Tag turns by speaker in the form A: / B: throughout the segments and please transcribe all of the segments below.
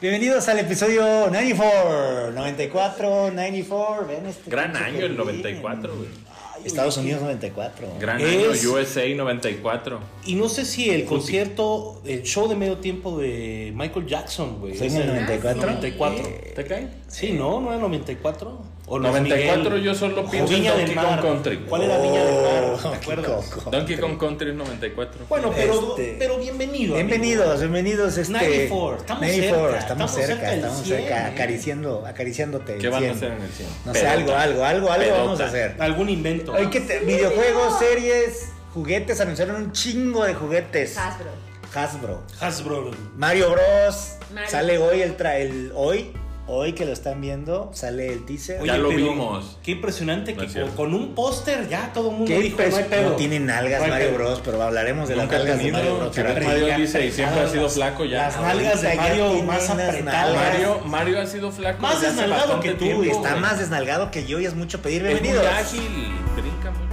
A: Bienvenidos al episodio 94, 94, 94. Ven este
B: Gran
A: pinche
B: año el
A: jardín.
B: 94, güey.
A: Ay, Estados Unidos Eh, 94.
B: Gran
C: Es-
B: año USA 94.
C: Y no sé si el concierto, el show de medio tiempo de Michael Jackson, güey.
A: ¿Fue en
C: es
A: el 94?
C: 94.
B: ¿Te
A: Eh,
B: cae?
C: Sí, ¿no? ¿No era 94? ¿O Luis
B: 94
C: Miguel?
B: yo solo pienso en
C: Viña
B: Donkey
C: del Mar.
B: Kong Country.
C: ¿Cuál era Viña del Mar? ¿Te
A: Oh,
C: acuerdas?
A: qué coco.
B: Donkey Kong Country es 94.
C: Bueno, pero,
A: Este-
C: pero bienvenido. amigo.
A: Bienvenidos, bienvenidos. Este,
C: 94, estamos cerca,
A: estamos
C: estamos cerca
A: cerca,
C: del
A: estamos
C: 100,
A: cerca,
C: eh.
A: acariciando, acariciándote.
B: ¿Qué
A: el
B: van a
A: 100.
B: hacer en el 100?
A: No sé, algo, algo, algo, algo
B: Pedota.
A: vamos a hacer.
C: Algún invento.
A: Hay que te- videojuegos, series, juguetes, anunciaron un chingo de juguetes.
D: Hasbro.
A: Hasbro.
C: Hasbro.
A: Mario Bros.
D: Mario.
A: Sale hoy el, tra el hoy, hoy que lo están viendo, sale el teaser.
B: Ya lo vimos.
C: Qué impresionante
B: No
C: que
B: es
C: con,
B: cierto.
C: con un póster ya todo el mundo
A: ¿Qué
C: dijo, no hay
A: impres-
C: pedo.
A: no tienen nalgas
C: No hay
A: Mario
C: pedo.
A: Bros, pero hablaremos de las
B: Nunca ha
A: nalgas de
B: tenido.
A: Mario Bros.
B: Si ves
A: Qué
B: Mario
A: rica.
B: dice y siempre ha sido flaco ya.
A: Las
C: Ah,
A: nalgas de
C: ahorita ya
A: Mario
C: tienen
A: más
C: unas
A: apretadas.
B: Mario, Mario ha sido flaco.
C: Más
B: desde hace
C: desnalgado
B: bastante
C: que tú,
B: tiempo,
A: Uy, está
B: güey.
A: más desnalgado que yo y es mucho pedir.
B: Es muy
A: Bienvenidos.
B: ágil, brinca mucho.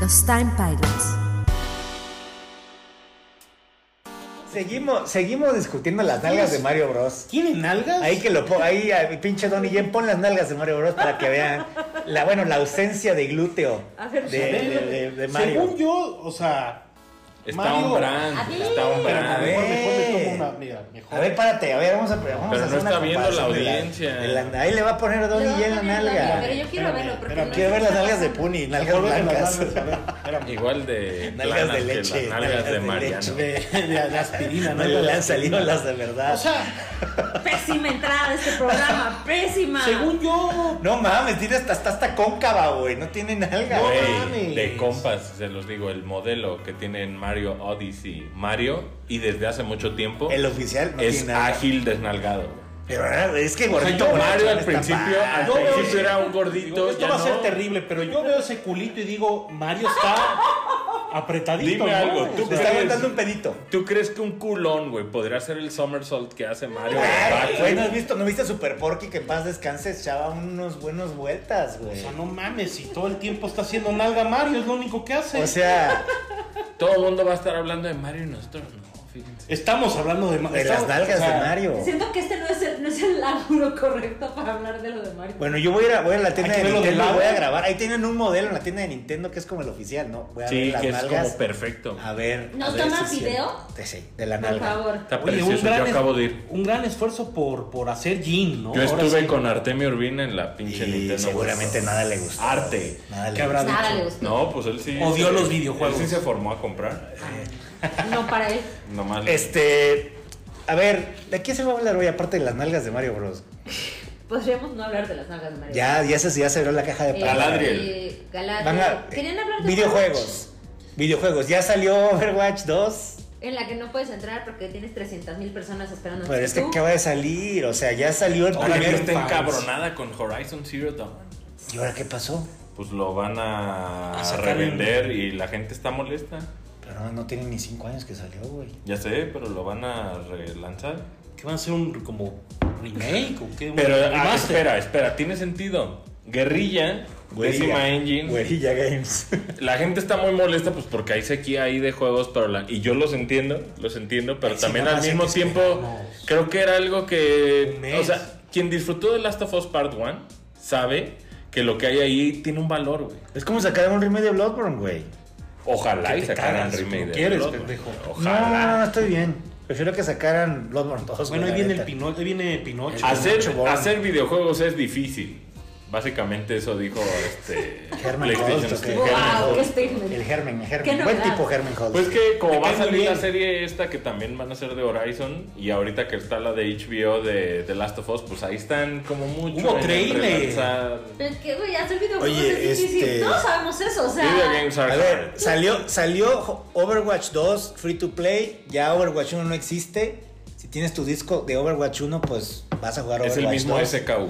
D: Los Time Pilots.
A: Seguimos, seguimos discutiendo las nalgas de Mario Bros.
C: ¿Tienen nalgas?
A: Ahí que lo po- ahí ah, pinche Donnie Yen pon las nalgas de Mario Bros para que vean la bueno la ausencia de glúteo
D: A
A: de,
D: ver,
A: de- de- de Mario.
C: Según yo, o sea,
B: Está
C: Mario-
B: un brand,
D: Así.
B: está un
C: Pero mejor,
A: A
B: brand.
A: ver.
C: mejor me tomo una. Mira, mejor.
A: A ver, párate, a ver, vamos a, vamos
B: Pero
A: a hacer
B: no está
A: una
B: viendo la
A: comparación de
B: audiencia.
A: de la- ahí le va a poner
D: Le
A: Donnie
D: voy a
A: Yen la
D: poner
A: nalga.
D: Pero yo quiero
C: Espérame,
D: verlo porque
C: espérame.
D: no
A: Quiero
D: sé
A: ver las
D: qué
A: nalgas de
D: pasa.
A: Puni, nalgas
C: Mejor ve las
A: blancas.
C: nalgas, a ver, espérame.
B: Igual de
A: Nalgas de
B: planas que
A: leche,
B: las nalgas de
A: nalgas de
B: Mariano.
C: De, de- de aspirina,
A: No le han salido las de verdad.
C: O sea,
D: Pésima entrada de este programa, pésima.
C: según yo.
A: no mames, tiene hasta, hasta, hasta cóncava, güey. No tiene nalga.
C: No,
B: Güey,
C: mames.
B: de compas, se los digo, el modelo que tiene en Mario Odyssey, Mario, y desde hace mucho tiempo,
A: El oficial no
B: es
A: tiene nalga.
B: ágil desnalgado. güey.
A: Pero ah, es que
B: O sea,
A: gordito
B: yo
A: bonachón
B: Mario al
A: está
B: principio,
A: mal.
B: al
C: Yo veo-
B: principio era un
C: digo,
B: gordito,
C: esto
B: ya
C: va a ser
B: no.
C: terrible, pero yo veo ese culito y digo, Mario está apretadito.
B: Dime
C: ¿no?
B: algo,
C: O
B: tú
A: Se está
C: sea,
B: crees-
A: aventando un pedito.
B: ¿Tú crees que un culón, güey, podría ser el somersault que hace Mario?
A: Ah,
B: Backflip?
A: Güey, ¿no has visto? ¿No viste a Super Porky que en paz descanse? Echaba unos buenos vueltas,
C: o
A: güey.
C: sea, no mames, si todo el tiempo está haciendo nalga Mario, es lo único que hace.
A: O sea,
B: Todo el mundo va a estar hablando de Mario y nosotros no, fíjense.
C: estamos hablando de Mario.
A: de las nalgas de Mario.
D: Siento que este no es, el, no es el ángulo correcto para hablar de lo de Mario.
A: Bueno, yo voy a ir a, voy a la tienda
C: Hay
A: de
C: que verlo de
A: Nintendo,
C: lado.
A: voy a grabar. Ahí tienen un modelo en la tienda de Nintendo que es como el oficial, ¿no? Voy a ver
B: Sí,
A: las
B: que es
A: nalgas. Ah,
B: como perfecto.
A: A ver.
D: ¿Nos
A: a ver
D: tomas
A: si es
D: video?
A: cierto. Sí, sí, de la
D: Por
A: nalga.
D: favor.
B: Está precioso, yo
C: es-
B: acabo de ir.
C: un gran esfuerzo por, por hacer gym, ¿no?
B: Yo
C: Ahora
B: estuve
C: sí.
B: con Artemio Urbina en la pinche
A: Y
B: Nintendo.
A: seguramente
B: World.
A: nada le gustó.
B: Arte.
A: Nada le
C: ¿Qué habrá
D: Nada
C: dicho?
D: le gustó.
B: No, pues él sí.
C: Odió los
B: él-
C: videojuegos.
B: Él sí se formó a comprar.
D: No para él.
B: Nomás.
A: Este. A ver, ¿de qué se va a hablar hoy aparte de las nalgas de Mario Bros?
D: Podríamos no hablar de las nalgas de Mario.
A: Ya, ya se, ya se abrió la caja de
D: Eh,
A: Pandora.
B: Galadriel.
D: Galadriel.
A: Van a-
D: Querían hablar de
A: videojuegos. Videojuegos. Ya salió Overwatch 2.
D: Overwatch, En la que no puedes entrar porque tienes 300.000 personas esperando.
A: Pero Pues es que
D: tú.
A: acaba de salir. O sea, ya salió el
B: Ahora que
A: primer
B: está
A: fans.
B: encabronada con Horizon Zero Dawn.
A: ¿Y ahora qué pasó?
B: Pues lo van a,
C: A sacar
B: revender y la gente está molesta.
A: Pero no, no tiene ni 5 años que salió, güey.
B: Ya sé, pero lo van a relanzar.
C: ¿Qué van a hacer un como remake o qué?
B: Pero
C: Un
B: ah,
C: remaster.
B: espera, espera, tiene sentido. Guerrilla, décima engine.
A: Guerilla Games.
B: La gente está muy molesta pues porque hay sequía ahí de juegos, pero la- y yo los entiendo, los entiendo, pero
A: Ay, sí,
B: también
A: nada
B: al
A: más
B: mismo
A: hay que
B: tiempo
C: esperarnos.
B: creo que era algo que,
C: Un mes.
B: o sea, quien disfrutó de Last of Us Part 1 sabe que lo que hay ahí tiene un valor, güey.
A: es como sacar un remake de Bloodborne, güey.
B: Ojalá
C: Que
B: y
C: te
B: sacaran
C: cagas,
B: remake
C: como
B: de
C: quieres,
B: Bloodborne.
C: pendejo.
A: No, no, no,
B: Ojalá.
A: estoy bien. Prefiero que sacaran Bloodborne 2.
C: Bueno, ahí
A: güey, la
C: viene el
A: neta.
C: Pinocho, ahí viene Pinocho.
B: Hacer,
A: mucho bono.
B: hacer videojuegos es difícil. Básicamente eso dijo este
A: Germán
B: PlayStation
A: Holst, ¿o qué?
B: Steve Germán
D: Wow,
B: Holst.
D: qué statement.
A: El Germen, el
D: Qué
A: Germen. Buen
D: novedad.
A: tipo Germen Holst.
B: Pues que
C: Me
B: como va a
C: cae muy
B: salir la
C: bien.
B: serie esta que también van a ser de Horizon y ahorita que está la de HBO de The Last of Us, pues ahí están como mucho.
C: Hubo
B: en el
C: trailer.
B: relanzar.
D: Pero es que, güey, hacer videojuegos
A: Oye,
D: es difícil.
A: este-
D: Todos sabemos eso, o sea.
B: Video games are
A: A ver,
B: hard.
A: salió, salió Overwatch 2 free to play. Ya Overwatch 1 no existe. Si tienes tu disco de Overwatch 1, pues vas a jugar
B: Es
A: Overwatch
B: el mismo
A: 2.
B: SKU.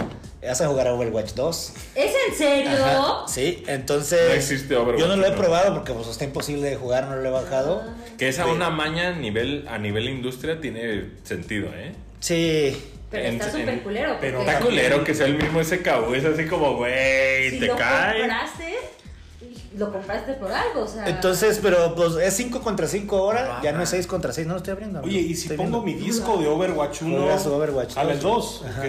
A: Vas a jugar Overwatch 2.
D: ¿Es en serio?
A: Ajá, Sí, entonces.
B: No existe Overwatch
A: Yo no lo he
B: 1.
A: probado porque pues está imposible de jugar, no lo he bajado.
D: Ah.
B: Que esa
A: Sí.
B: una maña a nivel, a nivel industria tiene sentido, ¿eh?
A: Sí.
D: Pero está
B: En-
D: súper
B: en-
D: culero.
C: pero
D: porque
B: Está culero que sea el mismo SKU. Es así como, güey,
D: si
B: te
D: lo
B: cae.
D: compraste, lo compraste por algo, o sea.
A: Entonces, pero pues es 5 contra 5 ahora, ya no
B: Ajá.
A: es 6 contra 6, no lo estoy abriendo.
C: Oye, y si
A: Estoy
C: pongo
A: viendo.
C: mi disco de Overwatch 1
A: Juegas Overwatch
C: a las
A: 2.
C: 2,
A: Ajá.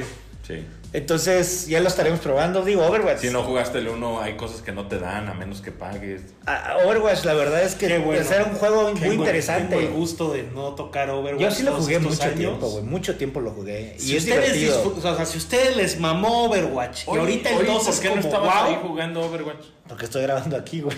B: Sí.
A: Entonces, ya lo estaremos probando. Digo, Overwatch.
B: Si no jugaste el 1, hay cosas que no te dan a menos que pagues.
A: Ah, Overwatch, la verdad es que era un juego muy interesante.
C: Tengo el gusto de no tocar Overwatch.
A: Yo sí lo
C: todos
A: jugué
C: estos
A: mucho
C: años.
A: tiempo, güey. Mucho tiempo lo jugué. Y
C: Si
A: es
C: ustedes
A: divertido.
C: disfr- o sea, si ustedes les mamó Overwatch y ahorita el
B: Oye,
C: 2
B: ¿por
C: es
B: qué
C: como
B: no estabas ahí
C: wow.
B: jugando Overwatch?
A: Porque estoy grabando aquí, güey.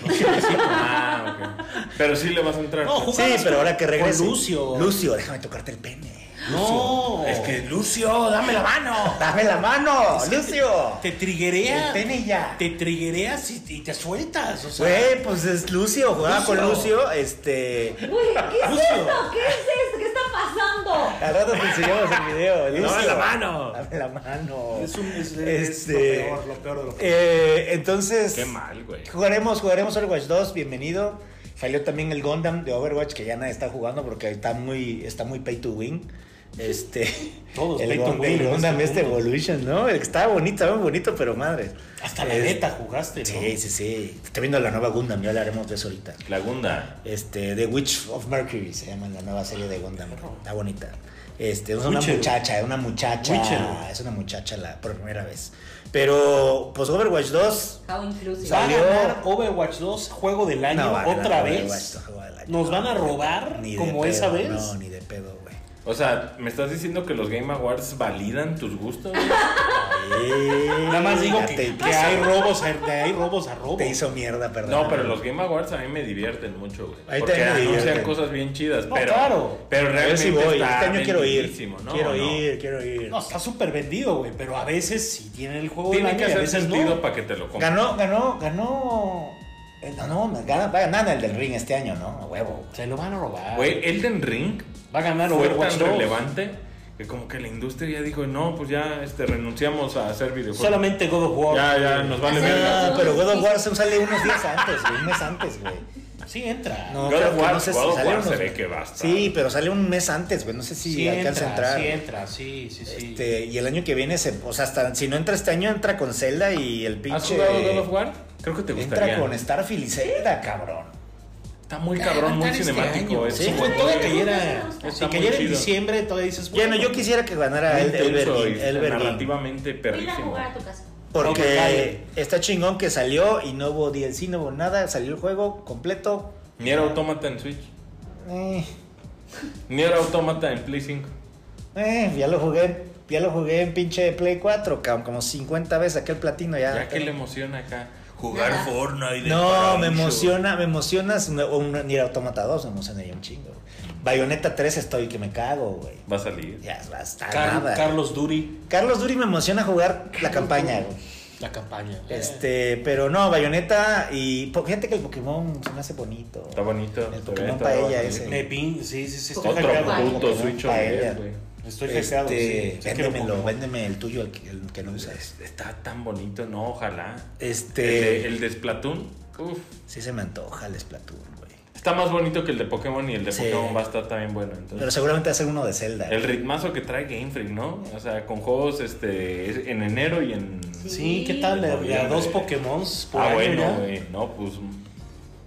B: Ah, ok. Pero sí le vas a entrar.
C: No,
A: Sí, pero ahora que
C: Con
A: regrese.
C: Lucio.
A: Lucio, déjame tocarte el pene.
C: No,
B: Es que Lucio, dame la mano.
A: Dame la mano, Lucio.
C: te
A: El
C: triguerea.
A: pene ya.
C: Te triguereas y, y te sueltas. O sea,
A: Güey, pues es Lucio. Jugaba con
C: Lucio.
A: Lucio. Este.
D: Güey, ¿qué es
C: Lucio.
D: esto? ¿Qué es esto? ¿Qué está pasando?
A: Al rato te enseñamos el video. Lucio.
B: Dame la mano.
A: Dame la mano.
C: es, un, es, es lo
A: Este.
C: peor, lo peor de lo peor.
A: eh, entonces.
B: Qué mal, güey.
A: Jugaremos, jugaremos Overwatch 2, bienvenido. Salió también el Gundam de Overwatch que ya nadie está jugando porque está muy, está muy pay to win. Este,
C: Todos
A: el,
C: pay to
A: Gundam-
C: win
A: el
C: en
A: Gundam
C: este
A: este
C: mundo.
A: Evolution, ¿no? El que Estaba bonito, estaba muy bonito, pero madre.
C: Hasta la
A: Es-
C: neta jugaste, ¿no?
A: Sí, sí, sí. Estoy viendo la nueva Gundam, ya hablaremos de eso ahorita.
B: La Gunda.
A: Este, The Witch of Mercury se llama la nueva serie de Gundam. Está bonita. Este, es una
C: Witcher.
A: muchacha, es una muchacha.
C: Witcher.
A: Es una muchacha la por primera vez. Pero, pues Overwatch 2
D: How inclusive.
C: Va a
A: Salió-
C: ganar Overwatch 2 juego del año
A: No, vale,
C: otra
A: vale,
C: vez.
A: vale, vale, vale, vale.
C: Nos van a
A: No, ni de-
C: robar
A: ni de
C: como
A: pedo,
C: esa vez.
A: No, ni de pedo, güey.
B: O sea, ¿me estás diciendo que los Game Awards validan tus gustos? güey?
C: Nada más digo
A: Ya
C: que,
A: te,
C: que
A: hizo-
C: hay robos, hay- de hay robos a robos.
A: te hizo mierda, perdón.
B: No, pero los Game Awards a mí me divierten mucho,
A: Ahí
B: güey. Porque
A: también me
B: anuncian
A: divierten.
B: cosas bien chidas.
C: No,
B: pero,
C: claro.
B: Pero
A: A ver
B: realmente
A: si voy.
B: está
A: Este año quiero ir.
B: vendidísimo, ¿no?
A: quiero
B: ¿O no?
A: ir, quiero ir.
C: No, está súper vendido, güey, pero a veces sí tienen el juego del
B: Tiene
C: año
B: que
C: y a
B: hacer
C: veces
B: sentido
C: no.
B: para que te lo compres.
A: Ganó, ganó, ganó. eh, No, no, gana- va a ganar el del ring este año, ¿no? A huevo.
C: Se lo van a robar.
B: Güey, Elden Ring
C: Va a ganar
B: fue
C: Overwatch
B: tan
C: 2.
B: relevante que como que la industria ya dijo, no, pues ya este, renunciamos a hacer videojuegos.
C: Solamente God of War.
B: Ya, ya, nos vale
D: Ah,
B: verga.
A: Ah, pero God of War se sale unos días antes, güey, un mes antes, güey.
C: Sí entra.
A: No,
B: God
A: creo
B: of
A: que
B: War-
A: no sé si
B: God of
A: sale
B: War
A: unos-
B: se ve que va a estar.
A: Sí, pero sale un mes antes, güey. No sé si
C: sí,
A: alcanza
C: entra,
A: a entrar.
C: sí entra, sí, sí, sí.
A: Este, y el año que viene, se, o sea, hasta, si no entra este año, entra con Zelda y el pinche.
B: ¿Has jugado God of War? Creo que te gustaría.
A: Entra con Starfield y Zelda, cabrón.
B: Está muy cabrón, muy cinemático. es
A: Sí,
B: un
A: güey,
B: buen
C: todavía
B: juego.
C: cayera,
D: Está
C: si
B: muy
C: cayera en
B: chido.
C: diciembre, todavía dices,
A: Bueno, yo quisiera que ganara
B: Muy
A: el, el
B: intenso
A: Berlín,
B: y
A: el Berlín,
B: narrativamente
D: Ven a
B: perrísimo.
D: jugar a tu casa.
A: Porque
C: Ok, cae.
A: está chingón que salió y no hubo DLC, no hubo nada. Salió el juego completo.
B: Nier Automata en Switch.
A: Eh,
B: Nier Automata en Play 5.
A: eh, ya lo jugué. Ya lo jugué en pinche Play 4, cabrón. Como 50 veces aquel platino ya.
B: Ya que le emociona acá.
D: Jugar
B: Fortnite.
A: No, me emociona, me emocionas. Un Nier Automata 2 me emociona ya un chingo. Bayonetta 3 estoy que me cago, güey.
B: Va a salir.
A: Ya hasta
C: Car-
A: nada.
C: Carlos Duri,
A: Carlos Duri me emociona jugar la campaña, güey.
C: la campaña.
A: Este, pero no, Bayonetta y po- fíjate que el Pokémon se me hace bonito.
B: Está bonito.
A: El
B: se
A: Pokémon
B: ve,
A: paella
B: todavía va a
A: ese.
B: salir.
C: Me pin, sí, sí, sí, estoy
B: Otro
C: hackeado.
B: puto
A: Pokémon
B: Switch
A: paella.
B: OLED, güey.
C: Estoy hackeado,
A: Este,
C: sí. Sí, quiero
A: véndemelo,
C: Pokémon.
A: véndeme el tuyo, el que, el que no usas.
B: Está tan bonito, no, ojalá. El
A: Este,
B: de, el de Splatoon, uf,
A: sí se me antoja el Splatoon, güey.
B: está más bonito que el de Pokémon y el de
A: Sí.
B: Pokémon va a estar también bueno. Entonces,
A: Pero seguramente va a ser uno de Zelda.
B: El ritmazo que trae Game Freak, ¿no? O sea, con juegos este es- en enero y en.
C: Sí, ¿qué tal? Le- le- a dos
B: Sí.
C: Pokémon por
B: ah,
C: año
B: bueno,
C: ya.
B: güey. No, pues.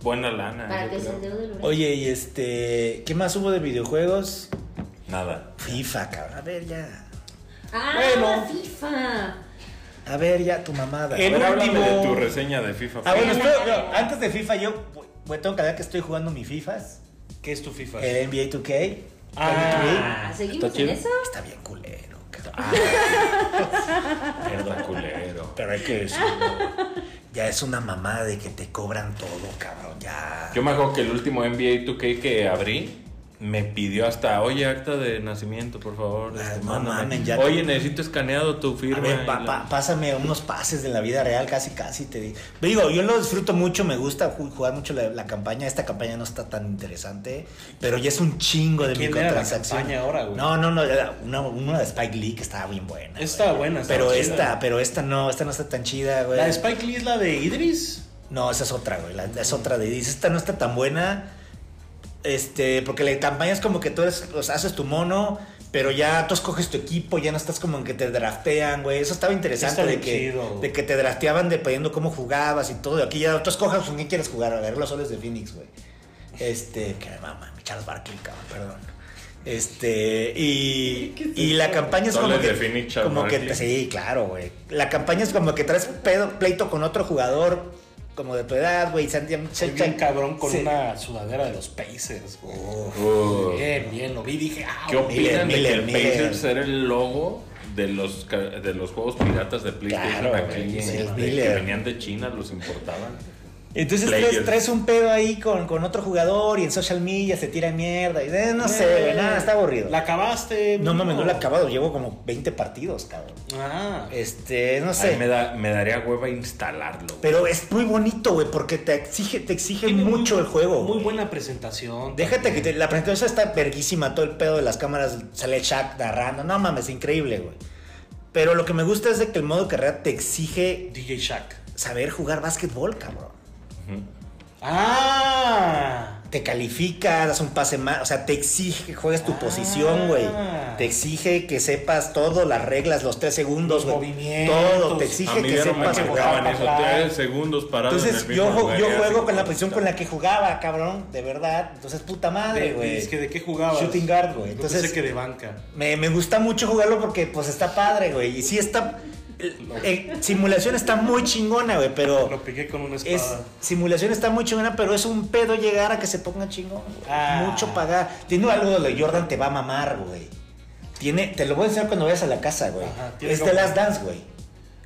B: Buena lana.
D: Para
B: Ah, yo
D: que se
B: creo.
D: endeude el Oye.
A: Oye, y este, ¿qué más hubo de videojuegos?
B: Nada.
A: FIFA, cabrón. A ver ya.
D: Ah,
C: Bueno.
D: FIFA.
A: A ver ya tu mamada.
C: El
B: A ver, háblame
C: último-
B: de tu reseña de FIFA.
A: Ah, bueno,
D: Ya,
A: espero-
D: ya, ya.
A: no, antes de FIFA yo güey, tengo que ver que estoy jugando mi FIFAs,
C: ¿Qué es tu FIFA?
A: el NBA 2K.
C: Ah.
D: Ah, ¿Seguimos en
B: chido.
D: eso?
A: Está bien culero, cabrón.
B: Mierda, culero.
A: Pero hay que decirlo. güey. Ya es una mamada de que te cobran todo, cabrón. Ya.
B: Yo me acuerdo que el último NBA 2K que abrí me pidió hasta, oye, acta de nacimiento, por favor.
A: Ay,
B: este,
A: Ah, no
B: mándame.
A: mames, ya-
B: Oye, necesito escaneado tu
A: A
B: firma.
A: ver,
B: y
A: pa-
B: la-
A: pa- pásame unos pases de la vida real, casi, casi te di- Digo, yo lo disfruto mucho, me gusta ju- jugar mucho la, la campaña. Esta campaña no está tan interesante, pero ya es un chingo de
C: ¿Quién era la
A: microtransacciones.
C: campaña ahora, güey?
A: No, no, no, era una, una de Spike Lee que estaba bien buena. güey.
C: Esta buena, está
A: Pero
C: chida.
A: esta, pero esta no, esta no está tan chida, güey.
C: La de Spike Lee es la de Idris.
A: No, esa es otra, güey. La, es otra de dice, esta no está tan buena. Este, porque la campaña es como que tú eres, o sea, haces tu mono, Pero ya tú escoges tu equipo, ya no estás como en que te draftean, güey. Eso estaba interesante
C: Está
A: de
C: bien
A: que,
C: chido.
A: de que te drafteaban dependiendo cómo jugabas y todo. Aquí ya tú escoges con quién quieres jugar. A ver, los soles de Phoenix, güey. Este, que me mama, mi Charles Barkley, cabrón, perdón. Este, y,
D: ¿Qué es
A: y la
D: eso?
A: campaña es como
B: Soles
A: que,
B: de Phoenix, Charles
A: como que
B: Barkley.
A: sí, claro, güey. La campaña es como que traes pedo, pleito con otro jugador como de tu edad, güey. Se, se-
C: Soy bien cabrón con
A: se-
C: una sudadera de los Pacers. güey.
A: Oh.
B: Uh.
C: Bien, bien, lo vi y dije, ah,
B: ¿Qué
C: güey.
B: opinan de
A: Miller,
B: que el
A: Miller.
B: Pacers era el logo de los, ca- de los juegos piratas de PlayStation
A: Claro,
B: aquí?
A: güey,
B: de-
A: el
B: de que
A: Miller.
B: venían de China, los importaban.
A: Entonces
B: Players.
A: traes, traes un pedo ahí con, con otro jugador y en social media se tira mierda y eh, no sé, güey, nada, está aburrido.
C: ¿La acabaste?
A: No mames, no
C: Bruno?
A: lo he acabado, llevo como 20 partidos, cabrón.
C: Ah,
A: Este, no
B: Ay, me,
A: sé.
B: da, me daría hueva instalarlo. güey.
A: Pero es muy bonito, güey, porque te exige, te exige
C: tiene muy-
A: mucho el juego.
C: Muy
A: güey.
C: buena presentación.
A: Déjate que te- la presentación está verguísima, todo el pedo de las cámaras, sale Shaq narrando, no mames, increíble, güey. Pero lo que me gusta es de que el modo carrera te exige
C: DJ Shaq.
A: saber jugar básquetbol, cabrón.
B: Ujú.
C: Ah,
A: te califica, das un pase más, o sea, te exige que juegues
B: Ah.
A: tu posición, güey. Te exige que sepas todo, las reglas, los tres segundos,
C: Los
A: güey.
C: movimientos.
A: Todo, te
B: A
A: exige
B: mí
A: que
B: ya no me
A: sepas
B: encantaban
A: jugar.
B: eso.
C: claro.
B: Tres segundos parados
A: Entonces,
B: en el
A: yo,
B: mismo
A: ju-
B: lugar,
A: yo
B: ya,
A: juego
B: así
A: con la
B: como
A: posición con la que jugaba, cabrón, de verdad. Entonces, puta madre,
C: de,
A: güey.
C: es que de qué jugabas.
A: Shooting guard, güey.
C: Yo
A: Entonces,
C: pensé que de banca.
A: me, me gusta mucho jugarlo porque, pues, está padre, güey. Y sí está... eh, simulación está muy chingona, güey, pero...
C: Lo piqué con una
A: Es,
C: espada.
A: simulación está muy chingona, pero es un pedo llegar a que se ponga chingón. güey.
C: Ah.
A: Mucho pagar. Tiene algo de Jordan te va a mamar, güey. Tiene, te lo voy a enseñar cuando vayas a la casa, güey.
C: Ajá, tiene
A: Es de
C: como-
A: las dance, güey.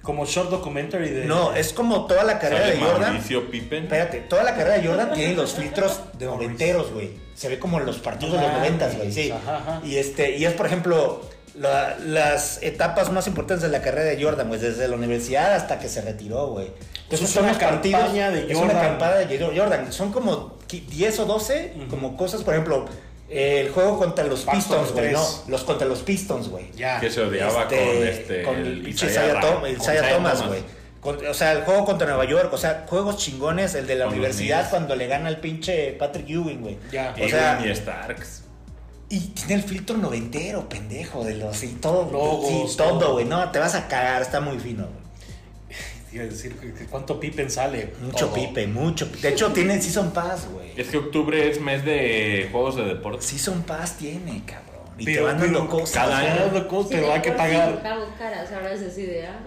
C: Como short documentary de.
A: No, es como toda la carrera
B: Sale
A: de Jordan.
B: Mauricio Pippen.
A: Espérate, toda la carrera de Jordan tiene los filtros de noventeros, güey. Se ve como los partidos de los
C: Ah,
A: noventas, güey. Sí.
C: ajá, ajá.
A: Y este, y es por ejemplo la- las etapas más importantes de la carrera de Jordan, güey, desde la universidad hasta que se retiró, güey. Entonces
C: Es
A: son
C: una
A: los partidos.
C: campaña de
A: Es una
C: Jordan.
A: campada de Jordan. Son como qui- 10 o 12,
C: Ujú.
A: como cosas, por ejemplo, eh, el juego contra los
C: Paso
A: Pistons, güey.
C: tres.
A: No, los contra los Pistons, güey.
C: Ya.
B: Que se odiaba con este.
A: Con
B: el
A: el pinche
B: Isaiah
A: Isaiah
B: Thomas,
A: Tom- el
B: con
A: Isaiah
B: Isaiah
A: Thomas, güey. Con- O sea, el juego contra Nueva York, o sea, juegos chingones, el de la
B: Con los
A: universidad
B: Knicks.
A: cuando le gana al pinche Patrick Ewing, güey.
C: Ya.
A: O
B: Ewing
A: sea,
B: y este. Starks.
A: y tiene el filtro noventero, pendejo, de los y todo,
C: Logos,
A: sí, todo,
C: todo.
A: güey. No, te vas a cagar, está muy fino, güey.
C: Iba a decir que- que cuánto Pippen sale.
A: Mucho
C: Todo.
A: pipe, mucho. pipe. De hecho, tienen Season Pass, güey.
B: Es que octubre es mes de juegos de deportes.
A: Season Pass tiene, cabrón. Y te
C: Pero-
A: van dando
C: pero
A: cosas.
B: cada
A: güey.
B: año.
C: Cada loco, pero hay que
D: pues,
C: pagar.
D: Pago caras, ahora es así de. ah.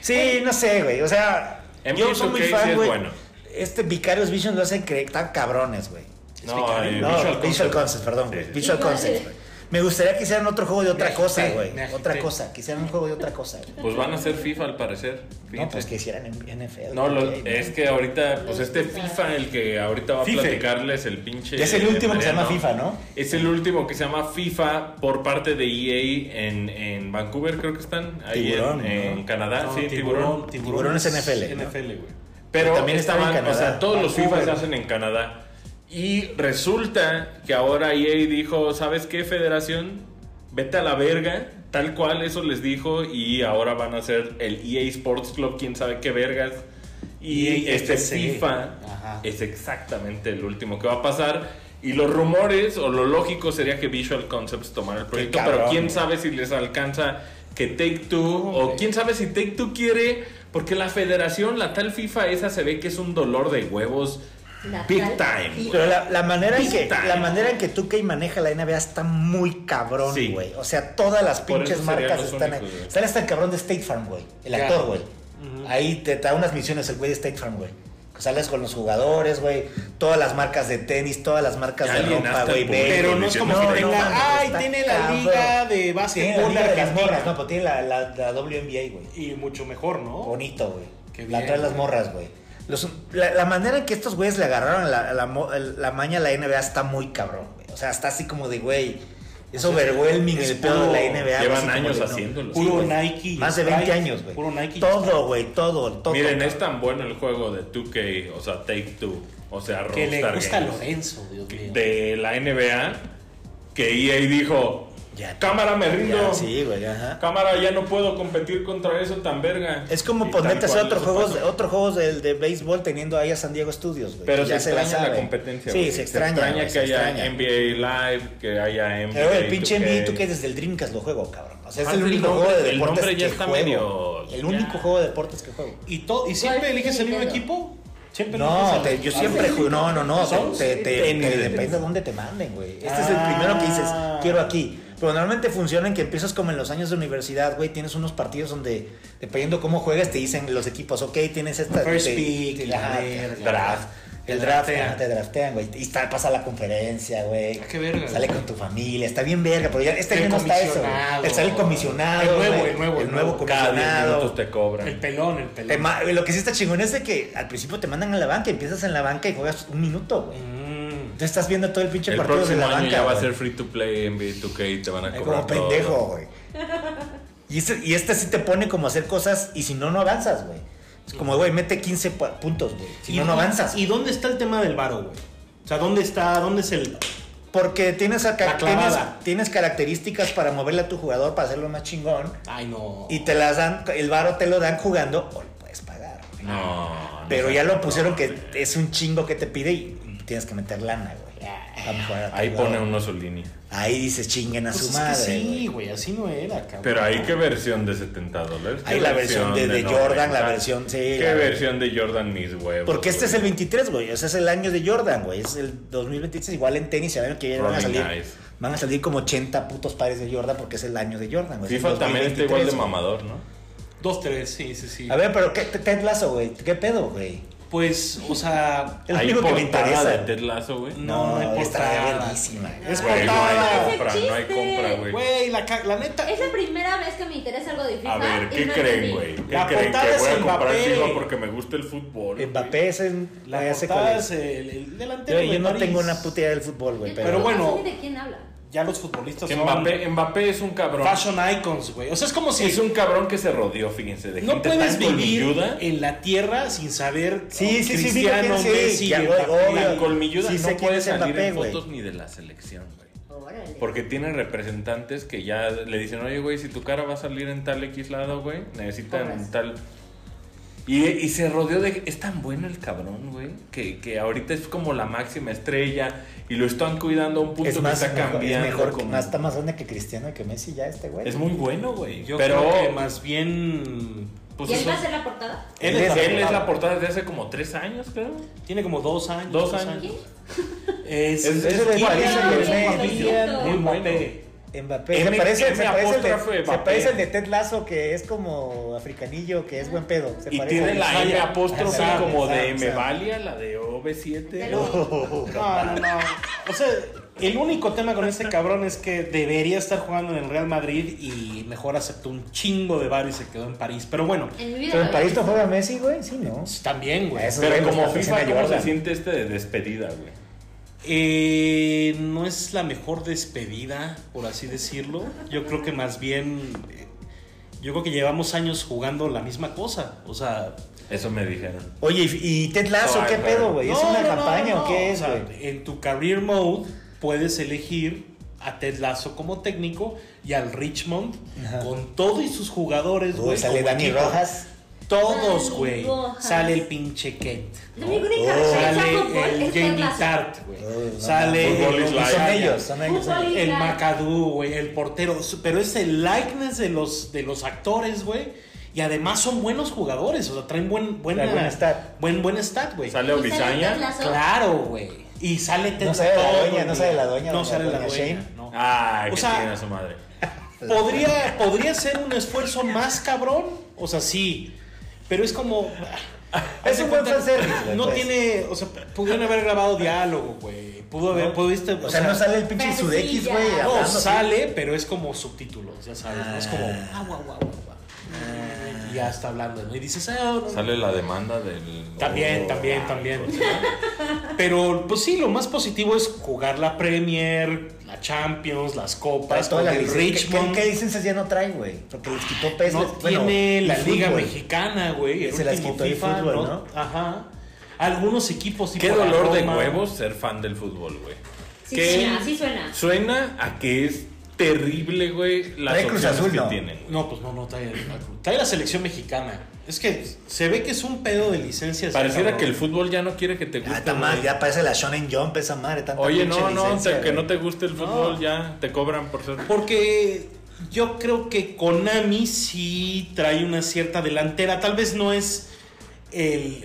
A: Sí, no sé, güey. O sea,
B: En
A: yo
B: Piece
A: soy muy
B: OK sí
A: fan,
B: es
A: güey.
B: bueno.
A: Este Vicarious Vision lo hacen creer tan cabrones, güey.
B: No, eh,
A: No, Visual, Concept, perdón,
B: Sí,
A: güey.
B: sí.
A: Visual Concept, güey. Me gustaría que hicieran otro juego de otra
C: Me
A: cosa,
C: agité,
A: güey.
C: me agité.
A: Otra cosa, que hicieran un juego de otra cosa, güey.
B: Pues van a ser FIFA al parecer.
A: No,
B: fíjate.
A: pues que hicieran en NFL.
B: No, lo-
A: güey,
B: es
A: ¿no?
B: que ahorita, pues este FIFA, el que ahorita va a
C: FIFA.
B: platicarles el pinche.
A: Ya es el último que se llama
B: Mariano.
A: FIFA, ¿no?
B: Es el último que se llama FIFA por parte de EA en, en Vancouver, creo que están. Ahí
A: Tiburón,
B: en, en
A: ¿no?
B: Canadá,
C: No,
B: sí, tiburón.
A: Tiburón es NFL, ¿no?
C: NFL, güey.
A: También
B: Pero también
A: estaba en
B: estaban, o
A: Canadá.
B: sea, todos los
C: Vancouver.
B: FIFA se hacen en Canadá. Y resulta que ahora EA dijo, ¿sabes qué, federación? Vete a la verga, tal cual, eso les dijo. Y ahora van a hacer el EA Sports Club, quién sabe qué vergas. Y
C: EA
B: este
C: FC.
B: FIFA
C: Ajá.
B: es exactamente el último que va a pasar. Y los rumores, o lo lógico sería que Visual Concepts tomara el proyecto, pero
A: cabrón,
B: quién
A: güey.
B: sabe si les alcanza que Take Two, o quién sabe si Take Two quiere, porque la federación, la tal FIFA esa, se ve que es un dolor de huevos
D: La
B: big
D: tal
B: time. güey.
D: FIFA.
A: Pero la, la manera en que,
B: Puta.
A: la manera en que tú que maneja la NBA está muy cabrón,
B: Sí.
A: güey. O sea, todas las
B: Por
A: pinches
B: eso serían
A: marcas
B: los
A: están ahí.
B: únicos, güey.
A: Está hasta el cabrón de State Farm, güey. El
C: Ya.
A: actor, güey. Ahí te da unas misiones el güey de State Farm, güey. Sales con los jugadores, güey. Todas las marcas de tenis, todas las marcas
B: Ya
A: de ropa,
B: alienaste
A: güey.
B: al público,
A: ve,
C: Pero no es como
B: No,
C: que
B: no,
C: tenga.
A: mames,
C: Ay,
A: está
C: tiene la
A: cabrón".
C: liga de
A: Tiene la liga
C: básquetbol
A: de las
C: Argentina".
A: morras, no, pero tiene la, la, la WNBA, güey.
C: Y mucho mejor, ¿no?
A: Bonito,
C: Qué
A: güey. La
C: bien,
A: traen las
C: güey.
A: morras, güey. Los- la, la manera en que estos güeyes le agarraron la, la mo- el- la maña a la NBA está muy cabrón, güey. O sea, está así como de, güey, es overwhelming
C: es
A: el pedo de la
C: puro-
A: NBA.
B: llevan
A: así como
B: años
A: de, no.
B: haciéndolo.
A: Sí,
C: Puro
A: güey.
C: Nike. y
A: Más de 20
C: Sprite.
A: años, güey.
C: Puro Nike. y
A: Todo, güey, todo, todo.
B: Miren,
A: cabrón.
B: es tan bueno el juego de 2K, o sea, Take Two, o sea,
C: Que le
B: Rockstar
C: gusta a
B: Games,
C: Lorenzo, Dios mío.
B: de la NBA, que EA E dijo,
A: Ya.
B: Cámara, me rindo.
A: Ya, sí, güey, ajá.
B: Cámara, ya no puedo competir contra eso tan verga.
A: Es como
B: Y
A: pues
B: tal
A: metes
B: cual,
A: otros
B: eso
A: juegos,
B: pasa.
A: de, otros juegos de, de béisbol teniendo ahí a San Diego Studios, güey.
B: Pero
A: que
B: se
A: ya
B: extraña la,
A: saben.
B: competencia.
A: Sí,
B: güey.
A: se extraña. güey,
B: que
A: se
B: haya
A: extraña.
B: NBA Live, que haya NBA.
A: Pero el pinche
B: 2K.
A: NBA, tú que desde el Dreamcast lo juego, cabrón. O sea, es
B: Aparte,
A: el
B: el
A: único
B: nombre-
A: juego de
B: el
A: deportes
B: nombre ya
A: que
B: está
A: juego.
B: medio-
A: El
B: ya.
A: único juego de deportes que juego.
C: ¿Y, to- y siempre
D: Igual que
C: eliges el mismo
D: Nintendo.
C: equipo? ¿Siempre eliges
A: No,
C: al-
A: te- yo
C: al-
A: siempre juego. No, no, no.
C: ¿Son?
A: Te, te- te-
C: Tenis.
A: te- depende de dónde te manden, güey. Este es el
C: Ah.
A: primero que dices, quiero aquí. Pero normalmente funciona en que empiezas como en los años de universidad, güey. Tienes unos partidos donde, dependiendo cómo juegas, te dicen los equipos, ok, tienes esta.
C: First
A: te-
C: pick,
A: te-
C: y la
A: ajá,
C: verga.
A: draft.
C: Te
A: El draft,
C: draftean.
A: ajá, te draftean, güey. Y está, pasa la conferencia, güey.
C: Ah, qué verga,
A: Sale
C: güey.
A: con tu familia, está bien verga, pero ya este
C: El
A: año no está eso.
C: comisionado.
A: güey. Sale el comisionado.
C: El nuevo,
A: güey.
C: el nuevo,
A: el
C: el
A: nuevo
C: nuevo.
B: Cada 10
A: comisionado.
B: minutos te cobran.
C: El pelón, el pelón.
A: Te ma- lo que sí está chingón es de que al principio te mandan a la banca, empiezas en la banca y juegas un minuto, güey.
C: Mm.
A: Tú estás viendo todo el pinche
B: El
A: partido de
B: próximo
A: la
B: año
A: banca.
B: ya va a
A: güey.
B: ser free to play en B2K y te van a
A: Ay,
B: cobrar.
A: como
B: todo.
A: pendejo, güey. Y este, y este sí te pone como a hacer cosas y si no, no avanzas, güey. Es como, güey, mete 15 pu- puntos, güey. Si
C: ¿Y
A: no, no
C: dónde-
A: avanzas.
C: ¿Y dónde está el tema del varo, güey? O sea, ¿dónde está? ¿Dónde es el...?
A: Porque tienes, acá-
C: La
A: tienes,
C: clavada.
A: tienes características para moverle a tu jugador para hacerlo más chingón.
C: Ay, no.
A: Y te las dan, el varo te lo dan jugando o lo puedes pagar, güey.
B: No. no
A: Pero
B: sé.
A: ya lo pusieron que es un chingo que te pide y tienes que meter lana, güey. para mejorar a tu
B: Ahí
A: jugador.
B: pone uno su línea.
A: Ahí dices chinguen a
C: Pues
A: su
C: es
A: madre.
C: que sí,
A: güey.
C: güey, así no era, cabrón.
B: Pero ahí qué versión de 70 dólares. ¿Qué
A: Hay la versión de, de
B: 90?
A: Jordan, la versión, sí.
B: ¿Qué
A: la-
B: versión de Jordan mis huevos?
A: Porque este
B: güey?
A: es el 23, güey. O sea, es el año de Jordan, güey. Es el 2026. Igual en tenis, ya ven que ya van a
B: Rolling
A: salir.
B: Eyes.
A: Van a salir como 80 putos pares de Jordan porque es el año de Jordan, güey. Es el
B: FIFA también está igual
A: 2023,
B: de
A: güey.
B: mamador, ¿no?
C: Dos, tres, sí, sí, sí.
A: A ver, pero ¿qué te, Ted Lasso, güey? ¿Qué pedo, güey?
C: Pues, o sea...
A: Es lo
B: Hay
A: único que me
B: portada
A: interesa.
B: de Ted Lasso, güey.
C: No, no, hay
A: está
C: portada.
A: verguísima.
C: Es
B: Güey, no
C: portada.
B: hay
D: Ese
B: compra, no hay
D: chiste.
B: compra, güey.
C: Güey, la, ca- la neta...
D: Es la primera vez que me interesa algo de FIFA.
B: A ver,
D: y
B: ¿qué
D: no
B: creen,
D: entendí.
B: güey? ¿Qué
C: La
B: creen?
C: portada
B: Que
C: es
B: voy a comprar
C: Mbappé.
B: FIFA porque me gusta el fútbol. güey?
A: Mbappé es en.
C: La
A: ya sé
C: portada
A: cuál es.
C: es el, el delantero
A: Yo, yo
C: de
A: no
C: París.
A: tengo una puta idea del fútbol, güey.
D: Yo
A: Pero,
D: tampoco
C: Pero bueno.
D: sé ni ¿De quién habla?
C: Ya los futbolistas
B: Que
C: son
B: Mbappé, Mbappé es un cabrón.
C: fashion icons, güey. O sea, es como si
B: Es un cabrón que se rodeó, fíjense, de
C: no
B: gente
C: puedes
B: tan
C: vivir
B: colmilluda.
C: en la tierra sin saber
A: Sí,
C: oh,
A: sí, sí,
C: Cristiano,
A: sí, sí,
C: Messi,
A: ya,
C: Mbappé.
A: obvio.
B: La colmilluda
A: Sí, sé
B: no
A: quién
B: puede
A: es
B: salir
A: Mbappé,
B: en
A: güey.
B: fotos ni de la selección, güey.
D: Órale.
B: Porque tienen representantes que ya le dicen, oye, güey, si tu cara va a salir en tal X lado, güey, necesitan
D: Cobras.
B: tal... Y, y se rodeó de... Es tan bueno el cabrón, güey, que, que ahorita es como la máxima estrella y lo están cuidando a un punto
A: es
B: que
A: más,
B: está
A: mejor- es
B: cambiando.
A: mejor, que
B: como-
A: más, está más grande que Cristiano y que Messi ya este güey.
B: Es muy bueno, güey.
C: Yo
B: Pero
C: creo que más bien
B: pues,
D: ¿Y él
B: eso-
D: va a hacer la portada?
A: Él
B: él,
A: es
B: es,
A: la
B: él es
A: portada.
B: la portada desde hace como tres años, creo.
C: tiene como dos años.
B: Dos años.
D: ¿Quién?
C: Es,
B: Es- es
C: es
A: de
C: Kylian
A: París Saint-Germain.
C: Mbappé.
B: Muy bueno.
A: Mbappé.
B: M-
A: se parece,
B: M
A: se parece el de,
B: apóstrofe
A: se
B: Mbappé.
A: parece el de Ted Lazo, que es como africanillo, que es buen pedo. Se
B: Y
A: parece
B: tiene
A: al-
B: la M
C: Ajá,
B: apóstrofe
C: ajá,
B: como
A: ajá,
B: de
A: ajá.
B: M Valia, la de OV7.
D: Ya lo-
C: No, no, no. O sea, el único tema con este cabrón es que debería estar jugando en el Real Madrid y mejor aceptó un chingo de bar y se quedó en París. Pero bueno,
D: En mi vida.
A: Pero
D: lo
A: en París
D: había
A: no juega Messi, güey. Sí, ¿no?
C: también, güey.
A: Eso.
B: Pero
A: Bueno,
B: como
A: la oficina
B: FIFA, ¿cómo
A: Jordan.
B: se siente este de despedida, güey?
C: Eh, no es la mejor despedida, por así decirlo. Yo creo que más bien. eh, Yo creo que llevamos años jugando la misma cosa. O sea.
B: Eso me dijeron.
A: Oye, ¿y y Ted Lazo
B: No,
A: qué
B: ay,
A: pedo, güey?
B: güey.
C: no,
A: ¿Es una
C: no, no,
A: campaña
C: no,
A: o qué es,
C: sea,
A: güey?
C: en tu career mode puedes elegir a Ted Lazo como técnico y al Richmond
A: Ajá.
C: con todo y sus jugadores,
A: Uy,
C: güey.
A: sale
C: como
A: Dani
C: equipo.
A: Rojas.
C: Todos,
D: Dani
C: güey.
D: Rojas.
C: Sale el pinche Kent.
D: No, mi única
A: Oh.
D: referencia a fútbol
C: Sale el
D: es Ted
C: Jamie
D: Lasso.
C: Tart, güey.
A: Uy, no,
C: Sale
A: no,
B: Fútbol
C: el
B: is
A: Y
B: life.
A: Son
C: Isaiah.
A: ellos, son ellos. son ellos.
D: Fútbol
C: El
D: Claro.
C: Macadú, güey, el portero. Su- Pero es el likeness de los, de los actores, güey. Y además son buenos jugadores. O sea, traen buen, buena,
A: Traen buen stat.
C: Buen, buen stat, güey.
B: Sale
D: ¿Y sale Ted
B: Obisaña.
D: Lasso?
C: Claro, güey. Y sale Ted
A: No sale la
C: todo
A: dueña,
C: el
A: no sale la
C: día.
A: dueña,
C: No
A: doña-
C: sale la
A: doña
C: dueña.
A: Shane. Ah.
C: no.
B: Ay,
C: O
B: que
C: sea-
B: tiene a su madre.
C: Podría, podría ser un esfuerzo más cabrón. O sea, sí. Pero es como.
A: Es un buen fanservice, güey,
C: No
A: pues.
C: tiene. O sea, pudieron haber grabado diálogo, güey. Pudo haber. pudiste,
A: O sea, no sale el pinche
D: Pero
A: Sudeikis,
D: sí,
A: güey.
D: ya.
C: No,
A: hablando, sí.
C: sale, pero es como subtítulos, ya sabes. ¿no? Es como.
A: Ah.
C: Agua, agua, agua, agua. Y ya está hablando, ¿no? Y dices, ah, no, no.
B: Sale la demanda del.
C: También,
B: Oh,
C: también,
B: ay,
C: también.
B: pues,
C: Pero, pues sí, lo más positivo es jugar la Premier, la Champions, las
A: Para
C: copas,
A: toda
C: con
A: la
C: el
A: licencia.
C: Richmond.
A: ¿Qué, qué licencias ya no trae, güey? Porque les quitó peso.
C: no
A: Bueno,
C: tiene la
A: y
C: Liga
A: fútbol.
C: Mexicana, güey. El
A: Se las
C: último
A: quitó el
C: FIFA,
A: fútbol,
C: ¿no?
A: ¿no?
C: Ajá. Algunos equipos tipo
B: Qué
C: la
B: dolor de
C: Roma.
B: huevos ser fan del fútbol, güey.
D: Sí,
B: ¿Qué?
D: sí, así suena.
B: Suena a que es terrible, güey, las
A: Trae Cruz
B: opciones
A: Azul,
B: que
A: ¿no?
B: tienen. güey.
C: No, pues no, no trae, trae la selección mexicana. Es que se ve que es un pedo de licencias.
B: Pareciera
C: cabrón.
B: que el fútbol ya no quiere que te
A: Ya,
B: guste.
A: está mal,
B: güey.
A: Ah, ya parece la Shonen Jump esa madre. Tanta
B: Oye,
A: pinche
B: no, no,
A: licencia,
B: te- que
A: güey.
B: no te guste el fútbol,
C: No.
B: ya te cobran por ser.
C: Porque yo creo que Konami sí trae una cierta delantera. Tal vez no es el.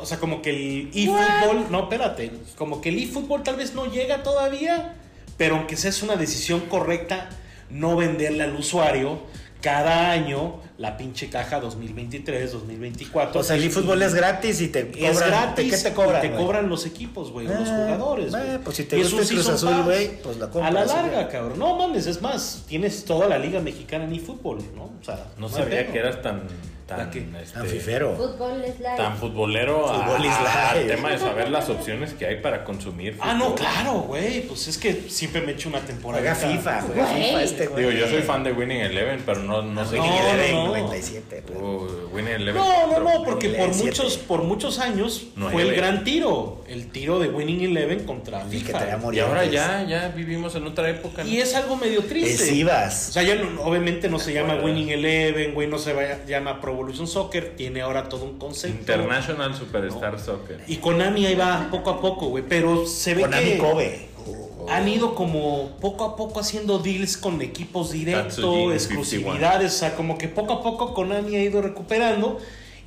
C: O sea, como que el eFootball. No, espérate. Como que el eFootball tal vez no llega todavía. Pero aunque sea es una decisión correcta no venderle al usuario cada año la pinche caja 2023, 2024.
A: O sea, el eFootball es gratis y te cobran.
C: Es gratis.
A: ¿Qué te cobran?
C: y te
A: güey?
C: cobran los equipos, güey, o los
A: Eh,
C: jugadores.
A: eh,
C: güey.
A: pues si te
C: Y
A: gusta
C: es un
A: el Cruz
C: season
A: Azul,
C: pass.
A: güey, pues la
C: A la
A: compras,
C: larga,
A: güey.
C: cabrón. No mames, es más, tienes toda la liga mexicana en eFootball, ¿no? O sea,
B: No
C: hay
B: sabía
C: pedo.
B: que eras tan. tan
C: ¿La qué?
A: Ah,
B: este,
A: Anfifero.
D: Fútbol es live.
B: Tan futbolero a-
A: Fútbol is
B: a- al
A: life.
B: tema de saber las opciones que hay para consumir.
C: Ah, no,
B: fútbol.
C: claro, güey. Pues es que siempre me echo una temporada.
A: Juega FIFA,
D: Güey.
A: juega FIFA este güey.
B: Digo, yo soy fan de Winning Eleven, pero no, no sé
A: No,
B: quién
C: no,
B: es.
A: no,
C: no.
A: 97, güey.
B: Oh, Winning Eleven.
C: No, no, no, porque
A: Winning
C: por
A: Eleven
C: muchos,
A: siete.
C: por muchos años
B: Nueve.
C: fue el gran tiro. El tiro de Winning Eleven contra
A: El que
C: FIFA.
A: traía
B: Y ahora
A: Morientes.
B: ya, ya vivimos en otra época. ¿no?
C: Y es algo medio
A: El
C: triste. O
A: Sivas.
C: sea, ya no- obviamente no se llama
B: Ahora-
C: Winning Eleven, güey, no se va- llama Pro Evolution Soccer, tiene ahora todo un concepto.
B: International Superstar Soccer.
C: Y Konami ahí va poco a poco, güey, pero se ve
A: Konami
C: que
A: Kobe.
B: Oh,
C: han ido como poco a poco haciendo deals con equipos
B: Tatsujin
C: directos,
B: 51.
C: exclusividades, o sea, como que poco a poco Konami ha ido recuperando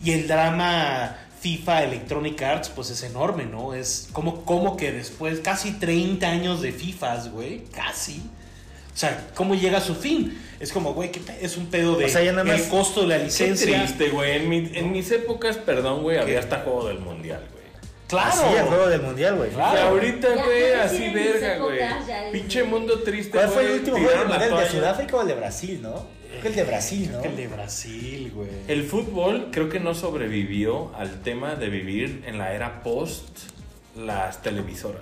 C: y el drama FIFA Electronic Arts pues es enorme, ¿no? Es como, como que después casi 30 años de FIFAs, güey, casi. O sea, ¿cómo llega a su fin? Es como, güey, ¿qué pe- es un pedo de
A: O sea, ya nada más-
C: el costo de la
B: Qué
C: licencia.
B: triste, güey. En, mi- en mis épocas, perdón, güey, había hasta juego del mundial, güey.
A: Así el
C: Claro.
A: juego del mundial, güey.
C: Claro.
B: Y ahorita,
D: Ya,
B: güey,
D: no sé si
B: así
D: en mis
B: verga, güey.
D: épocas ya es-
B: Pinche mundo triste,
A: ¿Cuál fue el
B: este güey,
A: último juego del
B: tiraron la
A: mundial? ¿El de
B: toalla.
A: Sudáfrica o el de Brasil, no? Creo que el de Brasil, ¿no?
C: El de Brasil, güey.
B: El fútbol creo que no sobrevivió al tema de vivir en la era post las televisoras.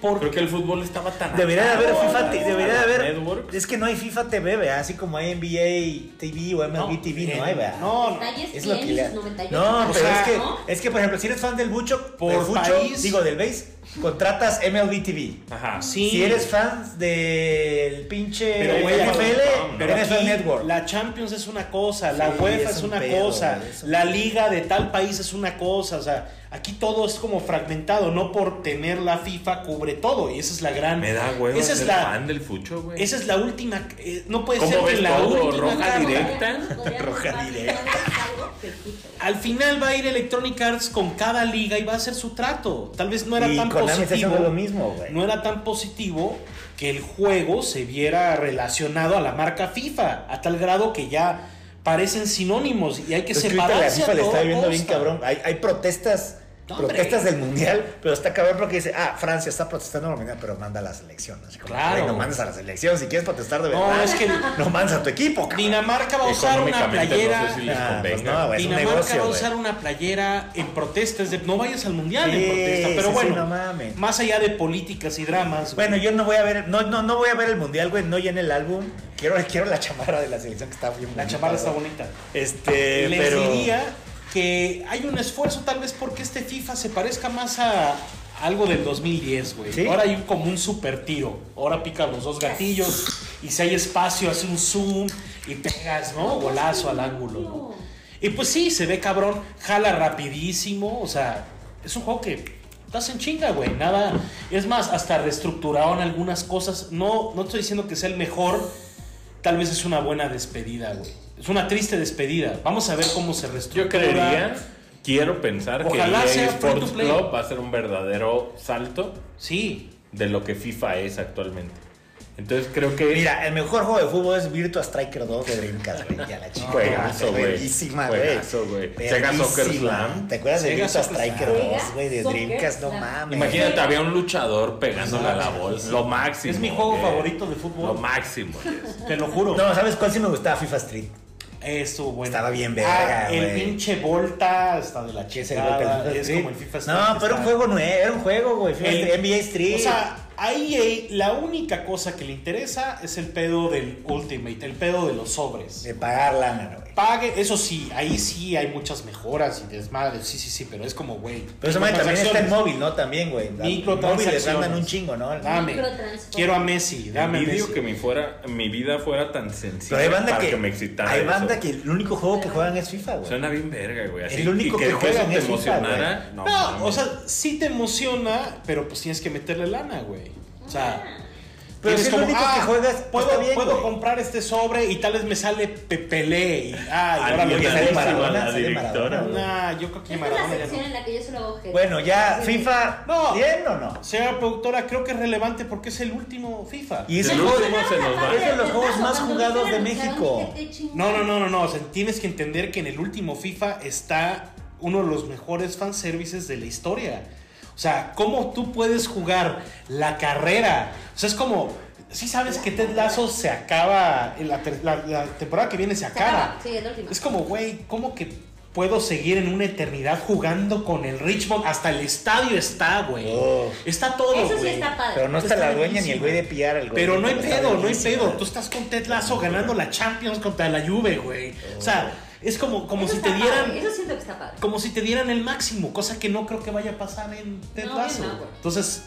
C: Porque
B: Creo que el fútbol estaba tan
A: Debería de haber
B: atado
A: FIFA,
B: a-
A: te-
B: a
A: debería de
B: los
A: haber.
B: networks.
A: Es que no hay FIFA TV, ¿verdad? Así como hay NBA TV o MLB TV, no hay, ¿verdad?
C: eh, No, no.
D: Está ESPN
A: Es lo que le-
D: en sus 98.
A: No,
C: O
A: pero
C: sea,
A: es, que,
D: ¿no?
A: es que, por ejemplo, si eres fan del Bucho,
C: Por
A: del Bucho,
C: país.
A: digo, del Base, contratas MLB TV.
B: Ajá.
C: Sí.
A: Si eres fan del pinche
C: Pero, güey,
A: NFL,
B: no,
A: pero
B: no,
A: NFL
C: aquí
A: Network.
C: La Champions es una cosa, la
A: Sí,
C: UEFA
A: es
C: es,
A: un
C: una
A: pedo,
C: cosa,
A: güey, es un
C: la
A: pedo.
C: liga de tal país es una cosa, o sea, aquí todo es como fragmentado, no por tener la FIFA cubre todo y esa es la gran
B: Me da huevo
C: esa es
B: ser
C: la
B: fan del fucho, güey.
C: esa es la última, eh, no puede
B: ¿Cómo
C: ser que
B: ves
C: la
B: todo?
C: última
B: Roja
C: carta-
B: directa.
A: Roja directa.
C: Al final va a ir Electronic Arts con cada liga y va a hacer su trato. Tal vez no era
A: y
C: tan
A: Konami está
C: positivo.
A: haciendo lo mismo, güey.
C: no era tan positivo que el juego se viera relacionado a la marca FIFA, a tal grado que ya parecen sinónimos y hay que
A: Pues que ahorita
C: separarse.
A: la FIFA
C: a
A: le está
C: toda
A: viendo bien
C: costa.
A: cabrón. Hay, hay protestas,
C: No, hombre.
A: protestas del mundial, pero está cabrón porque dice, ah, Francia está protestando por el mundial, pero manda a la selección. Así como,
C: Claro.
A: güey, no mandas a la selección si quieres protestar de
C: No,
A: verdad.
C: es que
A: No mandas a tu equipo, cabrón.
C: Dinamarca va a usar una
B: Económicamente,
C: playera.
B: no sé si les
A: Ah, pues
B: convenga.
A: no, güey, es un
C: Dinamarca
A: negocio,
C: va a
A: güey.
C: usar una playera en protestas de no vayas al mundial
A: Sí,
C: en protesta,
A: sí,
C: pero
A: sí,
C: bueno,
A: no mames.
C: más allá de políticas y dramas.
A: Bueno, yo no voy a ver, no, no, no voy a ver el mundial, güey, no llené el álbum. Quiero, quiero la chamarra de la selección que está bien
C: la
A: bonita,
C: chamarra está
A: güey.
C: bonita.
A: Este,
C: Les
A: pero
C: diría que hay un esfuerzo tal vez porque este FIFA se parezca más a algo del 2010, güey.
A: ¿Sí?
C: Ahora hay un- como un super tiro. Ahora pican los dos gatillos y si hay espacio hace un zoom y pegas, ¿no? Golazo al ángulo, ¿no? Y pues sí, se ve cabrón, jala rapidísimo, o sea, es un juego que estás en chinga, güey, nada. Es más, hasta reestructuraron algunas cosas. No, no estoy diciendo que sea el mejor, tal vez es una buena despedida, güey. Es una triste despedida. Vamos a ver cómo se reestructura.
B: Yo creería, quiero pensar
C: Ojalá
B: que
C: sea
B: EA
C: free to
B: Sports
C: play.
B: Club va a ser un verdadero salto
C: Sí.
B: de lo que FIFA es actualmente. Entonces creo que
A: Mira, el mejor juego de fútbol es Virtua Striker 2 de Dreamcast, güey. Ya la chica.
B: Juegazo, güey.
A: Buenísima, güey.
B: Juegazo, güey. Sega Soccer
A: Verguísima.
B: Slam.
A: ¿Te acuerdas de
C: Sega
A: Virtua
C: Soccer
A: Striker
D: Slam.
A: 2, güey? De
D: Sega
A: Dreamcast, no
D: Soccer Slam.
A: mames.
B: Imagínate, había un luchador pegándole a la bolsa. Lo máximo.
C: eh, Es mi juego
B: yes.
C: favorito de
B: Lo
C: fútbol.
B: máximo. yes.
C: Te lo juro.
A: No, ¿sabes cuál sí me gustaba? FIFA Street.
C: Estuvo bueno.
A: Estaba bien verga,
C: Ah, El
A: güey.
C: pinche Volta está de la
A: Que se golpea el FIFA
C: chingada. Ah, Es
A: Street.
C: como el
A: No,
C: FIFA Street,
A: pero
C: está-
A: un juego nuevo, era un juego, güey. FIFA
C: El-
A: Street, NBA Street.
C: O sea, A EA la única cosa que le interesa es el pedo del Ultimate, el pedo de los sobres.
A: De pagar lana, güey.
C: Pague, eso sí, ahí sí hay muchas mejoras y desmadres, sí, sí, sí, pero es como, güey.
A: Pero esa madre también está en
C: microtransacciones.
A: móvil, ¿no? También, güey. La- Móvil les
C: Microtransacciones.
A: mandan un chingo, ¿no?
C: Dame.
D: Microtransform.
C: Quiero a Messi, dame a
B: Envidio
C: Messi.
B: que mi, fuera, mi vida fuera tan
A: Pero
B: sencilla
A: hay banda
B: para
A: que,
B: que, me excitara.
A: hay
B: eso.
A: banda que el único juego que juegan es FIFA, güey.
B: Suena bien verga, güey. así,
A: El único
B: y que,
A: que
B: después
A: juegan
B: te
A: es FIFA,
B: emocionara.
C: No,
B: mames.
C: o sea, sí te emociona, pero pues tienes que meterle lana, güey. O
D: Ah,
C: sea,
A: Pero
C: tienes "Ah,
A: si es lo único que juegas, pues,
C: puedo,
A: está bien,
C: puedo
A: güey.
C: comprar este sobre y tal vez me sale Pepele. Y, ah, y ahora
B: Alguien
C: me
A: porque
B: que
A: sale
C: sale
B: dice
A: Maradona,
B: a la
A: sale Maradona,
B: directora.
A: güey.
C: Nah, yo creo que
D: Esta es la
C: Maradona ya
D: sección
C: no.
D: en la que yo solo hago gente.
A: Bueno, ya,
D: Así de-
A: FIFA,
C: No.
A: ¿bien o no?
C: Señora productora, creo que es relevante porque es el último FIFA.
A: Y es
B: El
A: el juego
B: último se nos va.
A: Es de los juegos más
D: Cuando
A: jugados
D: dicen
A: de
D: anunciaron,
A: México.
D: dije, qué chingón.
C: No, no, no, no, no. O sea, tienes que entender que en el último FIFA está uno de los mejores fanservices de la historia. O sea, cómo tú puedes jugar la carrera. O sea, es como. Si sabes que Ted Lazo se acaba. en La, ter- la- la temporada que viene se
D: Se acaba.
C: acaba.
D: Ah, Sí, es la última.
C: Es como, güey, ¿cómo que puedo seguir en una eternidad jugando con el Richmond? Hasta el estadio está, güey.
A: Oh.
C: Está todo, güey.
D: Eso sí está padre.
A: Pero no está
C: Está
A: la dueña ni el
C: buenísimo.
A: güey de pillar el güey.
C: Pero no hay
A: Está
C: pedo, no hay
A: buenísimo.
C: pedo. Tú estás con Ted Lazo ganando la Champions contra la Juve, güey. O sea, es como, como
D: Eso
C: si te
D: está
C: dieran.
D: padre, Eso siento que está padre.
C: Como si te dieran el máximo, cosa que no creo que vaya a pasar en Ted
D: No,
C: Lasso.
D: bien, no, güey.
C: Entonces,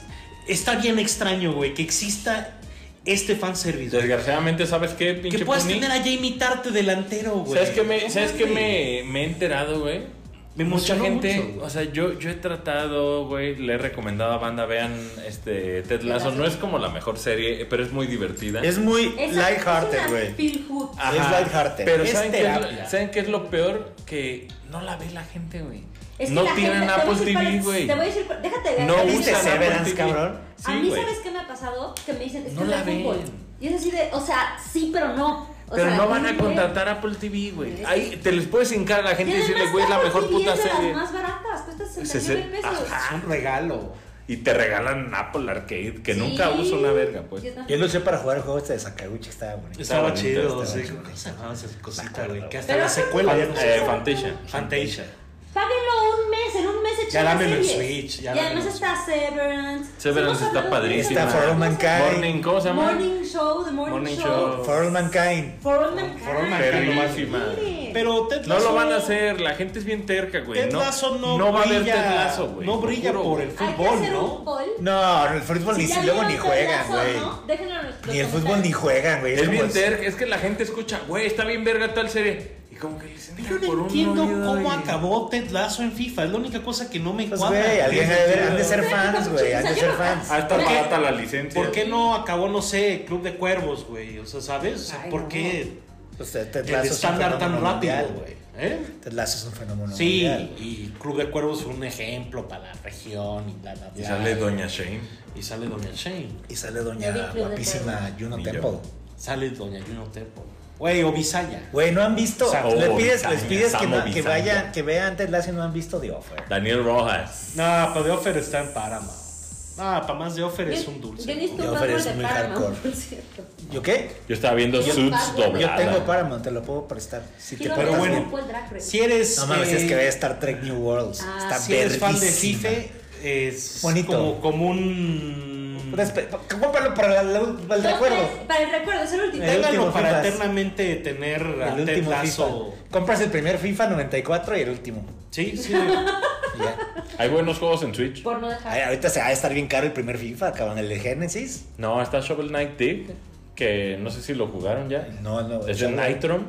C: está bien extraño, güey, que exista este fanservice. güey.
B: Desgraciadamente, ¿sabes qué, pinche
C: Que puedas
B: Puni?
C: tener a Jamie Tarte delantero, güey.
B: ¿Sabes qué me,
C: No
B: ¿sabes qué
C: mames.
B: me, me he enterado, güey?
C: Me
B: Mucha
C: emocionó
B: gente,
C: mucho, güey.
B: o sea, yo, yo he tratado, güey, le he recomendado a banda, vean este Ted Lasso. No es como la mejor serie, pero es muy divertida.
A: Es muy
D: Esa-
A: lighthearted,
D: es una
A: güey.
D: feel good.
A: Ah. es lighthearted.
B: Pero
C: Es
B: ¿saben, qué es,
C: terapia.
B: lo, ¿saben qué es lo peor? Que no la ve la gente, güey.
D: Es que
B: no
D: la
B: tienen
D: gente- te voy a
B: Apple
D: decir
B: TV,
D: cuál-
B: güey.
D: Te voy a decir, cuál- déjate de
B: No
A: ¿Viste
B: usan
A: Severance,
B: Apple TV.
A: cabrón?
B: Sí,
D: a mí,
B: güey.
D: ¿sabes qué me ha pasado? Que me dicen, es que
B: No
D: no
B: la
D: la fútbol.
B: ven.
D: Y es así de, o sea, sí, pero no. O
B: Pero
D: sea,
B: no van a
D: ven.
B: contratar Apple TV, güey. Ahí te les puedes hincar a la gente y decirle, güey, es la mejor
D: Apple TV
B: puta
D: es de
B: serie.
D: las más baratas, cuesta
B: Sesen-
D: 69 pesos.
B: Ajá.
C: Es un regalo.
B: Y te regalan Apple Arcade, ah, que
D: Sí.
B: nunca uso una verga, pues.
D: Yo tampoco.
A: Yo lo usé para jugar el juego este de Sakaguchi, estaba bonito.
C: Estaba
B: bonito,
C: chido,
A: estaba
C: sí.
A: chido.
C: ¿Cómo se llamaba esa cosita,
A: Pero-
C: güey? Que hasta
D: Pero-
C: la secuela ya no se
B: Eh, Fantasia.
C: Fantasia.
D: Páguenlo un mes, en un mes echen
C: Ya
D: la
C: dámelo en
D: serie.
C: Switch, ya
D: y además
C: dámelo en
D: está Severance.
B: Severance
D: Estamos
B: está
D: hablando de
B: padrísima.
A: Está
D: esas
A: For All
D: cosas.
A: Mankind.
B: Morning, ¿cómo se llama?
D: Morning Show, The Morning,
B: Morning
D: Show.
B: Show.
A: For All Mankind.
D: For All Mankind.
C: For All Mankind, lo
B: máximo.
D: Miren.
C: Pero Ted
B: No
C: Lasso-
B: lo van a hacer, la gente es bien terca, güey.
C: Ted Lasso no,
B: no
C: brilla,
B: va a haber Ted Lasso, güey.
C: No
B: Te
C: brilla
B: juro,
C: por
B: güey.
C: el
D: Hay que
C: fútbol,
D: hacer un
C: ¿no?
D: poll.
A: No, el fútbol ni,
D: Si ya
A: luego
D: vieron
A: ni
D: Ted
A: juegan,
D: Lazo,
A: güey.
D: ¿no? Déjenlo en los
A: Ni el
D: comentarios.
A: fútbol ni juegan, güey.
B: Es
A: como
B: bien
A: es-
B: terca, es que la gente escucha, güey, está bien verga tal serie. Y como que les entra
C: Yo
B: por
C: no
B: un
C: entiendo
B: oído,
C: cómo
B: güey.
C: acabó Ted Lazo en FIFA. Es la única cosa que no me
A: Pues,
C: cuadra.
A: güey, alguien ha de ver- han de ser fans, güey. Han de
D: O sea,
A: ser
D: yo no-
A: fans.
B: Ah, está
D: ¿Por qué?
B: barata la licencia.
C: ¿Por qué no acabó, no sé, Club de Cuervos, güey? O sea, ¿sabes? O sea,
D: Ay,
C: ¿Por
D: no.
C: qué
A: O sea, Pues, Ted
C: el
A: Lasso es un
C: estándar tan
A: fenómeno
C: rápido,
A: mundial,
C: güey? ¿Eh?
A: Ted Lasso es un fenómeno
C: Sí,
A: mundial. güey.
C: y Club de Cuervos fue un ejemplo para la región y bla, bla, bla.
B: Y sale Doña Shane.
C: Y sale Doña Shane.
A: Y sale
D: Yo vi
A: doña
D: Club de
A: guapísima Juno
B: Ni yo.
A: Temple.
C: Sale Doña Juno Tempo. Güey, o Visaya.
A: Güey, ¿no han visto?
B: Samo
A: les pides, les
B: Bisaña,
A: pides que,
B: Samo
A: no- que
B: Bisaña.
A: vayan, que vean Ted Lasso y no han visto The Offer.
B: Daniel Rojas.
C: No, pero de Offer está en Paramount. Ah, para más de Offer es
D: Yo-
C: un dulce.
D: Yo necesito
A: Yo
D: un
A: ofrezco
D: árbol de
A: muy
D: Paramount,
A: hardcore.
D: por cierto.
A: ¿Yo qué?
B: Yo estaba viendo
D: Yo
B: Suits
D: pago.
A: Yo
B: doblada.
A: tengo Paramount, te lo puedo prestar. Si te
D: Quiero
C: pero
D: ver
A: portas
C: bueno.
A: bien.
D: un buen drag race.
C: Si eres.
A: No mames,
C: eh,
A: es que ve Star Trek New Worlds.
D: Ah.
A: Está
C: Si eres fan de
A: verguísima.
C: FIFA, E, es
A: Bonito.
C: Como, como un.
A: Respe- Cómpralo para, la- para el
D: Dos,
A: recuerdo. Eh,
D: tres, Para el recuerdo, es el último.
A: El
C: Ténganlo
A: último
C: para
A: FIFA.
C: eternamente tener a
A: El
C: Ted
A: último
C: Lasso.
A: FIFA. Compras el primer FIFA 94 y el último.
C: Sí, sí.
A: Y ya.
B: Hay buenos juegos en Switch.
D: Por no
A: Ay,
D: dejar.
A: ahorita se va a estar bien caro el primer FIFA, cabrón. El de Genesis.
B: No, está Shovel Knight Dig, que no sé si lo jugaron ya.
A: No, no.
B: Es de Nitrom,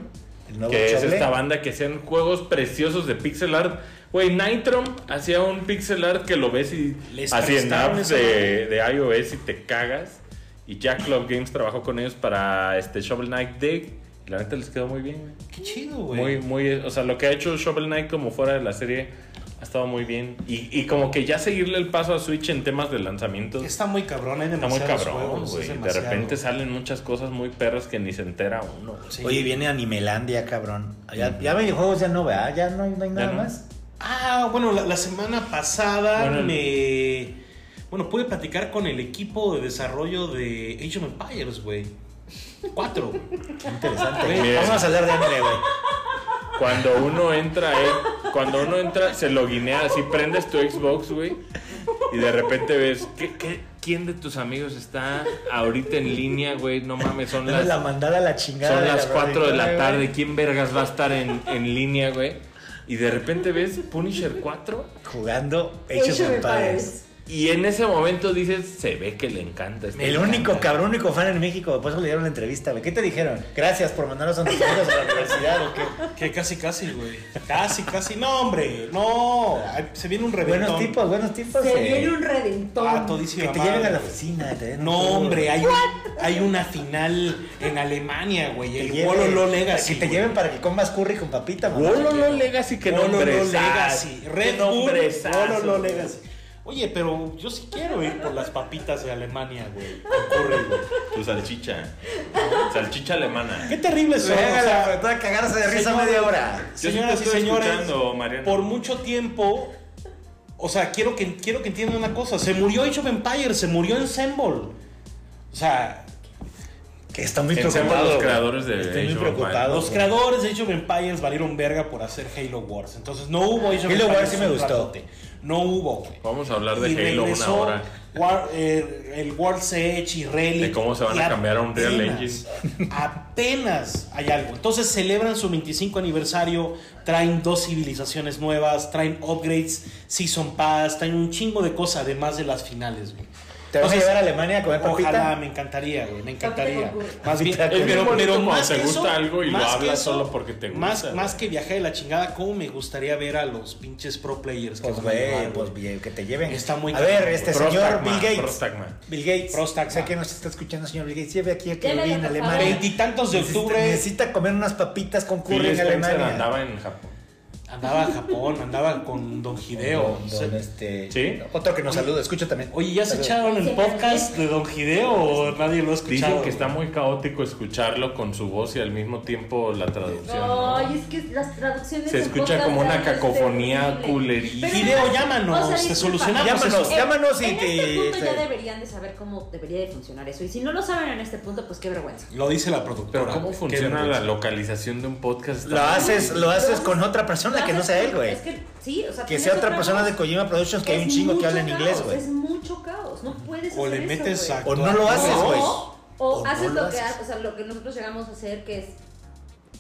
A: El nuevo
B: que es
A: Choble.
B: esta banda que hacían juegos preciosos de pixel art. Güey, Nitrom hacía un pixel art que lo ves y
C: Les
B: así en
C: prestaron
B: apps
C: esa
B: de, de iOS y te cagas. Y Jack Club Games trabajó con ellos para este Shovel Knight Dig. Y la neta les quedó muy bien, güey.
C: Qué chido, güey.
B: Muy, muy, o sea, lo que ha hecho Shovel Knight como fuera de la serie ha estado muy bien. Y, y como que ya seguirle el paso a Switch en temas de lanzamientos.
C: Está muy cabrón, hay
B: Está muy
C: demasiados
B: cabrón,
C: juegos,
B: güey.
C: es
B: De
C: demasiado.
B: repente salen muchas cosas muy perras que ni se entera uno. güey.
C: Sí.
A: Oye, viene Animelandia, cabrón. Ya, ya videojuegos ya no, ¿verdad? Ya no, hay- no hay nada
B: no.
A: más.
C: Ah, bueno, la, la semana pasada
B: Bueno, el-
C: me. Bueno, pude platicar con el equipo de desarrollo de Age of Empires, güey. Cuatro.
A: Qué interesante.
B: Mira.
A: Vamos a hablar de anime, güey.
B: Cuando uno entra, eh, cuando uno entra, se loguinea así, prendes tu Xbox, güey. Y de repente ves, ¿qué, qué, ¿Quién de tus amigos está ahorita en línea, güey? No mames, son las,
A: la mandada a la chingada.
B: son
A: de
B: las 4 de la
A: verdad,
B: tarde.
A: güey.
B: ¿Quién vergas va a estar en, en línea, güey? Y de repente ves Punisher 4
A: Jugando
D: Age
A: Hechos
D: of
A: Empires.
D: Empires.
B: y en ese momento dices, se ve que le encanta. este
A: El
B: le
A: único
B: encanta.
A: cabrón, único fan en México. Después le dieron la entrevista, güey. ¿Qué te dijeron? Gracias por mandarnos a nosotros a la universidad o qué.
C: Que casi, casi, güey. Casi, casi. No, hombre. No. Ay, Se viene un reventón.
A: Buenos tipos, buenos tipos.
D: Se
A: eh.
D: viene un redentor.
C: Ah, todísimo,
A: Que te
C: mamá,
A: lleven a la
C: güey.
A: oficina. te den un
C: No,
A: tour.
C: hombre. Hay, un- hay una final en Alemania, güey.
A: Que
C: El
A: lleven-
C: Wololo Legacy.
A: Que te
C: güey.
A: lleven para que comas curry con papita, mamá.
B: Wololo Legacy, que
C: Wololo
B: nombre
C: Legacy.
A: Ah,
C: Red Bull. Wololo Legacy. Oye, pero yo sí quiero ir por las papitas de Alemania, güey. Con curry, güey.
B: Tu salchicha. Salchicha alemana.
C: Qué terrible son. o sea,
A: Regala, toda cagarse de risa
C: señor-
A: media hora.
B: Yo sí te
C: Señoras y
B: estoy
C: señores,
B: escuchando, Mariana.
C: por mucho tiempo, o sea, quiero que, quiero que entiendan una cosa. Se murió Age of Empires, se murió Ensemble. O sea,
A: Que está muy
B: Pensemos
A: preocupado.
B: los
A: güey.
B: creadores de
A: Estoy
B: Age
A: muy
B: of
A: preocupado.
C: los creadores de Age of Empires valieron verga por hacer Halo Wars. Entonces no hubo Age of
A: Halo
C: Empires
A: Wars sí me
C: un
A: gustó.
C: ratote. No hubo, güey.
B: Vamos a hablar
C: Y
B: de Halo una
C: regresó
B: hora.
C: War- eh, el World's Edge y Relic.
B: De cómo se van
C: y
B: a cambiar a un Real
C: apenas- Apenas hay algo. Entonces celebran su 25 aniversario, traen dos civilizaciones nuevas, traen upgrades, Season Pass, traen un chingo de cosas además de las finales, güey.
A: ¿Te vas a
C: Entonces,
A: llevar a Alemania a comer papita?
C: Pues, Ojalá, me encantaría, güey, me encantaría.
D: Papita con
C: Más bien,
A: Es bien
C: pero,
B: bonito
C: pero
B: cuando
C: más
B: te
C: que
B: gusta
C: eso,
B: algo y lo
C: más que
B: hablas
C: eso,
B: solo porque te gusta,
C: Más,
B: güey.
C: más que viaje de la chingada, cómo me gustaría ver a los pinches pro players que
A: Pues
C: van a llevar,
A: güey,
C: güey.
A: pues bien, que te lleven.
C: Está muy
A: A ver,
C: cabrón,
A: este
B: güey.
A: señor
B: Prostagma,
A: Bill Gates.
B: prostagma.
A: Bill Gates.
C: Prostagma.
A: Sé que nos está escuchando, señor Bill Gates. Lleve aquí a que
D: Llévelo,
A: vive en
D: por
A: Alemania.
D: favor.
C: Veintitantos de
A: Necesita-
C: octubre.
A: Necesita comer unas papitas con
B: Phil
A: curry en
B: Spencer
A: Alemania.
B: andaba en Japón.
C: Andaba a Japón, andaba con Don Hideo.
A: Don-
C: O sea,
A: don, este,
B: ¿Sí?
A: Otro que nos saluda, escucha también.
C: Oye, ¿ya se
A: Salud.
C: echaron el podcast de Don Hideo o nadie lo ha escuchado?
B: Dicen que está muy caótico escucharlo con su voz y al mismo tiempo la traducción. ¿no?
D: Ay, es que las traducciones.
B: Se
D: en
B: escucha
D: podcast este
B: como una
D: son
B: cacofonía
D: terrible.
B: culerísima.
D: Pero
C: Video,
D: además,
C: llámanos, te
D: disculpa,
C: solucionamos
A: Llámanos,
D: en-
A: pues, llámanos y
D: en
A: te.
D: este punto ya
A: te-
D: deberían de saber cómo debería de funcionar eso. Y si no lo saben en este punto, pues qué vergüenza.
C: Lo dice la productora.
B: Pero ¿cómo
C: güey.
B: funciona
C: Qué
B: la
C: vergüenza.
B: localización de un podcast?
A: Lo haces, lo haces con otra persona que no sea él, güey.
D: Es que, sí, o sea,
A: Que
D: tienes
A: sea otra persona
D: voz.
A: de Kojima Productions que hay un
D: Es
A: chingo que
D: mucho
A: habla en inglés,
D: caos,
A: güey.
D: Es mucho caos, no puedes
C: O
D: hacer
C: le
D: eso,
C: metes
D: güey.
C: a.
A: O no lo haces,
D: o,
A: güey.
D: o
A: O
D: haces
A: no
D: lo
A: lo
D: que
A: haces.
D: ha- o sea, lo que nosotros llegamos a hacer que es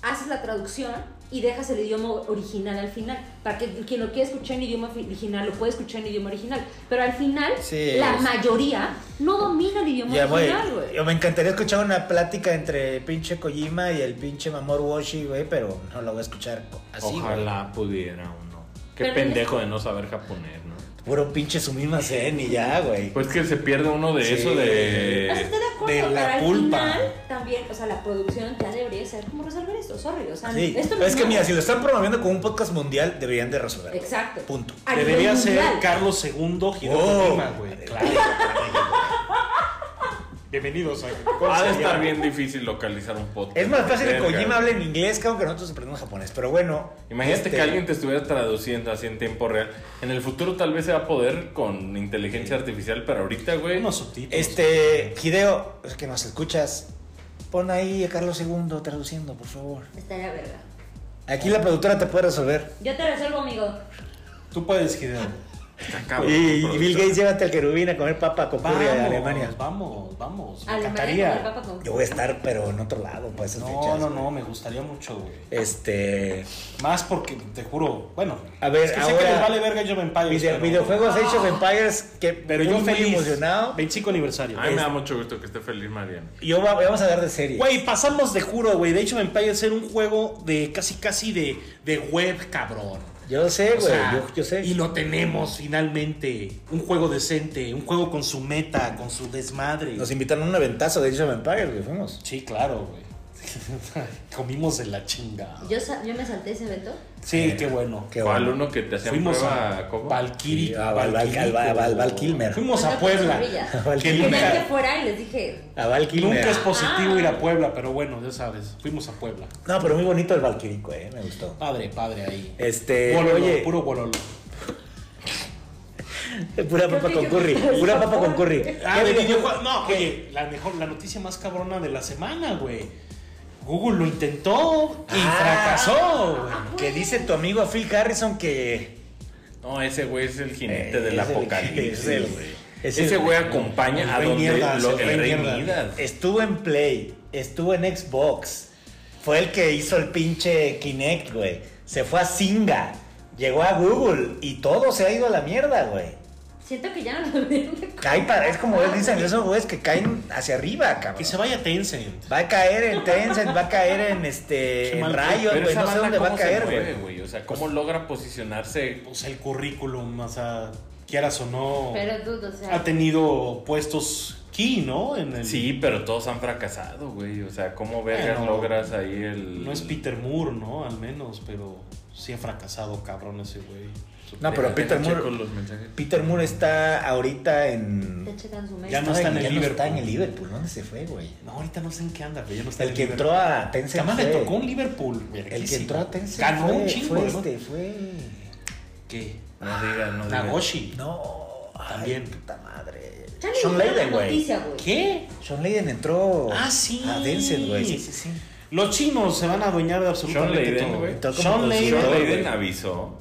D: haces la traducción y dejas el idioma original al final para que quien lo quiera escuchar en idioma fi- original lo puede escuchar en idioma original pero al final
A: Sí,
D: la
A: es-
D: mayoría no domina el idioma
A: Ya, güey.
D: original güey
A: Yo me encantaría escuchar una plática entre pinche Kojima y el pinche Mamor Washi, güey, pero no la voy a escuchar co- así, güey.
B: Ojalá pudiera uno. Qué
D: Pero-
B: pendejo de no saber japonés, ¿no?
A: Puro pinche Sumima Zen y ya, güey.
B: Pues que se pierde uno de
A: Sí.
B: eso
D: O sea, estoy
B: de...
D: de acuerdo,
C: de la
D: pero al
C: culpa.
D: final también, o sea, la producción ya debería saber cómo resolver esto, sorry, o sea,
A: Sí.
D: esto no
A: Pero es que
D: nada.
A: mira, si lo están promoviendo como un podcast mundial, deberían de resolverlo.
D: Exacto.
A: Punto.
D: A nivel
C: Debería ser
D: mundial.
C: Carlos II Hideo
A: Wow.
C: Kojima, güey. Oh. Claro. Bienvenidos a.
B: Ha de estar bien difícil localizar un podcast.
A: Es más fácil que
B: Verga.
A: Kojima hable en inglés que aunque nosotros aprendamos japonés. Pero bueno.
B: Imagínate
A: este,
B: que alguien te estuviera traduciendo así en tiempo real. En el futuro tal vez se va a poder con inteligencia artificial, pero ahorita, güey...
C: Unos subtítulos.
A: Este, Hideo, es que nos escuchas. Pon ahí a Carlos II traduciendo, por favor.
D: Estaría verga.
A: Aquí la productora te puede resolver.
D: Yo te resuelvo, amigo.
C: Tú puedes, Hideo.
B: está
C: Ah,
B: cabrón,
A: Y, y
B: productor.
A: Bill Gates, llévate al querubín a comer papa con curry a Alemania.
C: Vamos, vamos. Me
D: Alemania con el
C: encantaría.
D: papa con.
A: Yo voy a estar, pero en otro lado, para esas
C: No,
A: fechas.
C: no, no, me gustaría mucho, güey.
A: Este.
C: Más porque, te juro, bueno.
A: A ver,
C: es que sé
A: ahora-
C: que les vale verga yo me empayo.
A: video- videojuegos Age of Empires, que
C: Ah, Pero yo
A: muy
C: feliz.
A: emocionado.
C: 25 aniversario. Este,
B: A mí me da mucho gusto que esté feliz Mariana.
A: Yo va- vamos a hablar de series.
C: Güey, pasamos de juro, güey. De Age of Empires era un juego de casi, casi de, de web, cabrón.
A: Yo sé,
C: O
A: güey. Ah,
C: sea,
A: yo, yo sé.
C: Y lo tenemos finalmente. Un juego decente, un juego con su meta, con su desmadre.
A: Nos invitaron a un aventazo de Age of Empires, güey. Fuimos.
C: Sí, claro, güey. Comimos de la chingada.
D: Yo, sa- yo me salté ese evento.
C: Sí, qué bueno.
A: Qué
B: ¿Cuál
A: bueno.
B: uno que te hacían
C: Fuimos
B: prueba?
C: a
B: ¿cómo?
C: Valkyrie.
A: Sí, a Val-
C: Valkyrie,
A: al- al- al-
C: güey.
A: Val Kilmer.
C: Fuimos a
D: Cuenta con
C: Puebla.
D: zorrilla.
A: Val
C: Que
A: Kilmer.
D: Querían
C: nunca-
D: que fuera y les dije.
A: A Valkyrie.
C: Nunca es positivo
D: Ah.
C: ir a Puebla, pero bueno, ya sabes, fuimos a Puebla.
A: No, pero muy bonito el Valkyrico, eh. Me gustó.
C: Padre, padre ahí.
A: Este.
C: Bololo,
A: oye,
C: puro bololo.
A: pura papa con curry. Pura papa con curry.
C: Ah,
A: ¿Qué
C: de
A: videojuego?
C: videojue- No, oye, la mejor, la noticia más cabrona de la semana, güey. Google lo intentó y
A: Ah.
C: fracasó, güey.
A: Que dice tu amigo Phil Harrison que.
B: No, ese güey es el jinete
A: Eh,
B: del
A: es el-
B: apocalipsis,
A: es el-
B: güey. Ese güey acompaña a
A: Rey
B: donde
A: Mierdas,
B: lo-
A: el
B: el
A: Rey
B: Rey
A: Mierdas.
B: Midas.
A: Estuvo en Play, estuvo en Xbox. Fue el que hizo el pinche Kinect, güey. Se fue a Singa, llegó a Google y todo se ha ido a la mierda, güey.
D: Siento que ya no lo vieron de
A: Cae para, es como dicen esos güeyes que caen hacia arriba, cabrón.
C: Que se vaya Tencent.
A: Va a caer en Tencent, va a caer en este
C: Qué
A: en
C: mal,
A: Riot,
B: Pero
A: güey,
B: esa
A: no sé
B: banda,
A: dónde va a
B: ¿cómo se
A: caer,
B: mueve,
A: güey. Pues-
B: güey. O sea, ¿cómo logra posicionarse?
C: O sea, Pues, el currículum, o sea, quieras o no,
D: Pero dudo, o
A: Ah,
C: ha
D: sea.
C: tenido puestos key, ¿no? En el,
B: Sí, pero todos han fracasado, güey. O sea, ¿cómo vergas
C: Bueno,
B: logras ahí el.
C: No es Peter Moore, ¿no? Al menos, pero sí ha fracasado, cabrón, ese güey.
A: No, pero
B: Déjate,
A: Peter
B: checo
A: Moore-
B: los mensajes.
A: Peter Moore está ahorita en
D: Te checan su mail.
C: Ya no está en el
A: ya no
C: Liverpool.
A: está en el Liverpool, ¿dónde se fue, güey?
C: No, ahorita no sé en qué anda, pero ya no está
A: El
C: en
A: que entró a Tencent.
C: Además le
A: fue-
C: tocó un Liverpool.
A: El que
C: verguísima.
A: entró a Tencent.
C: Ganó
A: fue,
C: un chingo,
A: fue
C: ¿no?
A: este, fue.
C: ¿Qué?
B: No digas, no
A: Ah,
B: digas.
C: Nagoshi.
A: No.
C: También.
A: Ay, puta madre.
D: Chale,
A: Sean
D: ni una
A: Leiden, güey.
D: noticia, güey.
C: ¿Qué?
A: Sean Leiden entró
C: Ah, sí.
A: a Tencent, güey.
C: Sí, sí, sí. Los chinos se van a adueñar de absolutamente
B: Leiden,
C: todo.
B: güey.
A: Entró como
C: Sean Leiden.
A: consultor,
B: John
A: güey.
B: Leiden avisó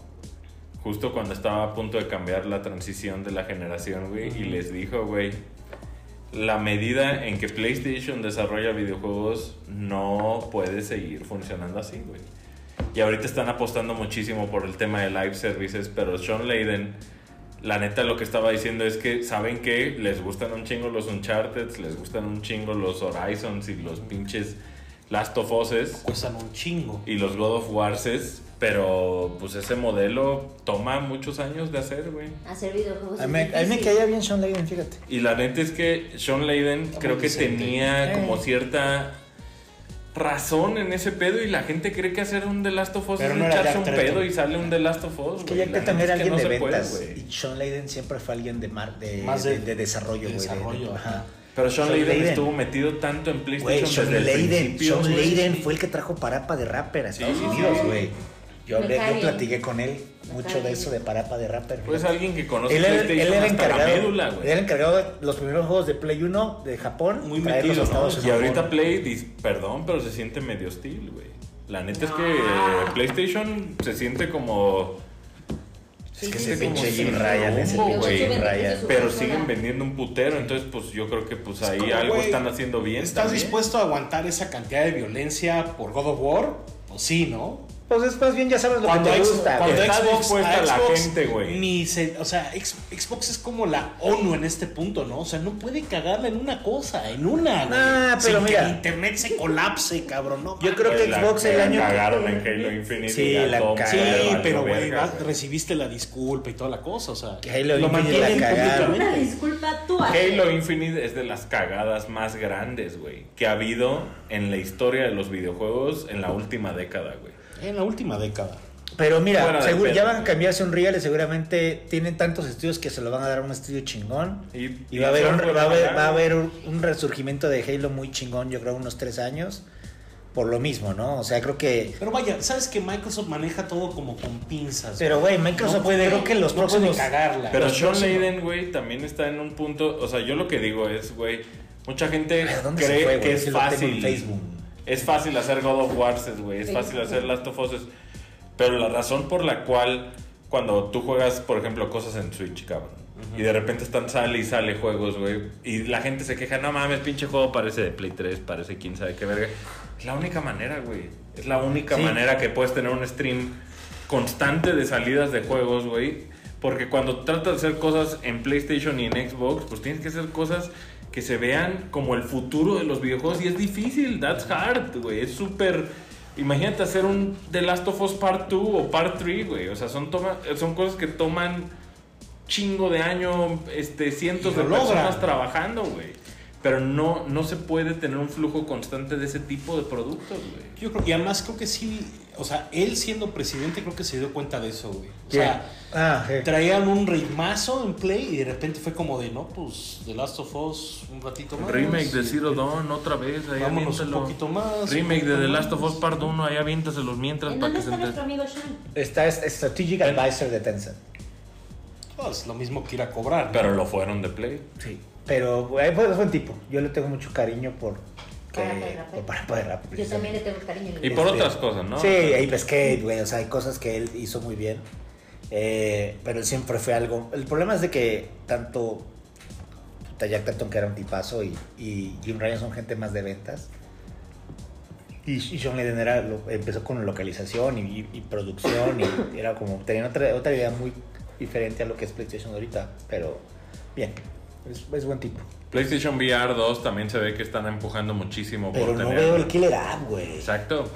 B: justo cuando estaba a punto de cambiar la transición de la generación, güey, y les dijo, güey, la medida en que PlayStation desarrolla videojuegos no puede seguir funcionando así, güey. Y ahorita están apostando muchísimo por el tema de live services, pero Sean Leiden, la neta lo que estaba diciendo es que, ¿saben qué? Les gustan un chingo los Uncharted, les gustan un chingo los Horizons y los pinches Last of Uses
C: Cuestan un chingo.
B: y los God of Warses, pero pues ese modelo toma muchos años de hacer, güey.
D: Hacer videojuegos.
A: A
D: Pues es
A: mí, a mí me
D: difícil.
A: caía bien Sean Leiden, fíjate.
B: Y la neta es que Sean Layden creo que
C: decente.
B: tenía
A: Eh.
B: como cierta razón en ese pedo y la gente cree que hacer un The Last of Us
C: Pero
B: es
C: no era
B: echarse un
C: Jack Tretton.
B: pedo y sale un The Last of Us.
A: Es que
B: güey.
A: Jack
B: La
A: Kettam
B: neta
A: era
B: es que
A: alguien
B: no
A: de
B: se puede,
A: ventas.
B: güey.
A: y Sean Leiden siempre fue alguien de, mar, de,
C: Más
A: de,
C: de-
A: de desarrollo, güey. de-
C: desarrollo,
A: de-
C: ajá.
A: ajá.
B: Pero Sean
A: Shawn
B: Layden,
A: Layden.
B: estuvo metido tanto en PlayStation
A: Güey, Sean
B: desde el
A: Leiden,
B: principio,
A: Sean
B: güey.
A: Leiden fue el que trajo parapa de rapper a
B: Sí,
A: Estados
B: sí,
A: Unidos,
B: sí.
A: güey. Yo,
D: Me
A: hablé-
D: cae
A: yo
D: bien.
A: platiqué con él mucho
D: cae
A: de
D: bien.
A: eso de parapa de rapper.
B: Pues
A: fíjate.
B: alguien que conoce
A: él, era, él
B: PlayStation
A: era
B: hasta la
A: encargado,
B: médula,
A: él
B: güey.
A: era encargado de los primeros juegos de Play 1 de Japón.
C: Muy
A: traerlos
C: metido,
A: a
C: ¿no?
A: Estados
B: Y
A: Unidos.
B: ahorita Play, dis- perdón, pero se siente medio hostil, güey. La neta es que
A: Ah.
B: eh, PlayStation se siente como...
A: Es que
D: Sí,
A: ese
D: sí,
A: pinche
D: sí.
A: Jim Ryan, ese
B: Rumbo,
A: pinche
B: güey.
A: Jim Ryan.
D: Sí,
B: Pero
D: persona.
B: siguen vendiendo un putero, entonces pues yo creo que pues ahí
C: como,
B: algo
C: güey,
B: están haciendo bien.
C: ¿Estás
B: también.
C: dispuesto a aguantar esa cantidad de violencia por God of War? Pues sí, ¿no?
A: Pues es más bien ya sabes lo
C: Cuando,
A: que te
C: Xbox-
A: gusta.
C: cuando
A: güey.
B: Está
C: Xbox,
B: dispuesta
C: a
B: la
C: Xbox
B: gente, güey.
C: ni se- o sea, ex- Xbox es como la ONU en este punto, ¿no? O sea, no puede cagarla en una cosa, en una, güey.
A: Ah, pero
C: Sin
A: mira.
C: que el internet se colapse, cabrón, ¿no?
A: Yo creo
B: Pues
A: que
B: la-
A: Xbox el
B: la
A: año-
B: Cagaron en Halo Infinite.
A: Sí,
B: y ya
A: la
B: todo el mundo
C: Sí,
A: cagaron.
B: le valió
C: pero güey,
B: verga,
C: vas- recibiste la disculpa y toda la cosa, o sea,
A: Que Halo
C: lo
A: Infinite la
C: mantienen
A: cagaron.
D: Una
C: públicamente.
D: disculpa tú.
B: Halo Infinite es de las cagadas más grandes, güey, que ha habido en la historia de los videojuegos en la última década, güey.
C: En la última década.
A: Pero mira,
B: Fuera de
A: seguro,
B: pedo,
A: ya van a
B: güey.
A: cambiarse un real y seguramente tienen tantos estudios que se lo van a dar a un estudio chingón.
B: Y-
A: Y, va, a haber un,
B: software
A: va, a haber,
B: barato.
A: va a haber un un resurgimiento de Halo muy chingón, yo creo, unos tres años. Por lo mismo, ¿no? O sea, creo que.
C: Pero vaya, sabes que Microsoft maneja todo como con pinzas.
A: Pero, güey, Microsoft
C: puede-
A: creo que los
C: no puede
A: próximos.
C: cagarla.
B: Pero
C: Los
B: Sean
C: próximos-
B: Layden, güey, también está en un punto. O sea, yo lo que digo es, güey, mucha gente
A: Ay, ¿a dónde se
B: cree
A: fue, güey?
B: que es
A: Sí lo tengo en
B: fácil.
A: Facebook.
B: Es fácil hacer God of War, güey. Es
D: Facebook.
B: fácil hacer Last of Us. Pero la razón por la cual, cuando tú juegas, por ejemplo, cosas en Switch, cabrón. Y de repente están sale y sale juegos, güey. Y la gente se queja, no mames, pinche juego parece de Play 3, parece quién sabe qué verga. Es la única manera, güey. Es la única
A: Sí.
B: manera que puedes tener un stream constante de salidas de juegos, güey. Porque cuando tratas de hacer cosas en PlayStation y en Xbox, pues tienes que hacer cosas que se vean como el futuro de los videojuegos. Y es difícil, that's hard, güey. Es súper... Imagínate hacer un The Last of Us Part 2 o Part 3, güey. O sea, son, toma, son cosas que toman chingo de año, este, cientos
C: Y
B: de
C: lo logran.
B: personas trabajando, güey. Pero no, no se puede tener un flujo constante de ese tipo de productos, güey.
C: Yo creo, y además creo que sí, o sea, él siendo presidente creo que se dio cuenta de eso, güey. O
A: ¿Quién?
C: sea,
A: Ah, sí.
C: traían un ritmazo en Play y de repente fue como de, no, pues, The Last of Us un ratito más.
B: Remake de
C: y-
B: Zero Dawn otra vez, ahí
C: Vámonos un
B: aviéntalo.
C: poquito más.
B: Remake
C: un
B: de
C: poquito
B: The
C: más.
B: Last of Us Part 1, ahí aviéntaselos mientras
D: ¿En este
B: para
D: dónde
B: que se
D: está nuestro
B: enter-
D: amigo Sean?
A: Está es- Strategic Advisor de Tencent.
C: Pues, lo mismo que ir a cobrar. ¿no?
B: Pero lo fueron de Play.
A: Sí. Pero güey, pues, es buen tipo. Yo le tengo mucho cariño por. que-
D: Parapa de rapper.
A: por Parapa de rapper,
D: Yo también le tengo cariño.
B: Y por otras cosas, ¿no?
A: Este, Sí, Ape Escape, güey. O sea, hay cosas que él hizo muy bien. Eh, pero él siempre fue algo. El problema es de que tanto Jack Tepton, que era un tipazo, y, y Jim Ryan son gente más de ventas. Y, y Sean Layden era, lo- empezó con localización y, y- y producción, y era como, tenía otra, otra idea muy diferente a lo que es PlayStation ahorita, pero bien, es, es buen tipo.
B: PlayStation VR 2 también se ve que están empujando muchísimo
A: Pero
B: por
A: no
B: tener.
A: veo el Este Killer App, güey.
B: Exacto,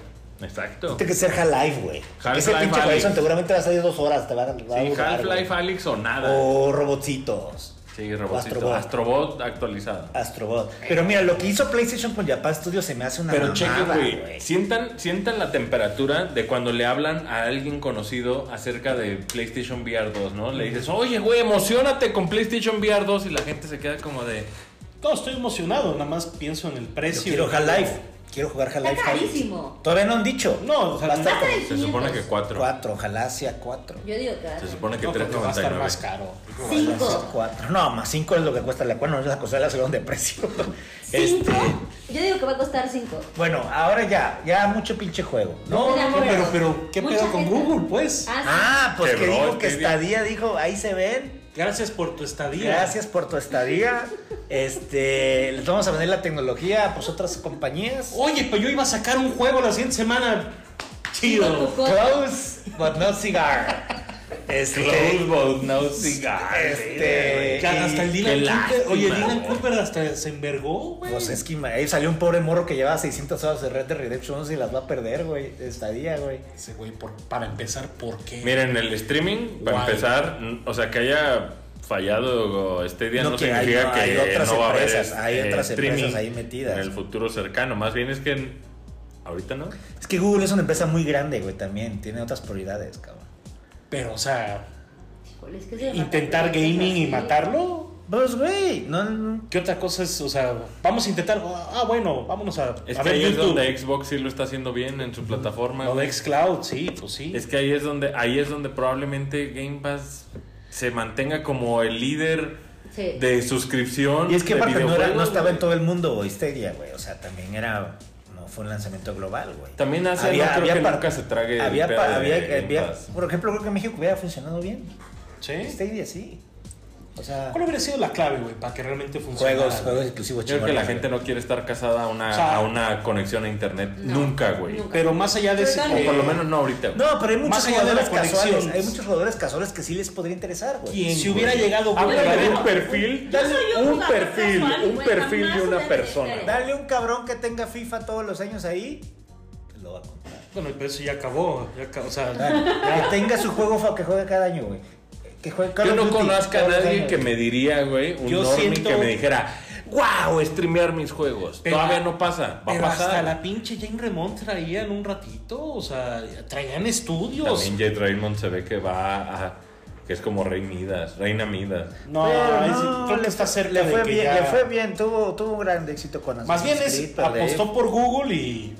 B: exacto.
A: Tiene que ser Half-Life, güey.
B: Half-Life
A: Ese pinche
B: Alyx.
A: Horizon seguramente va a salir dos horas, te va a, va a
B: Sí,
A: durar,
B: Half-Life
A: güey.
B: Alyx o nada.
A: O Robotitos.
B: sí, robotcito.
A: Astrobot.
B: Astrobot actualizado.
A: Astrobot. Pero mira, lo que hizo PlayStation con Japan Studios se me hace una
B: Pero
A: mamada,
B: chequen, güey.
A: güey.
B: Sientan, sientan la temperatura de cuando le hablan a alguien conocido acerca de PlayStation VR 2, ¿no? Le dices, oye, güey, emocionate con PlayStation VR 2 y la gente se queda como de...
C: No, estoy emocionado, nada más pienso en el
A: Yo
C: precio.
A: quiero Half-Life. Quiero jugar Half-Life.
D: Está
A: Alyx.
D: carísimo.
A: Todavía no han dicho.
C: No, o sea,
A: Basta
D: Basta de
B: Se supone que
D: 500.
B: 4.
A: Cuatro, ojalá sea cuatro.
D: Yo digo que
B: Se supone que
C: No, creo que va a estar más
B: 3.99.
C: caro.
A: Ojalá sea
D: Cinco.
A: Cuatro. No, más cinco es lo que cuesta la cual. No, las cosas la subieron de precio. Este,
D: ¿Cinco? Yo digo que va a costar cinco.
A: bueno, ahora ya, ya mucho pinche juego.
C: No,
D: Estoy de
C: no, no,
D: acuerdo.
C: pero, pero, ¿qué
D: Mucha
C: pedo con
D: gente.
C: Google, pues?
D: Ah,
A: Ah, pues que
B: Quebró,
A: dijo que
B: qué bien.
A: estadía, dijo, ahí se ven.
C: Gracias por tu estadía.
A: Gracias por tu estadía. Este, les vamos a vender la tecnología a pues, otras compañías.
C: Oye, pero yo iba a sacar un juego la siguiente semana.
D: sí. Con
C: Chido.
D: tu cosa.
A: Close, but no cigar.
B: Close,
A: Este,
B: but no cigar.
A: Este-
C: Ya, hasta el
A: Qué
C: Dylan Cooper.
B: lástima,
C: Oye, Dylan
B: güey.
C: Cooper hasta se envergó, güey.
A: pues es que ma- ahí salió un pobre morro que llevaba 600 horas de Red Dead Redemption 11 y las va a perder, güey. de Estadía, güey.
C: Ese güey, por- para empezar, ¿por qué?
B: Miren, el streaming, para
C: Guay.
B: empezar, n- o sea, que haya fallado este día no,
A: No, que hay-
B: significa
A: no,
B: que
A: hay otras
B: no va a haber
A: empresas,
B: es-
A: hay
B: eh,
A: otras
B: streaming
A: empresas ahí metidas.
B: En el futuro cercano, más bien es que en- ahorita no.
A: Es que Google es una empresa muy grande, güey, también. Tiene otras prioridades, cabrón.
C: Pero, o sea,
D: Híjole, es que se mata.
C: intentar gaming y matarlo.
A: Pues, güey, no, no-
C: ¿Qué otra cosa es? O sea, vamos a intentar. Ah, bueno, vámonos a,
B: Es
C: a
B: que
C: ver
B: ahí es
C: YouTube.
B: donde Xbox sí lo está haciendo bien en su plataforma.
C: Lo
B: güey.
C: de Xcloud, sí, pues sí.
B: Es que ahí es donde ahí es donde probablemente Game Pass se mantenga como el líder
D: Sí.
B: de suscripción.
A: Y es que
B: de
A: aparte no, era- no
B: videojuegos,
A: estaba en
B: güey.
A: todo el mundo güey, Stadia, güey. O sea, también era. No fue un lanzamiento global, güey.
B: También hace no creo que
A: par-
B: nunca se trague el
A: había,
B: pedo
A: pa-
B: de
A: había-
B: Game
A: había-
B: Pass.
A: por ejemplo creo que en México hubiera funcionado bien
B: este
C: ¿Sí?
A: Stadia sí o sea
C: ¿Cuál hubiera sido la clave, güey, para que realmente funcionara?
A: juegos juegos exclusivos
B: Yo creo que la
A: chingones,
B: gente no quiere estar casada a una,
C: O sea,
B: a una conexión a internet
D: No,
B: nunca, güey.
D: nunca.
C: Pero más allá de
D: Pero
C: ese-
D: tal-
B: O por lo menos no ahorita. güey.
A: no pero hay muchos
C: Más allá de
A: jugadores
C: la conexión.
A: casuales hay muchos jugadores casuales que sí les podría interesar güey
C: ¿Quién, Si hubiera llegado Google,
B: Háblale de
C: a
B: un
C: ver,
B: perfil,
D: Yo soy un
B: un
D: jugador
B: perfil,
D: casual,
B: un
D: güey,
B: perfil
D: jamás
B: de una
D: hubiera
B: persona.
D: tenido
A: dale un cabrón que tenga FIFA todos los años ahí pues lo va a comprar
C: Bueno, pero eso ya acabó. Ya acabó, o sea,
B: Ah,
A: que tenga su juego fa- que juegue cada año güey que juegue Call
B: Yo
A: of
B: no
A: Duty
B: conozco a
A: todos los
B: nadie
A: años.
B: que me diría, güey, un
C: Yo
B: normie
C: siento-
B: que me dijera, wow, streamear mis juegos.
C: Pero-
B: Todavía no pasa, va a
C: pero hasta
B: pasar.
C: la pinche Jane Remont traían un ratito. O sea, traían estudios.
B: También Jade Raymond se ve que va a... que es como Rey Midas, Reina Midas.
C: No,
A: Pero
C: es-
A: no,
C: creo que
A: le
C: está
A: fue-
C: cerca
A: le
C: de
A: fue
C: que
A: bien
C: ya-
A: le fue bien tuvo tuvo un gran éxito con
C: Más bien
A: Assassin's
C: es
A: Creed, pero de ahí-
C: apostó por Google y,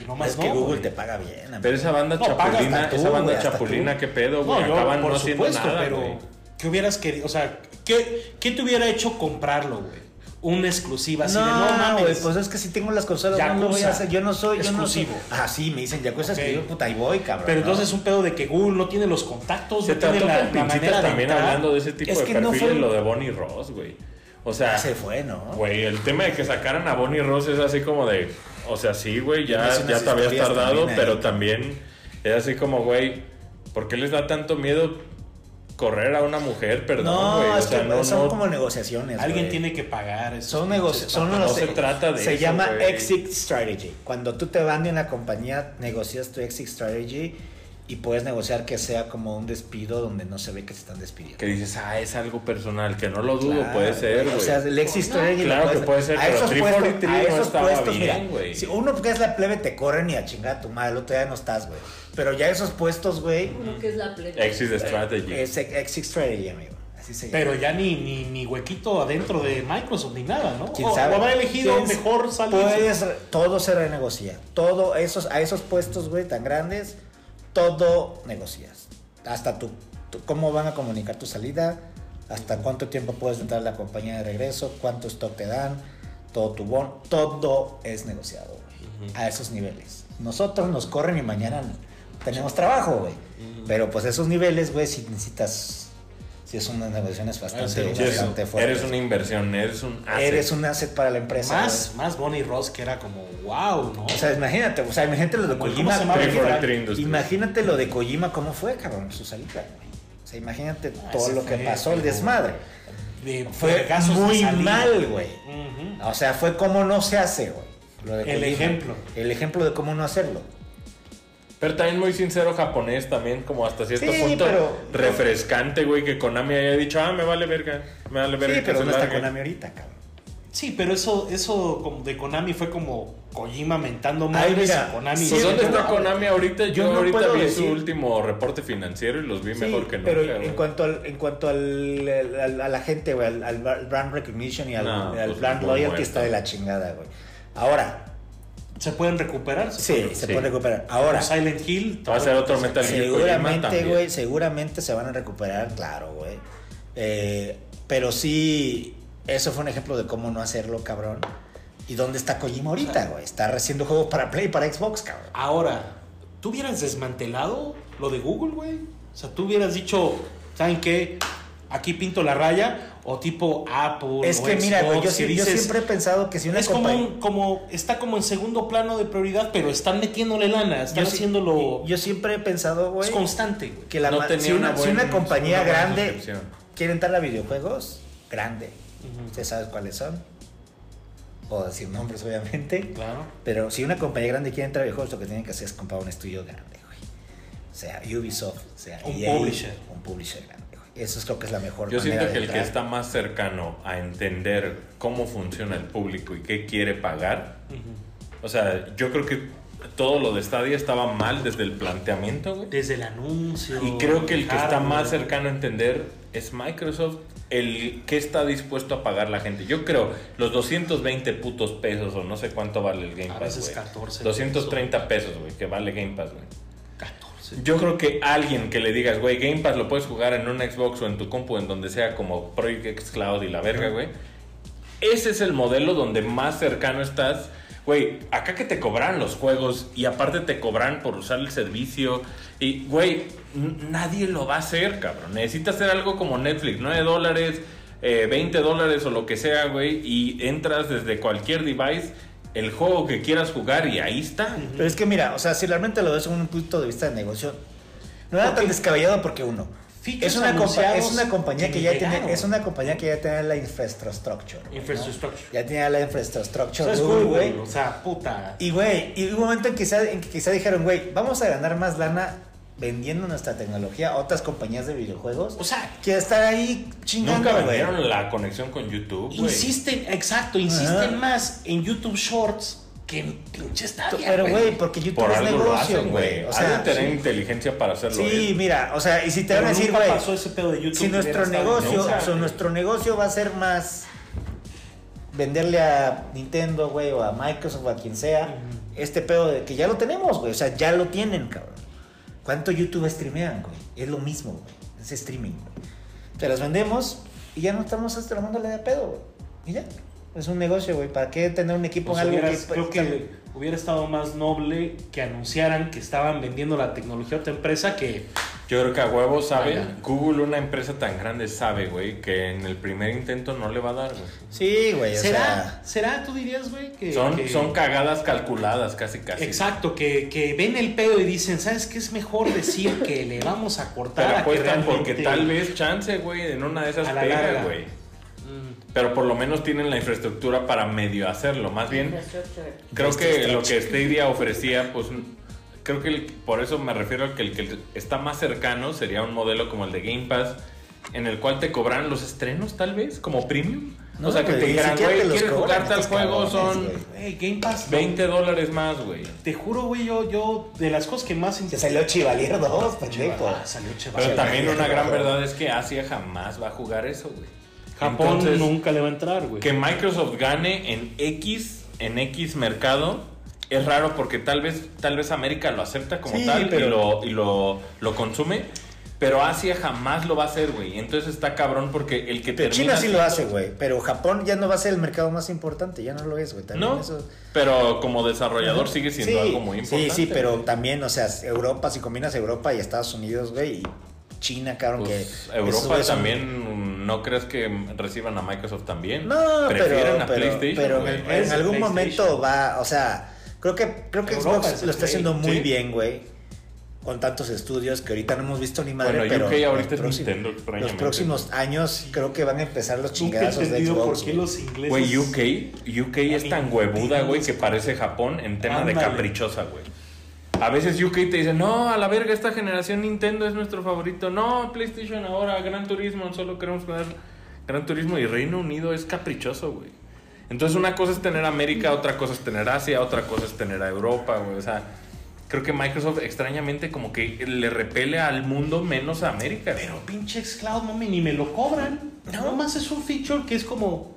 C: y no más
A: es que
C: no,
A: Google
C: güey.
A: te paga bien amigo.
B: Pero esa banda
C: No, paga
B: chapulina,
A: hasta tú,
B: esa banda
A: güey, hasta
B: chapulina,
A: tú.
B: qué pedo, güey.
C: No, yo,
B: Acaban
C: por
B: no haciendo
C: supuesto,
B: nada,
C: pero
B: güey.
C: ¿qué hubieras querido? O sea, ¿qué, qué te hubiera hecho comprarlo, güey? Una exclusiva así de
A: no,
C: no mames.
A: güey, pues es que si tengo las consolas, no lo voy
C: Yakuza.
A: a hacer. Yo no soy. Yo no soy-
C: Exclusivo.
A: Ah, sí, me dicen Yakuza
C: Ok.
A: exclusivo, puta, ahí voy, cabrón.
C: pero
A: ¿no?
C: entonces un pedo de que Google no tiene los
A: pues,
C: contactos,
B: Se
C: no
B: trató
C: tiene
B: con
C: la, la manera
B: Pinchitas
C: de
B: también
C: entrar.
B: hablando de ese tipo
A: Es
B: de
A: que no
B: perfil
A: fue-
B: y lo de Bonnie Ross, güey. O sea,
A: Se fue, ¿no?
B: güey, el tema de que sacaran a Bonnie Ross es así como de, o sea, sí, güey, ya,
A: Tienes unas
B: ya te habías
A: historias
B: tardado,
A: también ahí.
B: pero también es así como, güey, ¿por qué les da tanto miedo correr a una mujer? Perdón,
A: no,
B: güey, o
A: es
B: sea,
A: que pues,
B: no,
A: son
B: no-
A: como negociaciones.
C: Alguien
A: güey.
C: tiene que pagar. esos
A: Son
C: pinches
A: negocios. Son
B: no
A: los-
B: se trata de
A: Se
B: eso,
A: llama
B: güey.
A: exit strategy. Cuando tú te van de una compañía, negocias tu exit strategy y puedes negociar que sea como un despido donde no se ve que se están despidiendo.
B: que dices, ah, es algo personal, que no lo dudo,
A: Claro,
B: puede ser, güey.
A: O sea, el exit strategy. lo
B: Claro que
A: puedes-
B: puede ser,
A: a
B: pero
A: esos puestos,
B: 343
A: a
B: no
A: esos
B: estaba
A: puestos,
B: bien,
A: mira,
B: güey.
A: Si uno que es la plebe te corren y a chingar a tu madre, el otro día no estás, güey. Pero ya esos puestos, güey,
D: Uno que es la plebe.
B: Exit strategy.
A: eh, es ex- exit strategy, amigo. Así se llama.
C: Pero ya ni, ni, ni huequito adentro de Microsoft ni nada, ¿no?
A: ¿Quién
C: O-
A: sabe?
C: O habrá elegido
A: ¿Quién
C: mejor salir.
A: Puedes, re- todo se renegocia. Todo esos, a esos puestos, güey, tan grandes, todo negocias. Hasta tu, tu- cómo van a comunicar tu salida, hasta cuánto tiempo puedes entrar a la compañía de regreso, cuánto stock te dan, todo tu bono, todo es negociado, güey, A esos niveles. Nosotros nos corren y mañana tenemos trabajo, güey. Pero pues esos niveles, güey, si necesitas, si sí es unas negociaciones
C: sí,
A: bastante,
C: sí,
B: Sí, es-
A: bastante fuertes.
B: eres una inversión, eres un asset.
A: Eres un asset para la empresa.
C: ah, Más,
A: güey.
C: más Bonnie Ross, que era como, wow, ¿no?
A: O sea, imagínate, o sea, imagínate lo de
B: Pues,
C: ¿Cómo se
A: Kojima.
C: llamaba?
B: Three for
C: Imagínate-
B: Three Industries.
A: Imagínate lo de Kojima, cómo fue, cabrón, su salida, güey. O sea, imagínate
C: Ah,
A: todo
C: ese
A: lo que
C: fue,
A: pasó, el
C: pero-
A: desmadre.
C: de
A: Fue
C: vergazos de
A: muy
C: salida.
A: mal, güey.
C: Ujú.
A: O sea, fue como no se hace, güey. Lo de
C: El
A: Kojima.
C: ejemplo.
A: El ejemplo de cómo no hacerlo.
B: Pero también muy sincero japonés también, como hasta cierto
A: Sí,
B: punto
A: pero-
B: refrescante, güey, que Konami haya dicho, ah, me vale verga, me vale verga.
A: Sí,
B: que
A: pero
B: se
A: no está
B: largue".
A: Konami ahorita, cabrón.
C: Sí, pero eso, eso como de Konami fue como Kojima mentando
A: Ay,
C: madres
A: mira,
C: y Konami.
A: sí,
B: Pues, ¿dónde
A: yo
B: está
A: no-
B: Konami ahorita? Yo,
A: yo no
B: ahorita
A: puedo
B: vi
A: decir-
B: su último reporte financiero y los vi
A: Sí,
B: mejor que nunca.
A: pero
B: güey.
A: en cuanto al en cuanto al, al- a la gente, güey, al, al brand recognition y al,
B: No,
A: al
B: pues,
A: brand
B: muy
A: loyalty
B: muerto.
A: está de la chingada, güey. Ahora,
C: ¿Se pueden recuperar? Se
A: sí,
C: pueden-
A: se
B: sí.
A: puede recuperar. Ahora,
C: Silent Hill.
B: Va a ser otro Metal Gear Kojima
A: seguramente,
B: también.
A: güey, seguramente se van a recuperar, claro, güey. Eh, pero sí, eso fue un ejemplo de cómo no hacerlo, cabrón. ¿Y dónde está Kojima ahorita, güey? Está haciendo juegos para Play, para Xbox, cabrón.
C: Ahora, ¿tú hubieras desmantelado lo de Google, güey? O sea, tú hubieras dicho, ¿saben qué? Aquí pinto la raya o tipo Apple.
A: es
C: o
A: que mira, güey,
C: Xbox,
A: yo,
C: y
A: sí- yo
C: dices,
A: siempre he pensado que si una
C: es como,
A: compañía-
C: un- como está como en segundo plano de prioridad, pero están metiéndole lana, están
A: yo sí-
C: haciéndolo
A: Yo siempre he pensado, güey.
C: es constante, güey.
A: que la
B: No
A: ma-
B: tenía
A: si, una,
B: una
A: si una
B: buena-
A: compañía
B: una buena
A: grande
B: suscripción.
A: quiere entrar a videojuegos, grande.
C: Ujú.
A: Ustedes saben cuáles son. Puedo decir nombres, obviamente.
C: Claro.
A: Pero si una compañía grande quiere entrar a videojuegos, lo que tienen que hacer es comprar un estudio grande, güey. Sea Ubisoft, sea
C: Un
A: EA,
C: publisher.
A: Un publisher grande, güey. Eso es lo que es la mejor
B: Yo
A: manera
B: siento que
A: de
B: el que
A: entrar.
B: está más cercano a entender cómo funciona el público y qué quiere pagar, o sea, yo creo que todo lo de Stadia estaba mal desde el planteamiento, güey.
C: Desde el anuncio.
B: Y creo que el que está
C: hardware.
B: más cercano a entender es Microsoft, el que está dispuesto a pagar la gente. Yo creo, los 220 putos pesos o no sé cuánto vale el Game
C: A
B: Pass.
C: veces
B: güey.
C: 14
B: 230 pesos, güey, que vale Game Pass, güey.
C: 14.
B: Yo creo que alguien que le digas, güey, Game Pass lo puedes jugar en un Xbox o en tu compu, en donde sea, como Project X Cloud y la verga, güey. Ese es el modelo donde más cercano estás. Güey, acá que te cobran los juegos y aparte te cobran por usar el servicio. Y, güey, n- nadie lo va a hacer, cabrón. Necesitas hacer algo como Netflix, 9 dólares, eh, 20 dólares o lo que sea, güey. Y entras desde cualquier device, el juego que quieras jugar y ahí está.
A: Pero es que mira, o sea, si realmente lo ves en un punto de vista de negocio, no era
C: Porque-
A: tan descabellado porque uno.
C: Fichas
A: Es una, compa-
C: anunciados
A: es una compañía
C: que
A: que
C: ni
A: ya
C: llegaron.
A: tiene, es una compañía que ya tiene la infraestructure. güey, ¿no?
C: Infrastructure.
A: Ya tenía la infraestructure
C: es
A: Google,
C: Google,
A: güey.
C: O sea, puta.
A: Y güey, y hubo un momento en que, quizá, en que quizá dijeron, güey, vamos a ganar más lana vendiendo nuestra tecnología a otras compañías de videojuegos.
C: O sea,
A: que estar ahí chingando,
B: Nunca
A: güey.
B: vendieron la conexión con YouTube, güey.
C: insisten, exacto, insisten
A: Ajá.
C: más en YouTube Shorts que en pinche Stadia,
A: Pero güey, porque YouTube
B: Por
A: es
B: algo lo
A: negocio,
B: hacen,
A: güey.
B: güey.
A: O
B: Hay
A: sea,
B: que tener
A: sí,
B: inteligencia para hacerlo.
A: sí,
B: bien.
A: mira, o sea, y si te
C: Pero
A: van a decir,
C: nunca
A: güey,
C: pasó ese pedo de YouTube.
A: si nuestro
C: hubiera estado
A: negocio,
C: en
A: o sea,
C: Stadia.
A: nuestro negocio va a ser más venderle a Nintendo, güey, o a Microsoft o a quien sea,
C: Ujú.
A: este pedo de que ya lo tenemos, güey, o sea, ya lo tienen, cabrón. ¿Cuánto YouTube streamean, güey? Es lo mismo, güey. Es streaming, güey. Te las vendemos y ya no estamos extramándole de pedo, güey. Y ya. Es un negocio, güey. ¿Para qué tener un equipo
C: Pues
A: en algo
C: hubieras-
A: que-
C: creo que hubiera estado más noble que anunciaran que estaban vendiendo la tecnología a otra empresa que
B: Yo creo que a huevo sabe,
C: Ah, ya.
B: Google, una empresa tan grande, sabe, güey, que en el primer intento no le va a dar, güey.
A: Sí, güey, o
C: ¿Será?
A: sea.
C: ¿Será? ¿Tú dirías, güey? Que,
B: Son,
C: que-
B: son cagadas calculadas, casi, casi.
C: Exacto, que, que ven el pedo y dicen, ¿sabes qué? Es mejor decir que le vamos a cortar
B: Pero
A: Ah,
C: a que
B: apuestan
C: realmente-
B: porque tal vez chance, güey, en una de esas
C: A la
B: pega,
C: larga.
B: güey.
C: Mm,
B: Pero por lo menos tienen la infraestructura para medio hacerlo. Más bien,
D: Infrastructure.
A: Este
B: Creo que lo que Stadia ofrecía, pues creo que el- por eso me refiero a que el que está más cercano sería un modelo como el de Game Pass, en el cual te cobran los estrenos tal vez, como premium.
A: No,
B: o sea, que
A: güey,
B: te
A: ni
B: dijeran,
A: siquiera
B: güey,
A: te los
B: quieres
A: cobran
B: jugar tal
A: estos
B: juego,
A: cabrones,
B: son
A: güey.
C: güey, Game Pass.
B: 20 dólares más, güey.
C: Te juro, güey, yo, yo, de las cosas que más...
A: Te salió Chivalier 2, pendejo.
C: Ah, salió
B: Pero
C: Chevalier.
A: Sí,
B: también
A: güey,
B: una gran
A: claro.
B: verdad es que Asia jamás va a jugar eso, güey.
C: Japón
B: Entonces,
C: nunca le va a entrar, güey.
B: Que Microsoft gane en X, en X mercado, es raro porque tal vez, tal vez América lo acepta como
A: Sí,
B: tal
A: pero-
B: y, lo, y lo, lo consume, pero Asia jamás lo va a hacer, güey. Entonces está cabrón porque el que
A: Pero
B: termina...
A: China sí lo
B: siendo-
A: hace, güey. Pero Japón ya no va a ser el mercado más importante. Ya no lo es, güey. También
B: No,
A: eso-
B: pero como desarrollador sigue siendo
A: Sí,
B: algo muy importante.
A: Sí, sí, pero
B: güey.
A: también, o sea, Europa, si combinas Europa y Estados Unidos, güey, y China, cabrón,
B: Pues,
A: que... esos
B: Europa
A: güeyes son-
B: también, ¿no crees que reciban a Microsoft también?
A: No,
B: Prefieren
A: pero,
B: a
A: pero,
B: PlayStation.
A: pero en,
B: güey.
A: el-
C: Es
A: en
C: el
A: algún
C: PlayStation.
A: momento va, o sea, creo que, creo que
C: Europa es
A: Xbox
C: el
A: lo está
C: Play,
A: haciendo muy
C: ¿sí?
A: bien, güey. Con tantos estudios que ahorita no hemos visto ni madre,
B: Bueno,
A: pero
B: UK ahorita
A: los
B: es
A: próximos-
B: Nintendo,
A: los
B: extrañamente.
A: próximos años creo que van a empezar los
C: Nunca he
A: chingadazos de
C: entendido
A: Xbox.
C: por qué
A: güey.
C: los ingleses.
B: Güey, UK, UK es tan huevuda, güey, que parece Japón en tema de
C: Ándale.
B: caprichosa, güey. A veces UK te dice, no, a la verga, esta generación Nintendo es nuestro favorito. No, PlayStation ahora, Gran Turismo, solo queremos jugar Gran Turismo. Y Reino Unido es caprichoso, güey. Entonces una cosa es tener América, otra cosa es tener Asia, otra cosa es tener a Europa, güey. O sea, creo que Microsoft extrañamente como que le repele al mundo menos a América. güey.
C: Pero pinche Xcloud, mami, ni me lo cobran. Nada más es un feature que es como.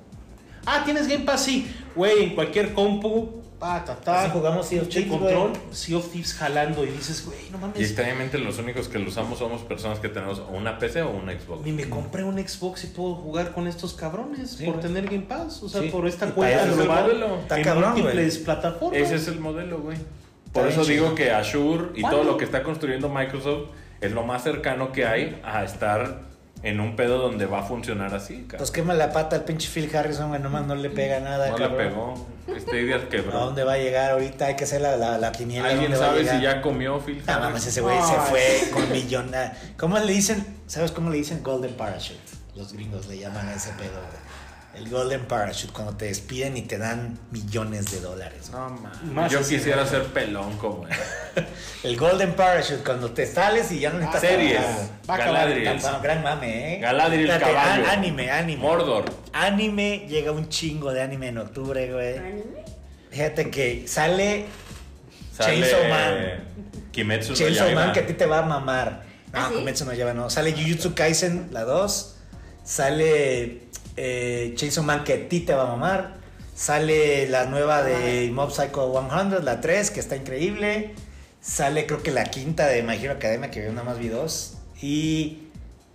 C: Ah, tienes Game Pass, sí. Güey, en cualquier compu. Pa, ta, ta.
A: Así jugamos Sea of
C: Pinche
A: Thieves,
C: control,
A: güey.
C: Sea of Thieves jalando y dices, güey, no
B: Y
C: mames.
B: extrañamente los únicos que lo usamos somos personas que tenemos o una PC o una Xbox.
C: Ni
A: Mm.
C: me compré un Xbox y puedo jugar con estos cabrones
B: Sí,
C: por
B: güey.
C: tener Game Pass. O sea,
A: Sí.
C: por esta
A: Y
C: cuenta
A: para eso es el
C: global
B: modelo.
A: Está
C: en
A: cabrón, güey.
C: múltiples plataformas.
B: Ese es el modelo, güey.
A: Está
B: Por
A: bien
B: eso
A: chido.
B: digo que Azure y todo
C: ¿Cuándo?
B: lo que está construyendo Microsoft es lo más cercano que hay a estar en un pedo donde va a funcionar así, cabrón.
A: Pues quema la pata al pinche Phil Harrison, güey, nomás no le pega nada,
B: No la
A: cabrón.
B: pegó. Stadia
A: Pues, ¿A
B: quebró.
A: dónde va a llegar ahorita? Hay que hacer la, la, la quiniela.
B: ¿Alguien
A: ¿dónde va a
B: sabe si
A: llegar?
B: ya comió Phil
A: Ah,
B: Harris?
A: mames, ese güey se
C: Ay.
A: fue con millona. ¿Cómo le dicen? ¿Sabes cómo le dicen Golden Parachute? Los gringos le llaman a ese pedo, güey. El Golden Parachute, cuando te despiden y te dan millones de dólares. güey.
B: No, mames.
C: Más
B: Yo
C: ese,
B: quisiera
C: güey.
B: ser pelón como él.
A: El Golden Parachute, cuando te sales y ya no necesitas.
B: Series.
A: trabajar.
C: Va a acabar
B: Galadriel.
A: Tan- Gran mame, ¿eh?
B: Galadriel
A: Espérate,
B: caballo.
A: a- Anime, anime.
B: Mordor.
A: Anime, llega un chingo de anime en octubre, güey.
D: ¿Anime?
A: Fíjate que sale
B: Sale
A: Chainsaw Man.
B: Kimetsu no
A: Chainsaw
B: Yaiba.
A: Man que a ti te va a mamar. No,
D: ¿Ah, sí?
A: Kimetsu no lleva, no. Sale Jujutsu Kaisen, la 2. Sale eh, Chainsaw Man que a ti te va a mamar. Sale la nueva
C: Ah,
A: de Mob Psycho 100, la 3, que está increíble. Sale creo que la quinta de My Hero Academia, que yo nada más vi dos. Y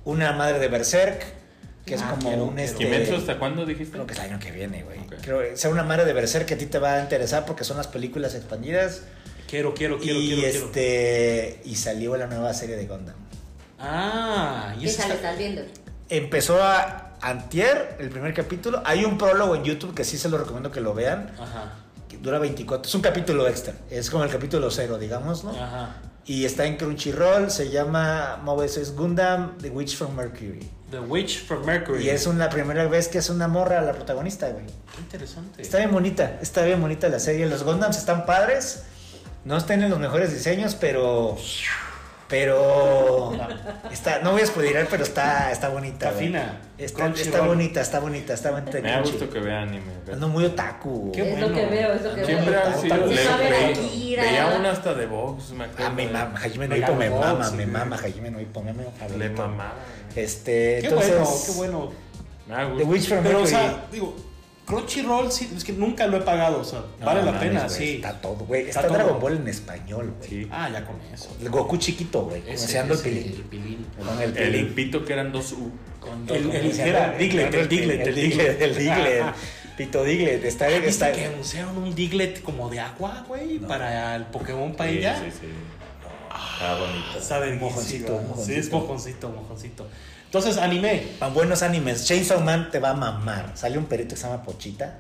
A: una madre de Berserk, que es
C: Ah,
A: como
C: quiero,
A: un...
C: quiero.
A: Este,
B: ¿Kimetsu hasta cuándo dijiste?
A: Creo que es el año que viene, güey.
B: Ok.
A: Creo que sea una madre de Berserk que a ti te va a interesar porque son las películas expandidas.
C: Quiero, quiero, quiero,
A: Y
C: quiero, quiero.
A: este y salió la nueva serie de Gundam.
C: Ah, y
D: ¿Qué
C: ese
D: sale?
C: está-
D: ¿Estás viendo?
A: Empezó a antier el primer capítulo. Hay un prólogo en YouTube que sí se lo recomiendo que lo vean.
C: Ajá,
A: Que dura 24. Es un capítulo extra. Es como el capítulo cero, digamos, ¿no?
C: ajá.
A: Y está en Crunchyroll. Se llama Mobile Suit Gundam The Witch from Mercury.
C: The Witch from Mercury.
A: Y es una primera vez que es una morra la protagonista, güey.
C: Qué Interesante.
A: Está bien bonita. Está bien bonita la serie. Los Gundams están padres. No tienen los mejores diseños, pero... Pero está, no voy a spoilear, pero está, está bonita.
C: Está
A: güey.
C: fina.
A: Está,
C: Crunchyroll.
A: está bonita, está bonita, está bonita.
B: Me da
A: Crunchy.
B: gusto que vea anime. güey.
A: Ando muy otaku.
C: Qué
D: es lo
C: bueno.
D: que veo, es lo que
B: Siempre
D: veo.
B: ha
A: Otaku,
B: sido.
A: otaku.
B: le-
A: Sabe
B: veía-
D: Akira.
B: veía una hasta de box, me acuerdo.
A: Ah, me
B: de-
A: mama, Hajime no
C: Oiga,
A: Ippo me
C: no,
A: mama,
C: sí,
A: me
C: güey.
A: mama, Hajime no Ippo, me mama.
B: Le mamaba. güey.
A: Este,
C: Qué
A: entonces,
C: bueno, qué bueno.
B: Me da
A: The
B: gusto.
A: Witch from
C: Pero, o
A: Mercury.
C: sea, digo, Crunchyroll, sí, es que nunca lo he pagado, o sea,
A: No,
C: vale
A: no
C: la
A: mames,
C: pena,
A: güey,
C: sí.
A: Está todo, güey.
C: Está
A: Está,
C: todo.
A: Dragon Ball en español, güey.
B: Sí.
C: Ah, ya con eso.
A: El Goku chiquito, güey,
C: Ese,
A: conoceando el
C: ese,
A: pilín.
C: pilín.
A: Con el
B: El
A: pilín.
B: impito que eran dos U.
C: Con
A: El,
C: el,
A: el,
C: era Diglett, el Diglett,
A: el Diglett, el Diglett, Pito Diglett, está,
D: Ah,
C: ¿Viste
A: está,
C: que anunciaron un Diglett como de agua, güey? Para el Pokémon
B: Sí,
C: Paella.
B: sí, sí.
A: Ah,
B: Está bonito.
C: Está bien
A: Mojoncito, mojoncito.
C: Sí, es mojoncito, mojoncito. Entonces, anime.
A: Tan buenos animes. Chainsaw Man te va a mamar. Sale un perrito que se llama Pochita.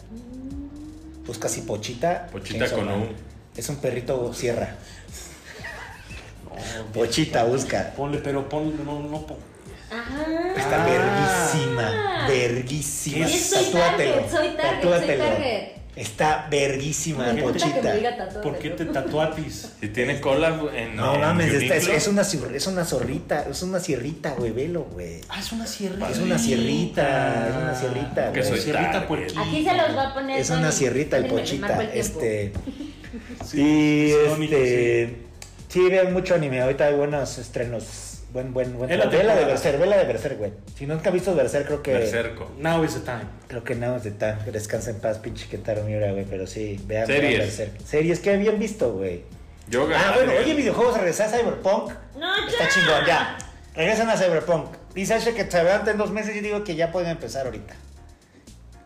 A: Busca así Pochita.
B: Pochita
A: Chainsaw
B: con
A: Man.
B: U.
A: Es un perrito sierra.
C: No,
A: Pochita busca.
C: Ponle, pero ponle, no, no pon-
D: Ajá.
A: Está
C: Ah.
A: verguísima. Verguísima.
C: Sí,
D: Ah. soy
A: Tatúatelo.
D: target, soy target,
A: Tatúatelo.
D: soy target.
A: Está verguísima,
D: Me encanta que
A: Pochita.
D: me diga tatuaje.
C: ¿Por qué te tatuatis?
B: Si tiene cola en.
A: No
B: en
A: mames, esta es,
B: Uniqlo,
A: es una, cir- es una zorrita, es una sierrita, güey, velo, güey.
C: Ah, es una sierrita.
A: Es una sierrita, es
C: Ah.
A: una sierrita,
B: Que
A: güey.
B: soy
C: sierrita
B: target.
C: puerquita.
D: Aquí se los va a poner.
A: Es una
D: Tony.
A: sierrita el
D: Déjenme, les marco
A: pochita.
D: el tiempo.
A: Este.
C: Sí,
A: y
C: es sinónimo,
A: este. Sí, vean mucho anime. Ahorita hay buenos estrenos. Buen, buen, buen.
C: Vela
A: Vela, de
C: temporada.
A: Berserk, vela de Berserk, güey. Si nunca has visto Berserk, creo que.
B: Berserco.
C: Now is the time.
A: Creo que nada más de tan. Descansa en paz, pinche Kentaro Miura, güey. Pero sí, vean vean
B: Series. eh.
A: Berserk. Series que habían visto, güey.
B: Yo
A: Ah,
B: gané.
A: bueno, oye, videojuegos, regresa a Cyberpunk.
D: No, ya.
A: Está chingón, ya. Regresan a Cyberpunk. Dice Ashe que se adelanta en dos meses. Yo digo que ya pueden empezar ahorita.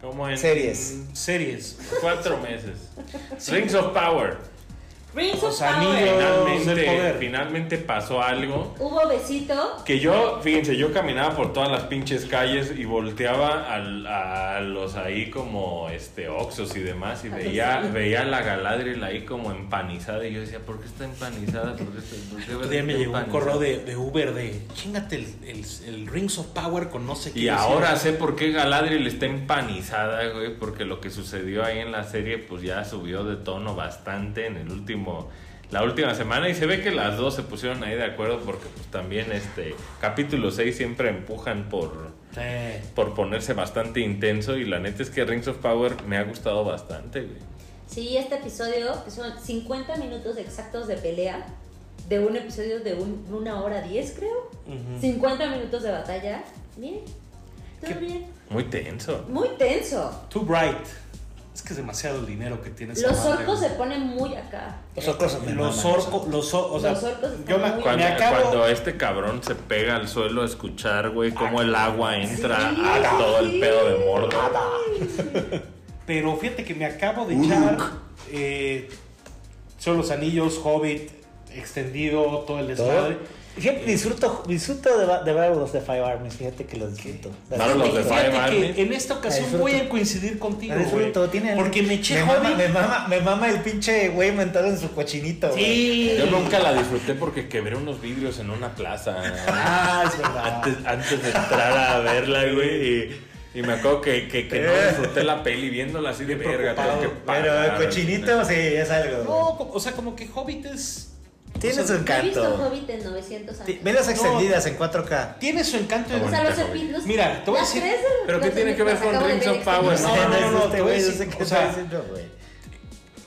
B: Como en.
A: Series.
C: Series.
B: Cuatro meses. Rings of Power.
D: Rings
C: Los
D: of Power.
C: anillos.
B: Finalmente,
C: del poder.
B: finalmente pasó algo.
D: Hubo besito.
B: Que yo, fíjense, yo caminaba por todas las pinches calles y volteaba al- a los ahí como este Oxos y demás y
D: A
B: veía,
D: los-
B: veía a la Galadriel ahí como empanizada y yo decía, ¿por qué está empanizada? ¿Por qué está, por qué
C: Otro día me
B: está
C: llegó un
B: empanizada?"
C: correo de, de Uber de chingate el, el- el Rings of Power con no sé qué.
B: Y ahora sé por qué Galadriel está empanizada, güey, porque lo que sucedió ahí en la serie pues ya subió de tono bastante en el último la última semana y se ve que las dos se pusieron ahí de acuerdo porque pues también este capítulo 6 siempre empujan por
C: Sí.
B: por ponerse bastante intenso y la neta es que Rings of Power me ha gustado bastante, güey.
D: Sí, este episodio, que son 50 minutos exactos de pelea, de un episodio de un- una hora 10, creo.
C: Ujú.
D: 50 minutos de batalla. Bien, todo
C: ¿Qué?
D: bien.
B: Muy tenso.
D: Muy tenso.
C: Too Bright. Es que es demasiado el dinero que tienes.
D: Los orcos se ponen muy acá.
A: Los orcos me
C: Los
A: maman,
C: orcos, los or- o sea,
D: Los orcos están
C: yo me,
D: muy-
C: me
B: Cuando,
C: acabo.
B: cuando este cabrón se pega al suelo a escuchar, güey, cómo el agua entra
D: Sí,
B: a todo el
D: sí.
B: pedo de Mordo.
C: Pero fíjate que me acabo de echar. Eh, son los anillos, Hobbit, extendido, todo el
A: Todo.
C: desmadre.
A: Fíjate, disfruto, disfruto de, ba- de ver los de Five Armies, fíjate que los disfruto.
B: Claro, los de
C: Fíjate
B: Five
C: que
B: Armies.
C: En esta ocasión
A: disfruto.
C: voy a coincidir contigo.
A: La disfruto,
C: güey.
A: tiene-
C: Porque me eché
A: me mama,
C: Hobbit.
A: me, mama, me mama el pinche güey mentado en su cochinito. güey.
C: Sí.
B: Yo nunca la disfruté porque quebré unos vidrios en una plaza ¿eh?
C: Ah, es verdad.
B: antes, antes de entrar a verla, güey. Y, y me acuerdo que, que, que no disfruté la peli viéndola así de
C: Eh. Bien
B: verga. tengo que
C: preocupado,
A: Pero el
B: parar".
A: cochinito sí, es algo. güey.
C: No, como- o sea, como que Hobbit es.
A: Tiene
C: o sea,
A: su
D: Yo pues, he visto
A: encanto.
D: Hobbit en 900
A: Ti-
D: años.
A: Ve las
C: No.
A: extendidas en 4K.
C: Tiene su encanto.
B: Está
D: O
C: y-
D: sea, los
B: Bonito, güey.
D: episodios.
C: Mira, te voy a
D: las
C: decir-
D: tres de los-
B: ¿Pero qué
D: las
B: tiene que ver
D: películas
B: con
D: acabo de
B: Rings
D: ver
B: of Power?
C: No,
D: extendidas.
C: no,
A: Es
C: no,
A: este
C: te voy a
A: güey, no
C: decir,
A: sé
C: o
A: qué
C: sea,
A: está diciendo, güey.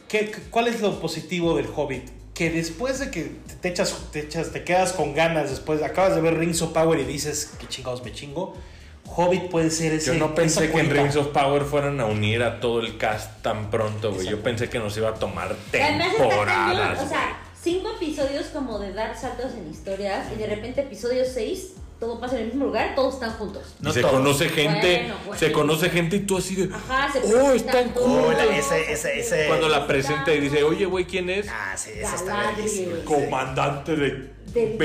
C: ¿Qué- ¿Cuál es lo positivo del Hobbit? Que después de que te echas, te echas, te quedas con ganas, después acabas de ver Rings of Power y dices, qué chingados me chingo. Hobbit puede ser ese.
B: Yo no pensé
C: esa
B: que en
C: cuenta.
B: Rings of Power fueran a unir a todo el cast tan pronto, güey. Yo pensé que nos iba a tomar
D: Además está cañón,
B: temporadas.
D: o sea, cinco episodios como de dar saltos en historias y de repente episodio 6, todo pasa en el mismo lugar, todos están juntos.
B: Y
A: No
B: se
A: todos.
B: conoce gente,
D: Bueno, bueno.
B: se conoce gente y tú así de.
D: Ajá, se
B: ¡Oh,
D: presentan
B: están
D: juntos,
B: cool!
A: Hola, ese- ese- ese-
B: Cuando la presenta y dice, oye, güey, ¿quién es?
A: Ah, sí, esa está
D: Galadriel.
A: verguísima. sí.
B: Comandante de.
D: Del-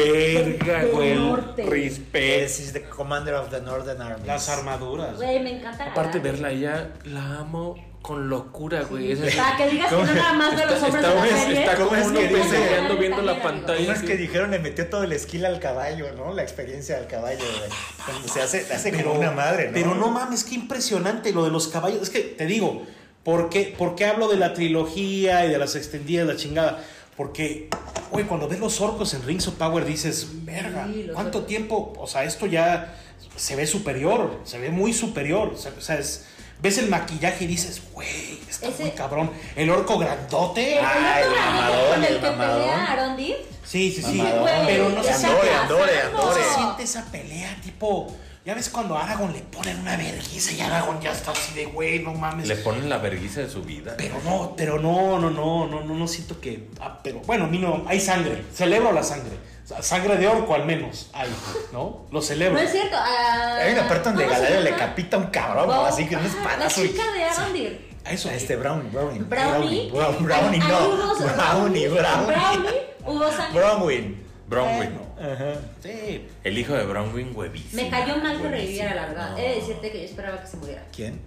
B: verga,
D: del
B: güey.
D: norte.
B: Respect.
A: This is the commander of the Northern Army.
C: Las armaduras.
D: Güey, me encanta.
B: Aparte,
D: Galadriel.
B: verla ya, la amo con locura, güey. Esa es-
D: Para que digas que no nada más de los
B: Está,
D: hombres
B: está,
D: de la
B: está,
D: serie.
B: como
A: ¿Cómo es
B: uno
A: que dice?
B: pendejeando viendo la
D: También, amigo.
B: pantalla.
A: Unas que
B: así.
A: dijeron le metió todo el esquila al caballo, ¿no? La experiencia del caballo, güey. Cuando se hace, hace como una madre, ¿no?
C: Pero no mames, qué impresionante lo de los caballos. Es que te digo, ¿por qué, por qué hablo de la trilogía y de las extendidas, la chingada? Porque, güey, cuando ves los orcos en Rings of Power dices, verga,
D: Sí, los
C: ¿cuánto
D: orcos.
C: tiempo? O sea, esto ya se ve superior, se ve muy superior. O sea, o sea, es- ves el maquillaje y dices, güey, está
D: Ese-
C: muy cabrón. El orco grandote.
A: Ah,
D: Ay,
A: el mamadón,
D: con el
A: el
D: que
A: mamadón.
D: pelea Arondi.
C: sí, sí, sí.
A: Mamadón.
C: Pero no
A: Y
C: se
A: Andor-
C: saca.
A: Andore,
C: No
A: Andore.
C: se siente esa pelea, tipo. Ya ves cuando a Aragorn le ponen una vergüenza y Aragorn ya está así de güey, no mames.
B: Le ponen la vergüenza de su vida.
C: Pero no, pero no, no, no, no, no, no siento que. ah, pero bueno, a mí no. Hay sangre. Celebro la sangre. O sea, Sangre de orco al menos. Hay, ¿no? Lo celebro.
D: No es cierto. ah,
A: Hay una parte donde
D: ¿cómo se
A: Galadriel le
D: llama?
A: capita a un cabrón, ¿no? así que un
D: Ajá,
A: espadazo.
D: La
A: y-
D: chica de Arondir.
C: A eso.
A: A Este Brown, Brown.
D: Brownie.
A: Brown- Brownie,
D: Hay- hay
A: no.
D: unos-
A: Brownie, Brownie.
D: Brownie. Hubo sangre.
A: Brownwin.
B: Bronwyn.
A: Ajá.
C: Sí.
B: El hijo de Bronwyn huevísimo.
D: Me cayó mal que
B: Huevísimo.
D: reviviera, la verdad.
B: No.
D: He de decirte que yo esperaba que se muriera.
A: ¿Quién?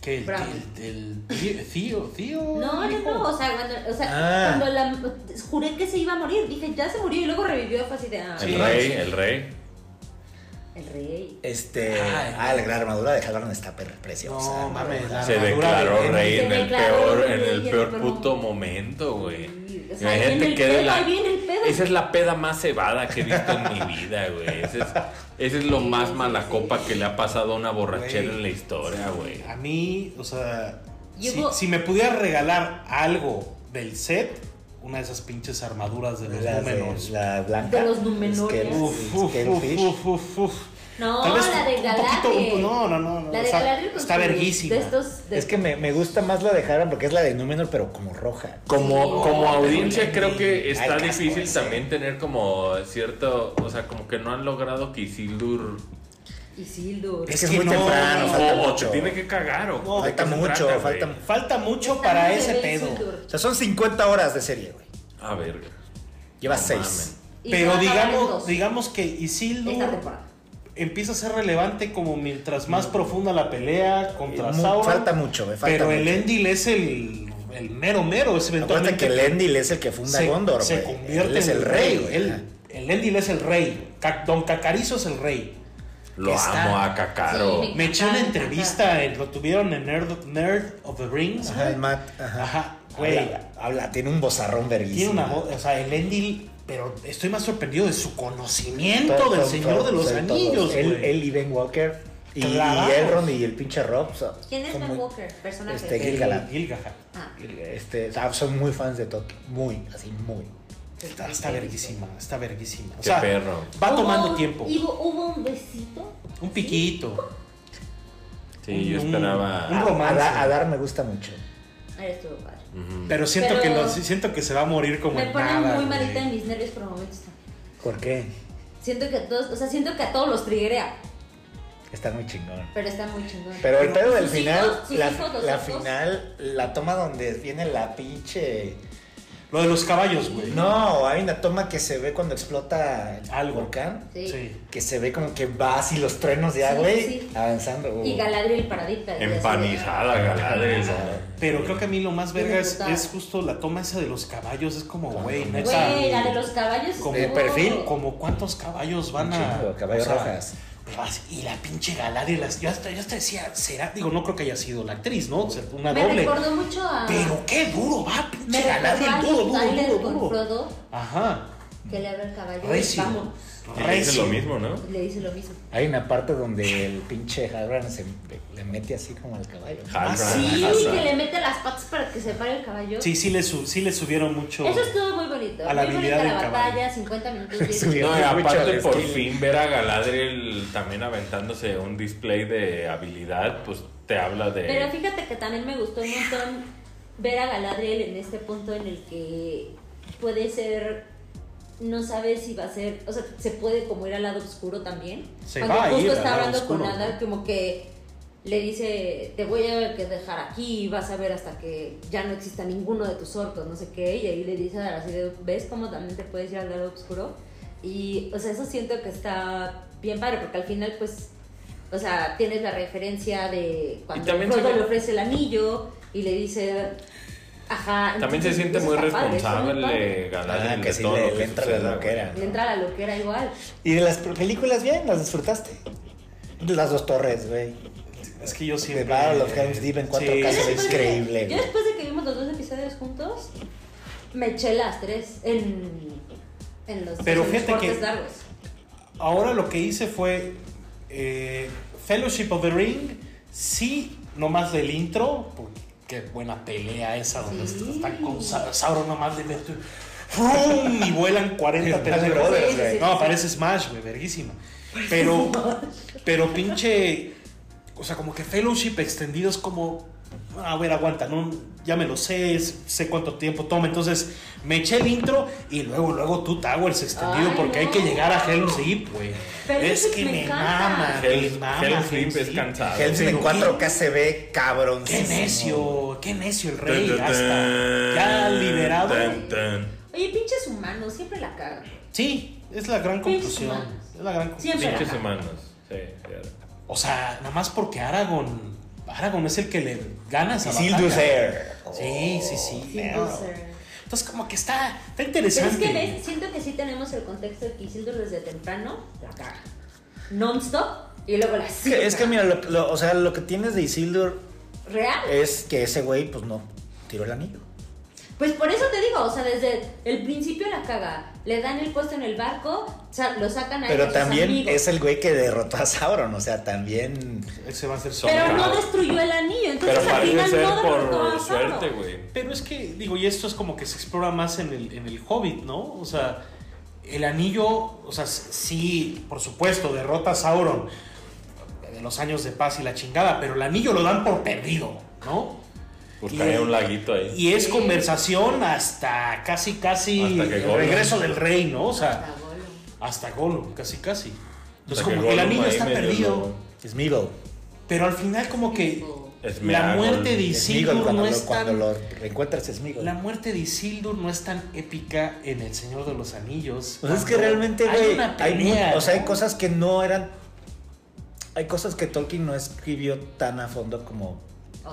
C: Que el,
D: Bravo.
C: el, el tío, tío, tío.
D: No, no,
C: hijo.
D: no. O sea, cuando, o sea,
A: Ah.
D: cuando la, juré que se iba a morir, dije, ya se murió y luego revivió. Fue así de, ah,
B: El
C: Sí.
B: rey, el rey.
D: el rey.
A: Este.
C: Ay.
A: ah, la gran armadura de Halbrand está per-
C: No,
A: preciosa.
C: mames, la
B: Se
C: armadura
B: declaró
C: de-
B: rey
D: Se
B: en el
D: declaró
B: peor,
D: rey
B: en el
D: en el
B: peor
D: peor
B: puto momento, güey.
D: Sí, o sea, ahí viene
B: Imagínate
D: el
B: que era
D: pedo,
B: la.
D: ahí viene el pedo.
B: Esa es la peda más cebada que he visto en mi vida, güey. Ese es, ese es lo
D: Sí,
B: más
D: sí,
B: mala
D: sí.
B: copa que le ha pasado a una borrachera
C: Güey.
B: en la historia, güey.
C: A mí, o sea,
D: Y
C: si,
D: hubo-
C: si me pudiera regalar algo del set, una de esas pinches armaduras de los
A: La,
C: númenos.
A: de, la blanca.
D: De los Númenóreas.
A: Scale-
C: Uf, uf,
A: Scalefish.
C: uf, uf, uf, uf.
D: No,
C: Tal vez
D: la de
C: un poquito-
D: Galadriel.
C: un- no, no, no, no,
D: La de
C: está-
D: Galadriel con
C: está
D: su-
C: verguísima.
D: De estos, de-
A: Es que me, me gusta más la de Halbrand porque es la de Númenor, pero como roja.
B: Como,
D: Sí.
B: como
D: Ay,
B: audiencia
C: pero
B: creo que está
A: Ay, casco
B: difícil
A: ese.
B: también tener como cierto, o sea, como que no han logrado que Isildur
D: Isildur.
A: Es,
C: Es
A: que es
C: que
A: muy
C: no,
A: temprano.
C: no,
A: falta
B: o, o te
A: mucho.
B: tiene que cagar o
C: No,
B: ¿de qué
A: falta
B: se
A: mucho,
B: trata, güey?
A: falta-
C: Falta mucho
D: Está
C: para
D: muy
C: ese
D: bebé
C: pedo.
D: Isildur.
A: O sea, son 50 horas de serie, güey.
B: Ah, verga.
A: Lleva
B: No
A: seis.
B: mamen.
D: Y se va
C: Pero
D: a acabar en dos
C: digamos, digamos que
D: Esta
C: Isildur
D: temporada.
C: empieza a ser relevante como mientras más profunda la pelea contra
A: Eh, Mu-
C: Sauron.
A: falta mucho, eh, falta
C: pero el
A: mucho.
C: Endil es el, el mero mero.
A: Acuérdate
C: Es eventualmente
A: que el Endil es el que funda
C: se,
A: Gondor,
C: se
A: güey.
C: convierte
A: Él es
C: en
A: el rey, güey.
C: El, el Endil es el rey. Ca- Don Cacarizo es el rey.
B: Lo
C: Está-
B: amo a Cacaro.
D: Sí,
C: Me eché una
D: Ajá,
C: entrevista, eh, lo tuvieron en Nerd, Nerd of the Rings.
A: Ajá, el Matt. Ajá.
C: Ajá, güey.
A: Güey, habla, tiene un bozarrón
C: Tiene
A: verguísimo.
C: una voz, o sea, el Endil, pero estoy más sorprendido de su conocimiento
A: Todo,
C: del
A: todo,
C: Señor
A: todo,
C: de los
A: todo, todo.
C: Anillos,
A: Él,
C: güey.
A: él y Ben Walker. Y, y
C: Clavados.
A: Elrond y el pinche Rob. son-
D: ¿Quién es
A: son
D: Ben
A: muy-
D: Walker? Personaje.
A: este,
C: El
A: Gilgalad.
C: Gilgalad.
D: Ah,
A: Este, o sea, son muy fans de Tolkien. Muy, así, muy.
C: Está, está verguísima, está verguísima. O
B: Qué
C: sea,
B: perro.
C: va
D: Hubo-
C: tomando tiempo.
D: Hubo, hubo un besito.
C: Un piquito.
B: Sí, yo
C: Un-
B: esperaba.
C: un
A: A-
C: romance.
A: Ah, Adar, Adar me gusta mucho.
D: Ahí estuvo padre.
B: Ujú.
C: Pero siento
D: Pero-
C: que lo- siento que se va a morir como
D: Me
C: en
D: ponen
C: nada,
D: muy
C: güey.
D: malita en mis nervios por momentos.
A: ¿Por qué?
D: Siento que a todos, o sea, siento que a todos los triguea,
A: Está muy chingón.
D: pero está muy chingón.
A: Pero el pedo del
D: Sus
A: final,
D: hijos, sus
A: la,
D: hijos, los
A: la
D: otros.
A: final, la toma donde viene la pinche.
C: Lo de los caballos, güey.
A: No, hay una toma que se ve cuando explota el
C: Algo.
A: volcán.
D: Sí.
C: Sí.
A: Que se ve como que va así los truenos ya,
D: Sí,
A: güey,
D: sí.
A: avanzando. güey.
C: Oh.
D: Y Galadriel paradita. y así de-
B: Empanizada, Galadriel.
C: Pero creo que a mí lo más
D: Bien
C: verga es,
D: brutal.
C: es justo la toma esa de los caballos. Es como, güey, neta.
D: Güey, la de los caballos.
C: Como
A: De
D: estuvo-
A: perfil.
C: Como cuántos caballos van
A: Un
C: a.
A: chingo, caballos rojas.
C: pero así- y la pinche Galadriel. las- Yo hasta, yo hasta decía, será. Digo, no creo que haya sido la actriz, ¿no? O sea, Una
D: Me
C: doble.
D: recordó mucho a.
C: Pero qué duro va,
D: me
C: pinche
D: recordó
C: Galadriel.
D: a
C: Duro,
D: Tyler
C: duro,
D: con
C: duro, duro.
D: Frodo
C: Ajá.
D: que le habla el caballo.
C: Recio.
D: Vamos.
B: Es
C: Recio.
B: lo mismo, ¿no?
D: Le dice lo mismo.
A: Hay una parte donde el pinche Halbrand se le mete así como al caballo.
B: Halbrand,
C: Ah,
D: Sí,
B: Hazard.
D: que le mete las patas para que se pare el caballo.
C: Sí, sí le, su- sí le subieron mucho.
D: Eso estuvo muy bonito.
C: A la
D: muy
C: habilidad
D: bonita la
C: del
D: batalla,
C: caballo.
D: 50 minutos. diez
A: Subieron.
B: No, y
A: Mucho
B: aparte
A: al
B: por
A: estilo.
B: fin ver a Galadriel también aventándose un display de habilidad, pues te habla de...
D: Pero fíjate que también me gustó un montón ver a Galadriel en este punto en el que puede ser. No sabe si va a ser. O sea, se puede como ir al lado oscuro también.
C: Se
D: Cuando
C: va a
D: justo
C: ir al
D: está
C: lado
D: hablando con
C: oscuro.
D: Adar, como que le dice: Te voy a que dejar aquí y vas a ver hasta que ya no exista ninguno de tus orcos, no sé qué. Y ahí le dice a Adar así: de, ¿Ves cómo también te puedes ir al lado oscuro? Y, o sea, eso siento que está bien padre, porque al final, pues. O sea, tienes la referencia de cuando
B: también
D: Frodo
B: se ve-
D: le ofrece el anillo y le dice, ajá.
B: También se
D: entonces,
B: siente
D: eso
B: muy
D: está padre, está muy
B: responsable
D: padre.
B: Galadriel
A: Ah, que
B: de
A: sí,
B: todo
A: le-
B: lo
A: le
B: que
A: entra
B: sucede,
A: la loquera.
B: güey.
D: Le entra la loquera igual.
A: Y de las películas, bien, las disfrutaste. Las dos torres, güey.
C: Es que yo
A: De
C: siempre.
A: Battle of Helm's Deep en 4K se
C: Sí.
A: ve
D: Después de-
A: increíble,
D: yo
A: güey.
D: después de que vimos los dos episodios juntos, me eché las tres en, en los,
C: Pero
D: en los
C: fíjate que-
D: cortes largos.
C: Ahora lo que hice fue eh, Fellowship of the Ring, sí, nomás del intro, porque qué buena pelea esa donde
D: Sí.
C: están con Sa- Sauron nomás de ver tú, ¡frum! y vuelan 40 pedazos.
A: Brothers,
D: Sí, sí,
A: güey.
D: sí.
C: No, parece Smash, güey, verguísima. Pero, pero pinche, o sea, como que Fellowship extendido es como, "Ah, a ver, aguanta, no, ya me lo sé, es- sé cuánto tiempo toma, entonces me eché el intro y luego, luego tú Towers extendido
D: Ay,
C: porque hay
D: no.
C: que llegar a Hell's Deep, güey.
D: Pero
C: Es
D: eso
C: que
D: me
C: me
D: encanta.
B: Ah,
C: mama, me
B: Hell's-
C: mama.
B: Hell's Deep es
C: Deep.
B: cansado.
A: Helm's Deep en
C: Pero
A: 4K se ve cabrón.
C: Qué necio, qué necio el
B: Tan,
C: rey,
B: tan,
C: hasta ya
B: tan,
C: liberado.
B: tan, tan.
D: Oye, pinches humanos, siempre la cagan.
C: Sí, es la gran
D: Pinches
C: conclusión.
D: humanos.
C: Es la gran conclusión.
D: Siempre la
B: Pinches
D: cagan.
B: humanos. Sí, claro.
C: O sea, nada más porque Aragon, Aragon es el que le gana esa
A: Sildur
C: batalla.
A: Air.
C: Sí, sí, sí.
D: Sí,
C: claro.
D: o sea.
C: Entonces como que está, está
D: Pero es
C: interesante.
D: que ves, siento que sí tenemos el contexto de que Isildur desde temprano la caga. Non-stop y luego la
A: Es que,
D: sigue
A: es que
D: cagando.
A: mira, lo, lo- o sea, lo que tienes de Isildur
D: ¿Real?
A: es que ese güey, pues no, tiró el anillo.
D: Pues por eso te digo, o sea, desde el principio la caga. Le dan el puesto en el barco, sa- lo sacan a él y a
A: Pero
D: sus
A: también
D: amigos.
A: es el güey que derrotó a Sauron, o sea, también...
C: Ese va a ser
D: Pero
C: Sauron.
D: no destruyó el anillo, entonces
B: Pero
D: Pues al
B: parece
D: final
B: ser
D: no derrotó a
B: por
D: Sauron.
B: suerte, güey.
C: Pero es que, digo, y esto es como que se explora más en el, en el Hobbit, ¿no? O sea, el anillo, o sea, s- sí, por supuesto, derrota a Sauron de los años de paz y la chingada, pero el anillo lo dan por perdido, ¿no?
B: Pues
C: Y-
B: cae un laguito ahí.
C: Y es conversación hasta casi, casi
B: Hasta que
C: el
B: Gollum.
C: regreso del rey, ¿no? O
D: Hasta
C: sea,
D: Gollum.
C: hasta Gollum, casi, casi. Entonces,
A: pues
B: Hasta que
C: como que el
B: Gollum
C: anillo
B: ahí
C: está
B: medio
C: perdido,
B: lo-
A: Smeagol.
C: pero al final, como que
D: Tipo,
C: La
B: Smeagol.
C: muerte de
A: Smigol
C: Isildur
A: cuando,
C: no
A: lo-
C: es
A: cuando
C: tan
A: lo encuentras es Smigol.
C: La muerte de Isildur no es tan épica en El Señor de los Anillos.
A: Pues es que
C: Cuando
A: realmente,
C: hay
A: güey,
C: una
A: hay, mu-
C: pelea,
A: o sea, hay
C: ¿no?
A: cosas que no eran... Hay cosas que Tolkien no escribió tan a fondo como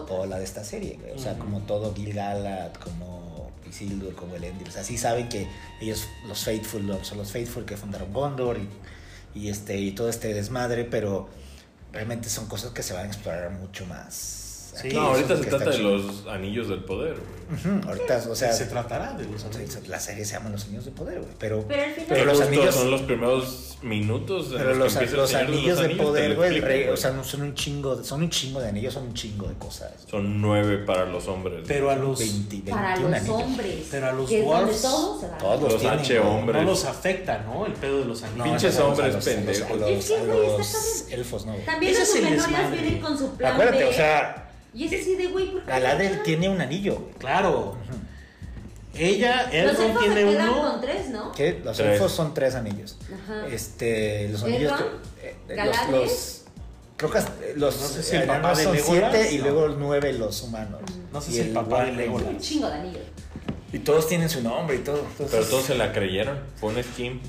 A: toda la de esta serie, güey. O sea,
C: Ujú.
A: como todo Gil Galad, como Isildur, como Elendil. O sea, sí saben que ellos, los Faithful, ¿no? son los Faithful que fundaron Gondor y, y este, y todo este desmadre, pero realmente son cosas que se van a explorar mucho más.
C: Sí.
A: aquí.
B: No,
A: Eso
B: ahorita
A: es
B: se
A: lo que
B: trata de
A: está
B: los anillos del poder, güey.
A: chido. Ujú, Ahorita, o sea,
C: se tratará de los anillos.
A: la serie se llama Los Anillos de Poder, güey. Pero,
D: Pero al final-
A: pero
B: Que
A: los
B: justo
A: anillos,
B: son los primeros minutos en
A: pero
B: que
A: los,
B: empieza el
A: los
B: Señor
A: anillos de
B: te
A: poder,
B: lo
A: güey, el
B: explica,
A: rey, o
B: güey.
A: sea, no son un chingo, son un chingo de anillos, son un chingo de cosas.
B: Son nueve para los hombres.
C: Pero a los
A: 20, 21
D: Para los
A: anillos.
D: hombres.
C: Pero a los
D: que es donde
C: dwarfs,
D: todo se va.
A: Todos
B: Los
A: tienen,
B: H
A: güey.
B: hombres.
C: no los afecta, ¿no? El pedo de los anillos.
B: Pinches
A: esos son
B: hombres
A: los- a los-
B: pendejos.
A: a los-
D: Es que,
A: a
D: güey, está
A: los
D: cabrón.
A: elfos, no. güey.
D: También
C: Ese
D: los
C: es el
D: númenóreas
C: desmadre.
D: vienen con su plan
A: Acuérdate,
D: B.
A: o sea,
D: Y es así de güey, ¿por qué?
A: Galadriel tiene un anillo, güey.
C: Claro. Ella,
D: Los
C: Elrond
D: elfos se
C: tiene
D: quedan
C: uno.
D: con tres, ¿no?
A: ¿Qué? Los
B: Tres.
A: elfos son tres anillos.
D: Ajá.
A: Este, los anillos.
D: Elrond,
A: que- eh, eh, los,
D: Galadriel.
A: los- creo que hasta- eh, los
C: No sé si el
A: enanos
C: papá de
A: son
C: Legolas,
A: siete y
C: ¿no?
A: luego nueve los humanos.
C: No sé
A: Y
C: si el papá de
A: Warren-
C: Legolas.
D: Un chingo de anillos.
A: Y todos tienen su nombre y todo. Entonces-
B: Pero todos se la creyeron. Fue un skin.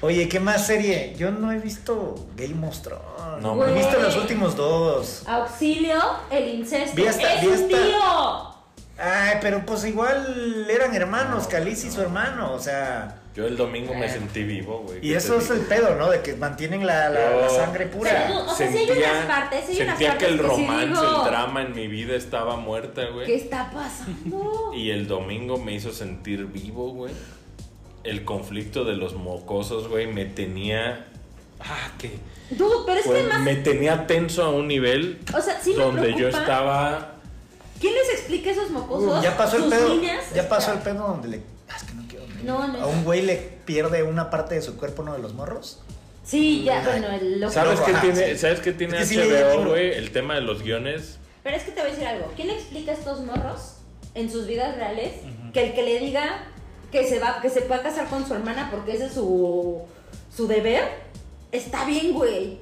A: Oye, ¿qué más serie? Yo no he visto Game of Thrones.
B: No,
A: No, he
D: güey.
A: visto los últimos dos.
D: Auxilio, el incesto.
A: Vi hasta-
D: ¡Es
A: vi
D: un
A: hasta-
D: tío!
A: Ay, pero pues igual eran hermanos, Caliz y su hermano, o sea.
B: Yo el domingo me
D: Eh.
B: sentí vivo, güey.
A: Y eso es el pedo, ¿no? De que mantienen la, la- la
B: Yo-
A: sangre
D: Según-
A: pura.
D: o sea, sí hay unas partes, sí hay unas
B: sentía
D: partes
B: que el
D: que sí
B: romance,
D: digo-
B: el drama en mi vida estaba muerta,
D: ¿Qué
B: güey.
D: está pasando?
B: Y el domingo me hizo sentir vivo, güey. El conflicto de los mocosos, güey, me tenía. Ah, que.
D: Dude, pero es
B: güey,
D: que más.
B: me tenía tenso a un nivel
D: O sea, sí me
B: donde yo
D: preocupa.
B: estaba.
D: ¿Quién les explica esos mocosos?
A: Ya pasó el
D: ¿Sus
A: pedo.
D: niñas?
A: Ya pasó el pedo donde le. Ah, es que no quiero.
D: No, no.
A: A un güey le pierde una parte de su cuerpo, uno de los morros.
D: Sí, ya, bueno, el loco.
B: ¿Sabes
A: Loco,
B: qué
A: ajá,
B: tiene,
A: ah, sí.
B: ¿sabes qué tiene
A: Es que sí leí el
B: HBO,
A: libro.
B: güey? El tema de los guiones.
D: Pero es que te voy a decir algo. ¿Quién le explica a estos morros en sus vidas reales que el que le diga que se va, que se va a casar con su hermana porque ese es su, su deber? Está bien, güey.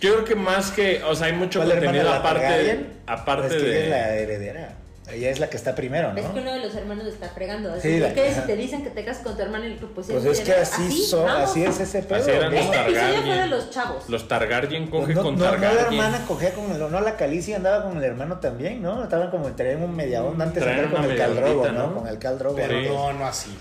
B: Yo creo que más que. O sea, hay mucho
A: ¿Cuál hermana
B: contenido
A: la
B: aparte.
A: Targaryen?
B: Aparte
A: Pues que
B: de.
A: Ella es la heredera. Ella es la que está primero,
D: Es que
A: ¿no?
D: uno de los hermanos está fregando. Así
A: Sí,
D: que
A: la-
D: ustedes
A: ajá.
D: te dicen que te casas con tu hermano y tú, pues
A: Pues
D: sí,
A: es que
D: ¿verdad?
A: así, son,
D: vamos.
A: así es ese pedo.
B: Así eran
A: ¿no?
B: los
D: Este episodio fue de
B: Targaryen.
D: los chavos.
B: Los Targaryen
A: Pues
B: coge
A: no,
B: con
A: no, no la
B: Targaryen.
A: hermana cogía con el no la Calicia andaba con el hermano también, ¿no? Estaban como traían un media onda antes de
B: Traían
A: andar con
B: una
A: el caldrogo,
B: mediondita,
A: ¿no?
B: ¿no?
A: Con el caldrogo,
C: Pero
B: Sí.
C: no, no así.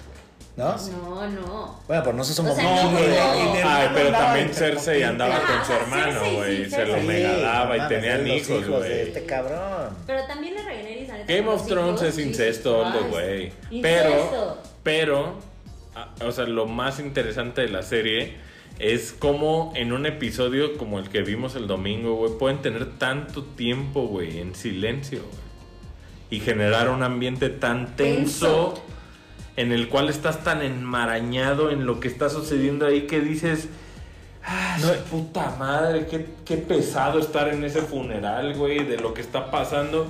A: ¿no?
D: No, no.
A: Bueno, pues no se son
D: O sea,
A: como-
D: no,
A: y de- y
D: no.
A: de-
B: Ay,
C: hermano
B: pero
C: andaba
B: también
C: entre
B: Cersei
C: poquitos.
B: andaba
D: Ajá,
B: con su
D: ajá,
B: hermano,
D: Cersei,
B: güey.
D: Ah, sí,
B: se lo
D: Cersei.
B: mega daba y
A: mames,
B: tenían
A: eran los
B: hijos,
A: hijos de
B: güey.
A: este cabrón.
D: Pero también la Rhaenyra y Saneta
B: Game of Thrones es incesto, all the way. Pero, pero, a- o sea, lo más interesante de la serie es cómo en un episodio como el que vimos el domingo, güey, pueden tener tanto tiempo, güey, en silencio, güey. Y generar un ambiente tan tenso,
D: Tenso.
B: en el cual estás tan enmarañado en lo que está sucediendo ahí que dices. "Ah, su puta madre, qué, qué pesado estar en ese funeral, güey, de lo que está pasando.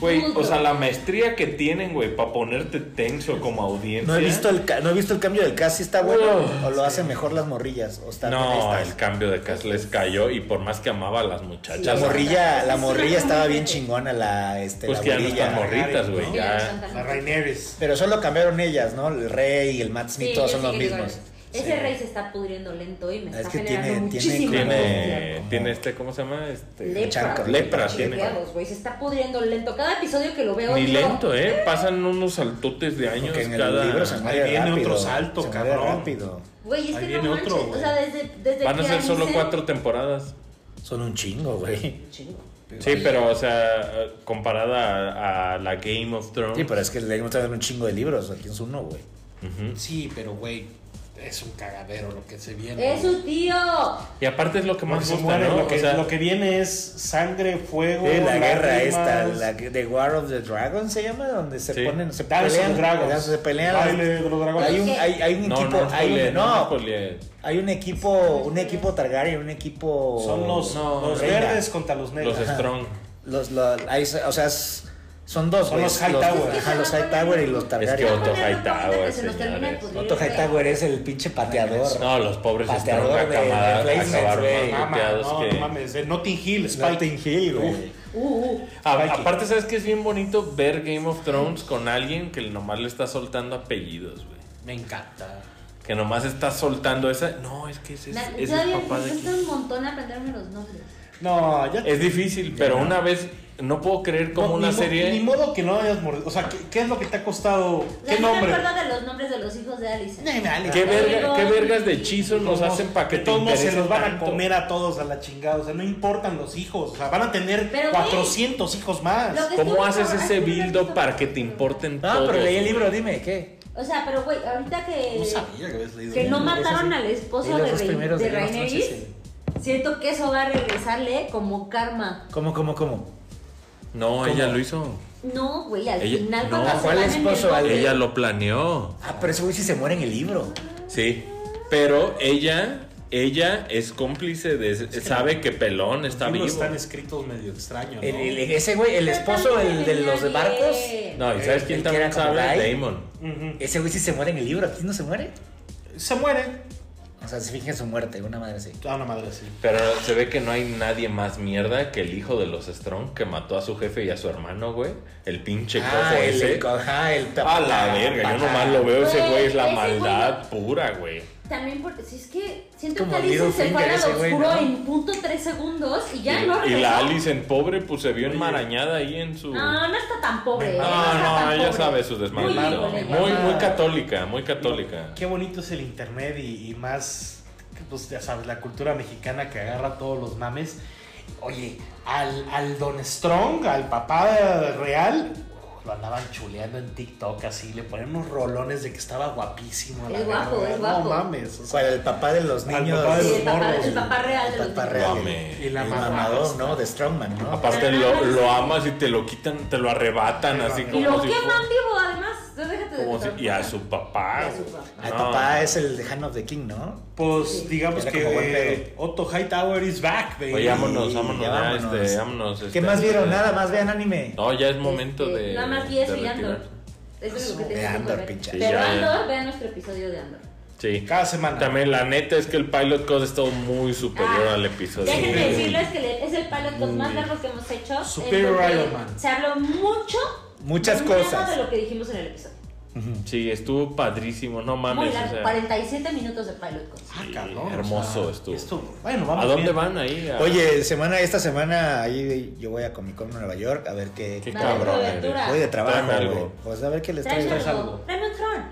B: Güey, o sea, la maestría que tienen, güey, para ponerte tenso como audiencia.
A: No he visto el, ca- no he visto el cambio de casi está bueno
B: Wow.
A: o lo hacen mejor las morrillas o está
B: No,
A: está-
B: el cambio de cast les cayó y por más que amaba a las muchachas.
A: la morrilla, la
D: Es una
A: morrilla estaba bien
D: comediante.
A: chingona la este
B: Pues
A: la
B: que ya no
A: güerilla.
B: están morritas, güey,
C: ¿no?
B: ya.
C: La Raineris.
A: Pero solo cambiaron ellas, ¿no? El rey y el Matt Smith todos son los mismos.
D: Ese
A: Sí.
D: rey se está pudriendo lento y me
A: Es
D: está
A: que
D: generando
A: tiene- tiene
D: muchísimo
B: Tiene,
A: Como-
B: tiene este, ¿cómo se llama? Este,
D: Lepra.
A: Chancro.
B: Lepra tiene.
D: Chirriados, güey, se está pudriendo lento. Cada episodio que lo veo.
B: Ni
D: digo,
B: lento, ¿eh? Pasan unos saltotes de años
A: Porque en el
B: cada...
A: libro se muere
C: Ahí viene
A: rápido.
C: otro salto,
A: se muere
C: cabrón.
A: rápido.
D: Güey,
C: Ahí
D: es que no
C: viene
D: manches.
C: otro,
D: o
C: güey.
D: sea, desde, desde
B: Van a
D: que
B: ser solo
D: anuncian-
B: cuatro temporadas.
A: Son un chingo, güey.
D: Chingo.
B: Sí, pero, o sea, comparada a, a la Game of Thrones.
A: Sí, pero es que le hemos traído un chingo de libros, aquí es uno, güey.
B: Ujú.
C: Sí, pero güey, es un cagadero lo que se viene.
D: Es su tío.
B: Y aparte es lo que
C: Lo que
B: más
C: se
B: gusta,
C: muere,
B: ¿no?
C: lo, que,
B: o sea,
C: lo que viene es sangre, fuego.
A: Sí, la guerra
C: lágrimas.
A: esta, la que- The War of the Dragon se llama, donde se
B: Sí.
A: ponen, se
C: Dance of
A: pelean,
C: the Dragons.
A: Dance of the pelean.
C: Baile de los dragones.
A: Hay un, hay, hay un
B: no,
A: equipo,
B: no,
A: hay,
B: spoiler,
A: un,
B: no,
A: no,
B: spoiler.
A: hay un equipo, un equipo Targaryen, un equipo.
C: Son los,
B: No,
C: los
A: reina.
C: verdes contra los negros.
B: Los Strong.
A: los, los- hay- o sea, es- son dos,
C: Son
A: güey,
C: los Hightower.
A: ajá, los Hightower y los Targaryen.
B: Otto
D: Está poniendo
B: Hightower,
D: cosas que se nos
B: señores.
D: termina de pudrir,
A: Otto
D: güey.
A: Hightower es el pinche pateador.
B: No, los pobres
A: Pateador
B: Strong
A: de- de
B: acabada-
A: placements,
B: acabaron
A: güey.
B: más
C: Mama,
B: golpeados
C: no,
B: que...
C: no mames, de Notting Hill, Spike.
A: Notting Hill, güey.
C: Uf,
D: Uh, uh.
B: A-
A: Viking.
B: aparte, ¿sabes que es bien bonito ver Game of Thrones con alguien que nomás le está soltando apellidos, güey?
C: Me encanta.
B: Que nomás está soltando esa. No, es que ese es,
D: Me-
B: ese es
D: todavía
B: el
D: me
B: papá de aquí.
D: cuesta un montón aprenderme los nombres.
C: No, ya
B: Es difícil, pero una vez no puedo creer como
C: No,
B: una
C: ni mo-
B: serie.
C: Ni modo que no hayas mordido. O sea, ¿qué, qué es lo que te ha costado?
D: O sea,
C: ¿Qué
D: no
C: nombre?
D: me acuerdo de los nombres de los hijos de Alison.
C: Ni me vale.
B: ¿Qué, verga-
D: Pero-
B: qué vergas de hechizo
C: De todos
B: nos
C: modos-
B: hacen para que
C: de
B: te
C: todos modos se
B: interese
C: los van a
B: tanto?
C: comer a todos a la chingada. O sea, no importan los hijos. O sea, van a tener
D: Pero, güey,
C: 400 hijos más.
D: lo que-
B: ¿Cómo
D: Estuvo
B: haces
D: cabrón,
B: ese
D: estuvo
B: build-up
D: cabrón.
B: para que te importen
A: No,
B: todos?
A: Ah, pero leí el libro, dime, ¿qué?
D: O sea, pero güey, ahorita que.
A: Eh,
C: No sabía que habías leído.
D: Que no mataron
A: sí.
D: al esposo
A: Y los
D: de,
A: dos
D: Rey-
A: primeros
D: de
A: de Game of
D: Rhaenyra,
A: Thrones, sí,
D: Siento que eso va a regresarle como karma.
A: ¿Cómo, cómo, cómo?
B: No, ella lo hizo.
D: No, güey, al
B: Ella-
D: final
B: no.
D: cuando se
A: ¿Cuál
D: van en el
A: esposo?
D: bote-
B: Ella lo planeó.
A: Ah, pero ese güey sí se muere en el libro.
B: Sí. Pero ella, ella es cómplice de ese- sabe que Pelón está
C: Los
B: vivo.
C: libros están escritos medio extraños. ¿no?
A: El- el- ese güey, el esposo el de los de barcos.
B: No, ¿y sabes quién
A: El que
B: también
A: era
B: sabe?
A: samurái.
B: Damon.
C: Ujú.
A: Ese güey sí se muere en el libro, aquí no se muere.
C: Se mueren.
A: O sea, se fija en su muerte, una madre así.
C: Ah, una madre sí.
B: Pero se ve que no hay nadie más mierda que el hijo de los Strong que mató a su jefe y a su hermano, güey. El pinche cojo
A: Ah, el,
B: ese.
A: ajá, el
B: A la verga, yo nomás lo veo, ese güey es la maldad pura, güey.
D: También porque si es que siento
A: Como
D: que Alison se
A: Littlefinger
D: fue al lado
A: ese güey,
D: oscuro
A: ¿no?
D: en punto tres segundos y ya
B: y,
D: no
B: y
D: regresó.
B: la Alice en pobre, pues se vio enmarañada ahí en su.
D: No, no está tan pobre.
B: No,
D: está
B: no,
D: tan
B: ella
D: pobre.
B: sabe su
D: Muy
B: desmadre.
D: híjole,
B: Muy,
D: ya.
B: muy, católica, muy católica.
C: Qué bonito es el internet y, y más, pues ya sabes, la cultura mexicana que agarra todos los mames. Oye, al, al Don Strong, al papá real, uf, lo andaban chuleando en TikTok así, le ponían unos rolones de que estaba guapísimo. a la
D: Es guapo,
C: verga.
D: es guapo.
C: No mames. o sea,
A: ¿Cuál? El papá de los
C: Al
A: niños.
C: papá de
D: Sí,
C: los
D: el, papá,
C: morros.
D: el papá real. de los
A: El papá
D: niños.
A: real.
B: Mame.
C: y la
A: el
C: mamá.
A: mamador, ¿no? De Strongman, ¿no?
B: Aparte lo, lo amas y te lo quitan, te lo arrebatan así
D: Y lo
B: como si,
D: queman
B: fuera-
D: vivo, además. No, déjate de
B: como si-
D: quitar.
B: Y a su
D: Y
B: papá.
D: a su
B: güey.
D: papá.
A: El
B: No.
A: papá es el de Hand of the King, ¿no?
C: Pues
D: Sí.
C: digamos
A: Era
C: que
A: como buen
C: eh, Otto Hightower is back, baby.
B: Oye, vámonos, vámonos,
A: Ya
B: ya,
A: vámonos.
B: este, vámonos.
A: ¿Qué
B: este,
A: más vieron?
B: este.
A: Nada más, vean anime.
B: No, ya es momento
D: Este,
B: de.
D: Nada más 10
B: de
D: y Andor.
B: retirarse.
D: Eso es lo que
A: Ve
D: te digo,
A: Andor,
D: güey.
A: pinche.
B: Sí,
D: Pero
B: ya, ya.
D: Andor, vean nuestro episodio de Andor.
B: Sí.
C: Cada semana.
B: También la neta es que el pilot code estuvo muy superior
D: Ah,
B: al episodio.
D: Déjenme
B: Sí.
D: decirles que le- es el pilot los
B: Muy
D: más
B: bien.
D: largos que hemos hecho. en
C: Superior
D: donde
C: Iron Man.
D: Se habló mucho.
A: Muchas
D: menos
A: cosas.
D: de lo que dijimos en el episodio.
B: Sí, estuvo padrísimo, no
D: Muy
B: mames. o
D: largo,
B: sea,
D: 47 minutos de pilot con.
C: Ah,
B: Sí,
C: cabrón, o sea,
B: hermoso estuvo.
C: Bueno, vamos
B: ¿A dónde
C: bien.
B: van ahí? A-
A: Oye, semana, esta semana ahí yo voy a Comic Con Nueva York a ver qué,
B: Qué
D: Dale,
B: cabrón.
D: tu aventura.
B: eres.
A: Voy de trabajo,
B: Tráeme algo.
A: güey. Pues a ver qué les
D: Tráeme
A: traigo.
D: algo.
C: algo.
D: Tráeme un Tron.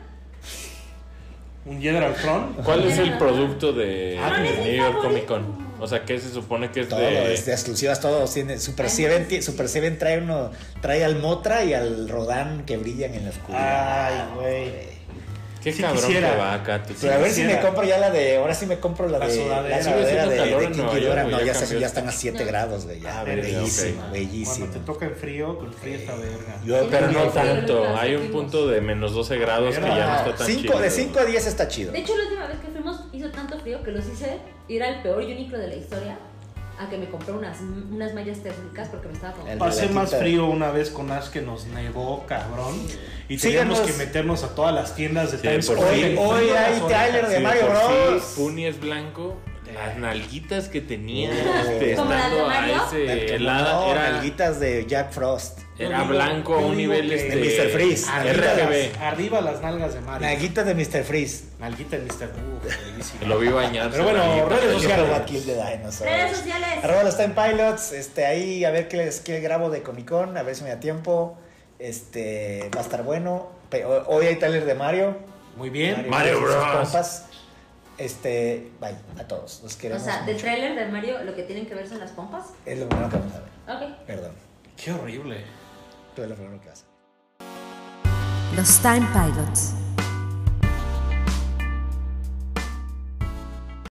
C: ¿Un General Tron?
B: ¿Cuál es el producto de
C: Ah,
B: de
C: es
D: pues, mi
B: New York Comic
D: favorito.
B: Con? O sea, ¿qué se supone que es
A: Todo, este-
B: de...?
A: es de exclusivas, todos tienen. Super
D: Ay,
A: Seven,
D: no.
A: ti- Super Seven trae uno, trae al Motra y al Rodán que brillan en la
B: Ah,
A: oscuridad.
C: Ay, güey.
B: ¿Qué
C: Sí
B: cabrón
C: quisiera.
B: que va acá? tú?
A: Pero a ver si
C: quisiera.
A: me compro ya la de, ahora sí me compro la,
C: La
A: de
C: sudadera.
A: la
C: Sigue
A: sudadera
B: haciendo
A: de,
B: calor
A: de
B: en
A: Kinky
B: Nueva York,
A: Dora.
B: güey,
A: No,
B: ya
A: ya, se-
B: cambió.
A: ya están a 7 grados, güey. Ya,
B: Ah, verga,
A: bellísimo,
B: ok.
A: bellísimo.
C: Cuando te toca en frío, con frío está verga.
A: Yo,
D: Sí,
B: Pero no
D: Sí,
B: tanto,
D: sí,
B: hay
D: sí,
B: un
D: sí.
B: punto de menos 12 grados que
C: Mira.
B: ya no está tan
A: cinco,
B: chido.
A: De 5 a 10 está chido.
D: De hecho, la última vez que fuimos hizo tanto frío que los hice ir al peor Uniqlo de la historia a que me compré unas, unas mallas térmicas porque me estaba
A: El-
D: poniendo.
C: Pasé
A: la
C: más
A: tinta.
C: frío una vez con Ash que nos negó, cabrón. Y
A: Síganos.
C: teníamos que meternos a todas las tiendas de
B: Sí,
C: Times
B: por
C: Square.
B: fin.
A: Hoy, hoy
C: Frío
A: hay
C: las
A: trailer
C: orejas.
A: de
B: Sí,
A: Mario
B: por
A: Bros. Eh.
B: sí, Puni es blanco, las nalguitas que tenía
A: Oh.
B: este,
D: ¿Como la de
B: estando a
D: Mario?
B: ese helada,
A: No,
B: era,
A: nalguitas de Jack Frost.
B: era
C: Yo digo-
B: blanco a
C: yo
B: un
C: digo
B: nivel
C: que-
B: este,
A: de Mr. Freeze.
C: Arriba
B: RGB.
C: las, arriba las nalgas de Mario.
A: Nalguitas de Mr. Freeze.
C: Nalguita de Mr. Boo, buenísimo.
B: Lo vi bañarse.
C: Pero bueno,
B: nalguita.
C: redes
A: Yo
C: sociales.
A: creo a Kill the Dinosaurs.
D: Redes sociales.
A: Arroba los Time Pilots. Este, ahí a ver qué les qué grabo de Comic Con. A ver si me da tiempo. Este, va a estar bueno. Pe- ho- Hoy hay trailer de Mario.
C: Muy bien.
B: Mario
A: y sus
B: Bros.
A: compas. Este, bye a todos. Los
D: O
A: queremos.
D: sea, del
A: mucho.
D: tráiler de Mario lo que tienen que ver son las pompas.
A: Es lo primero que vamos a ver.
D: Ok.
A: Perdón.
C: Qué horrible.
A: Tú es lo primero que vas a ver.
E: Los Time Pilots.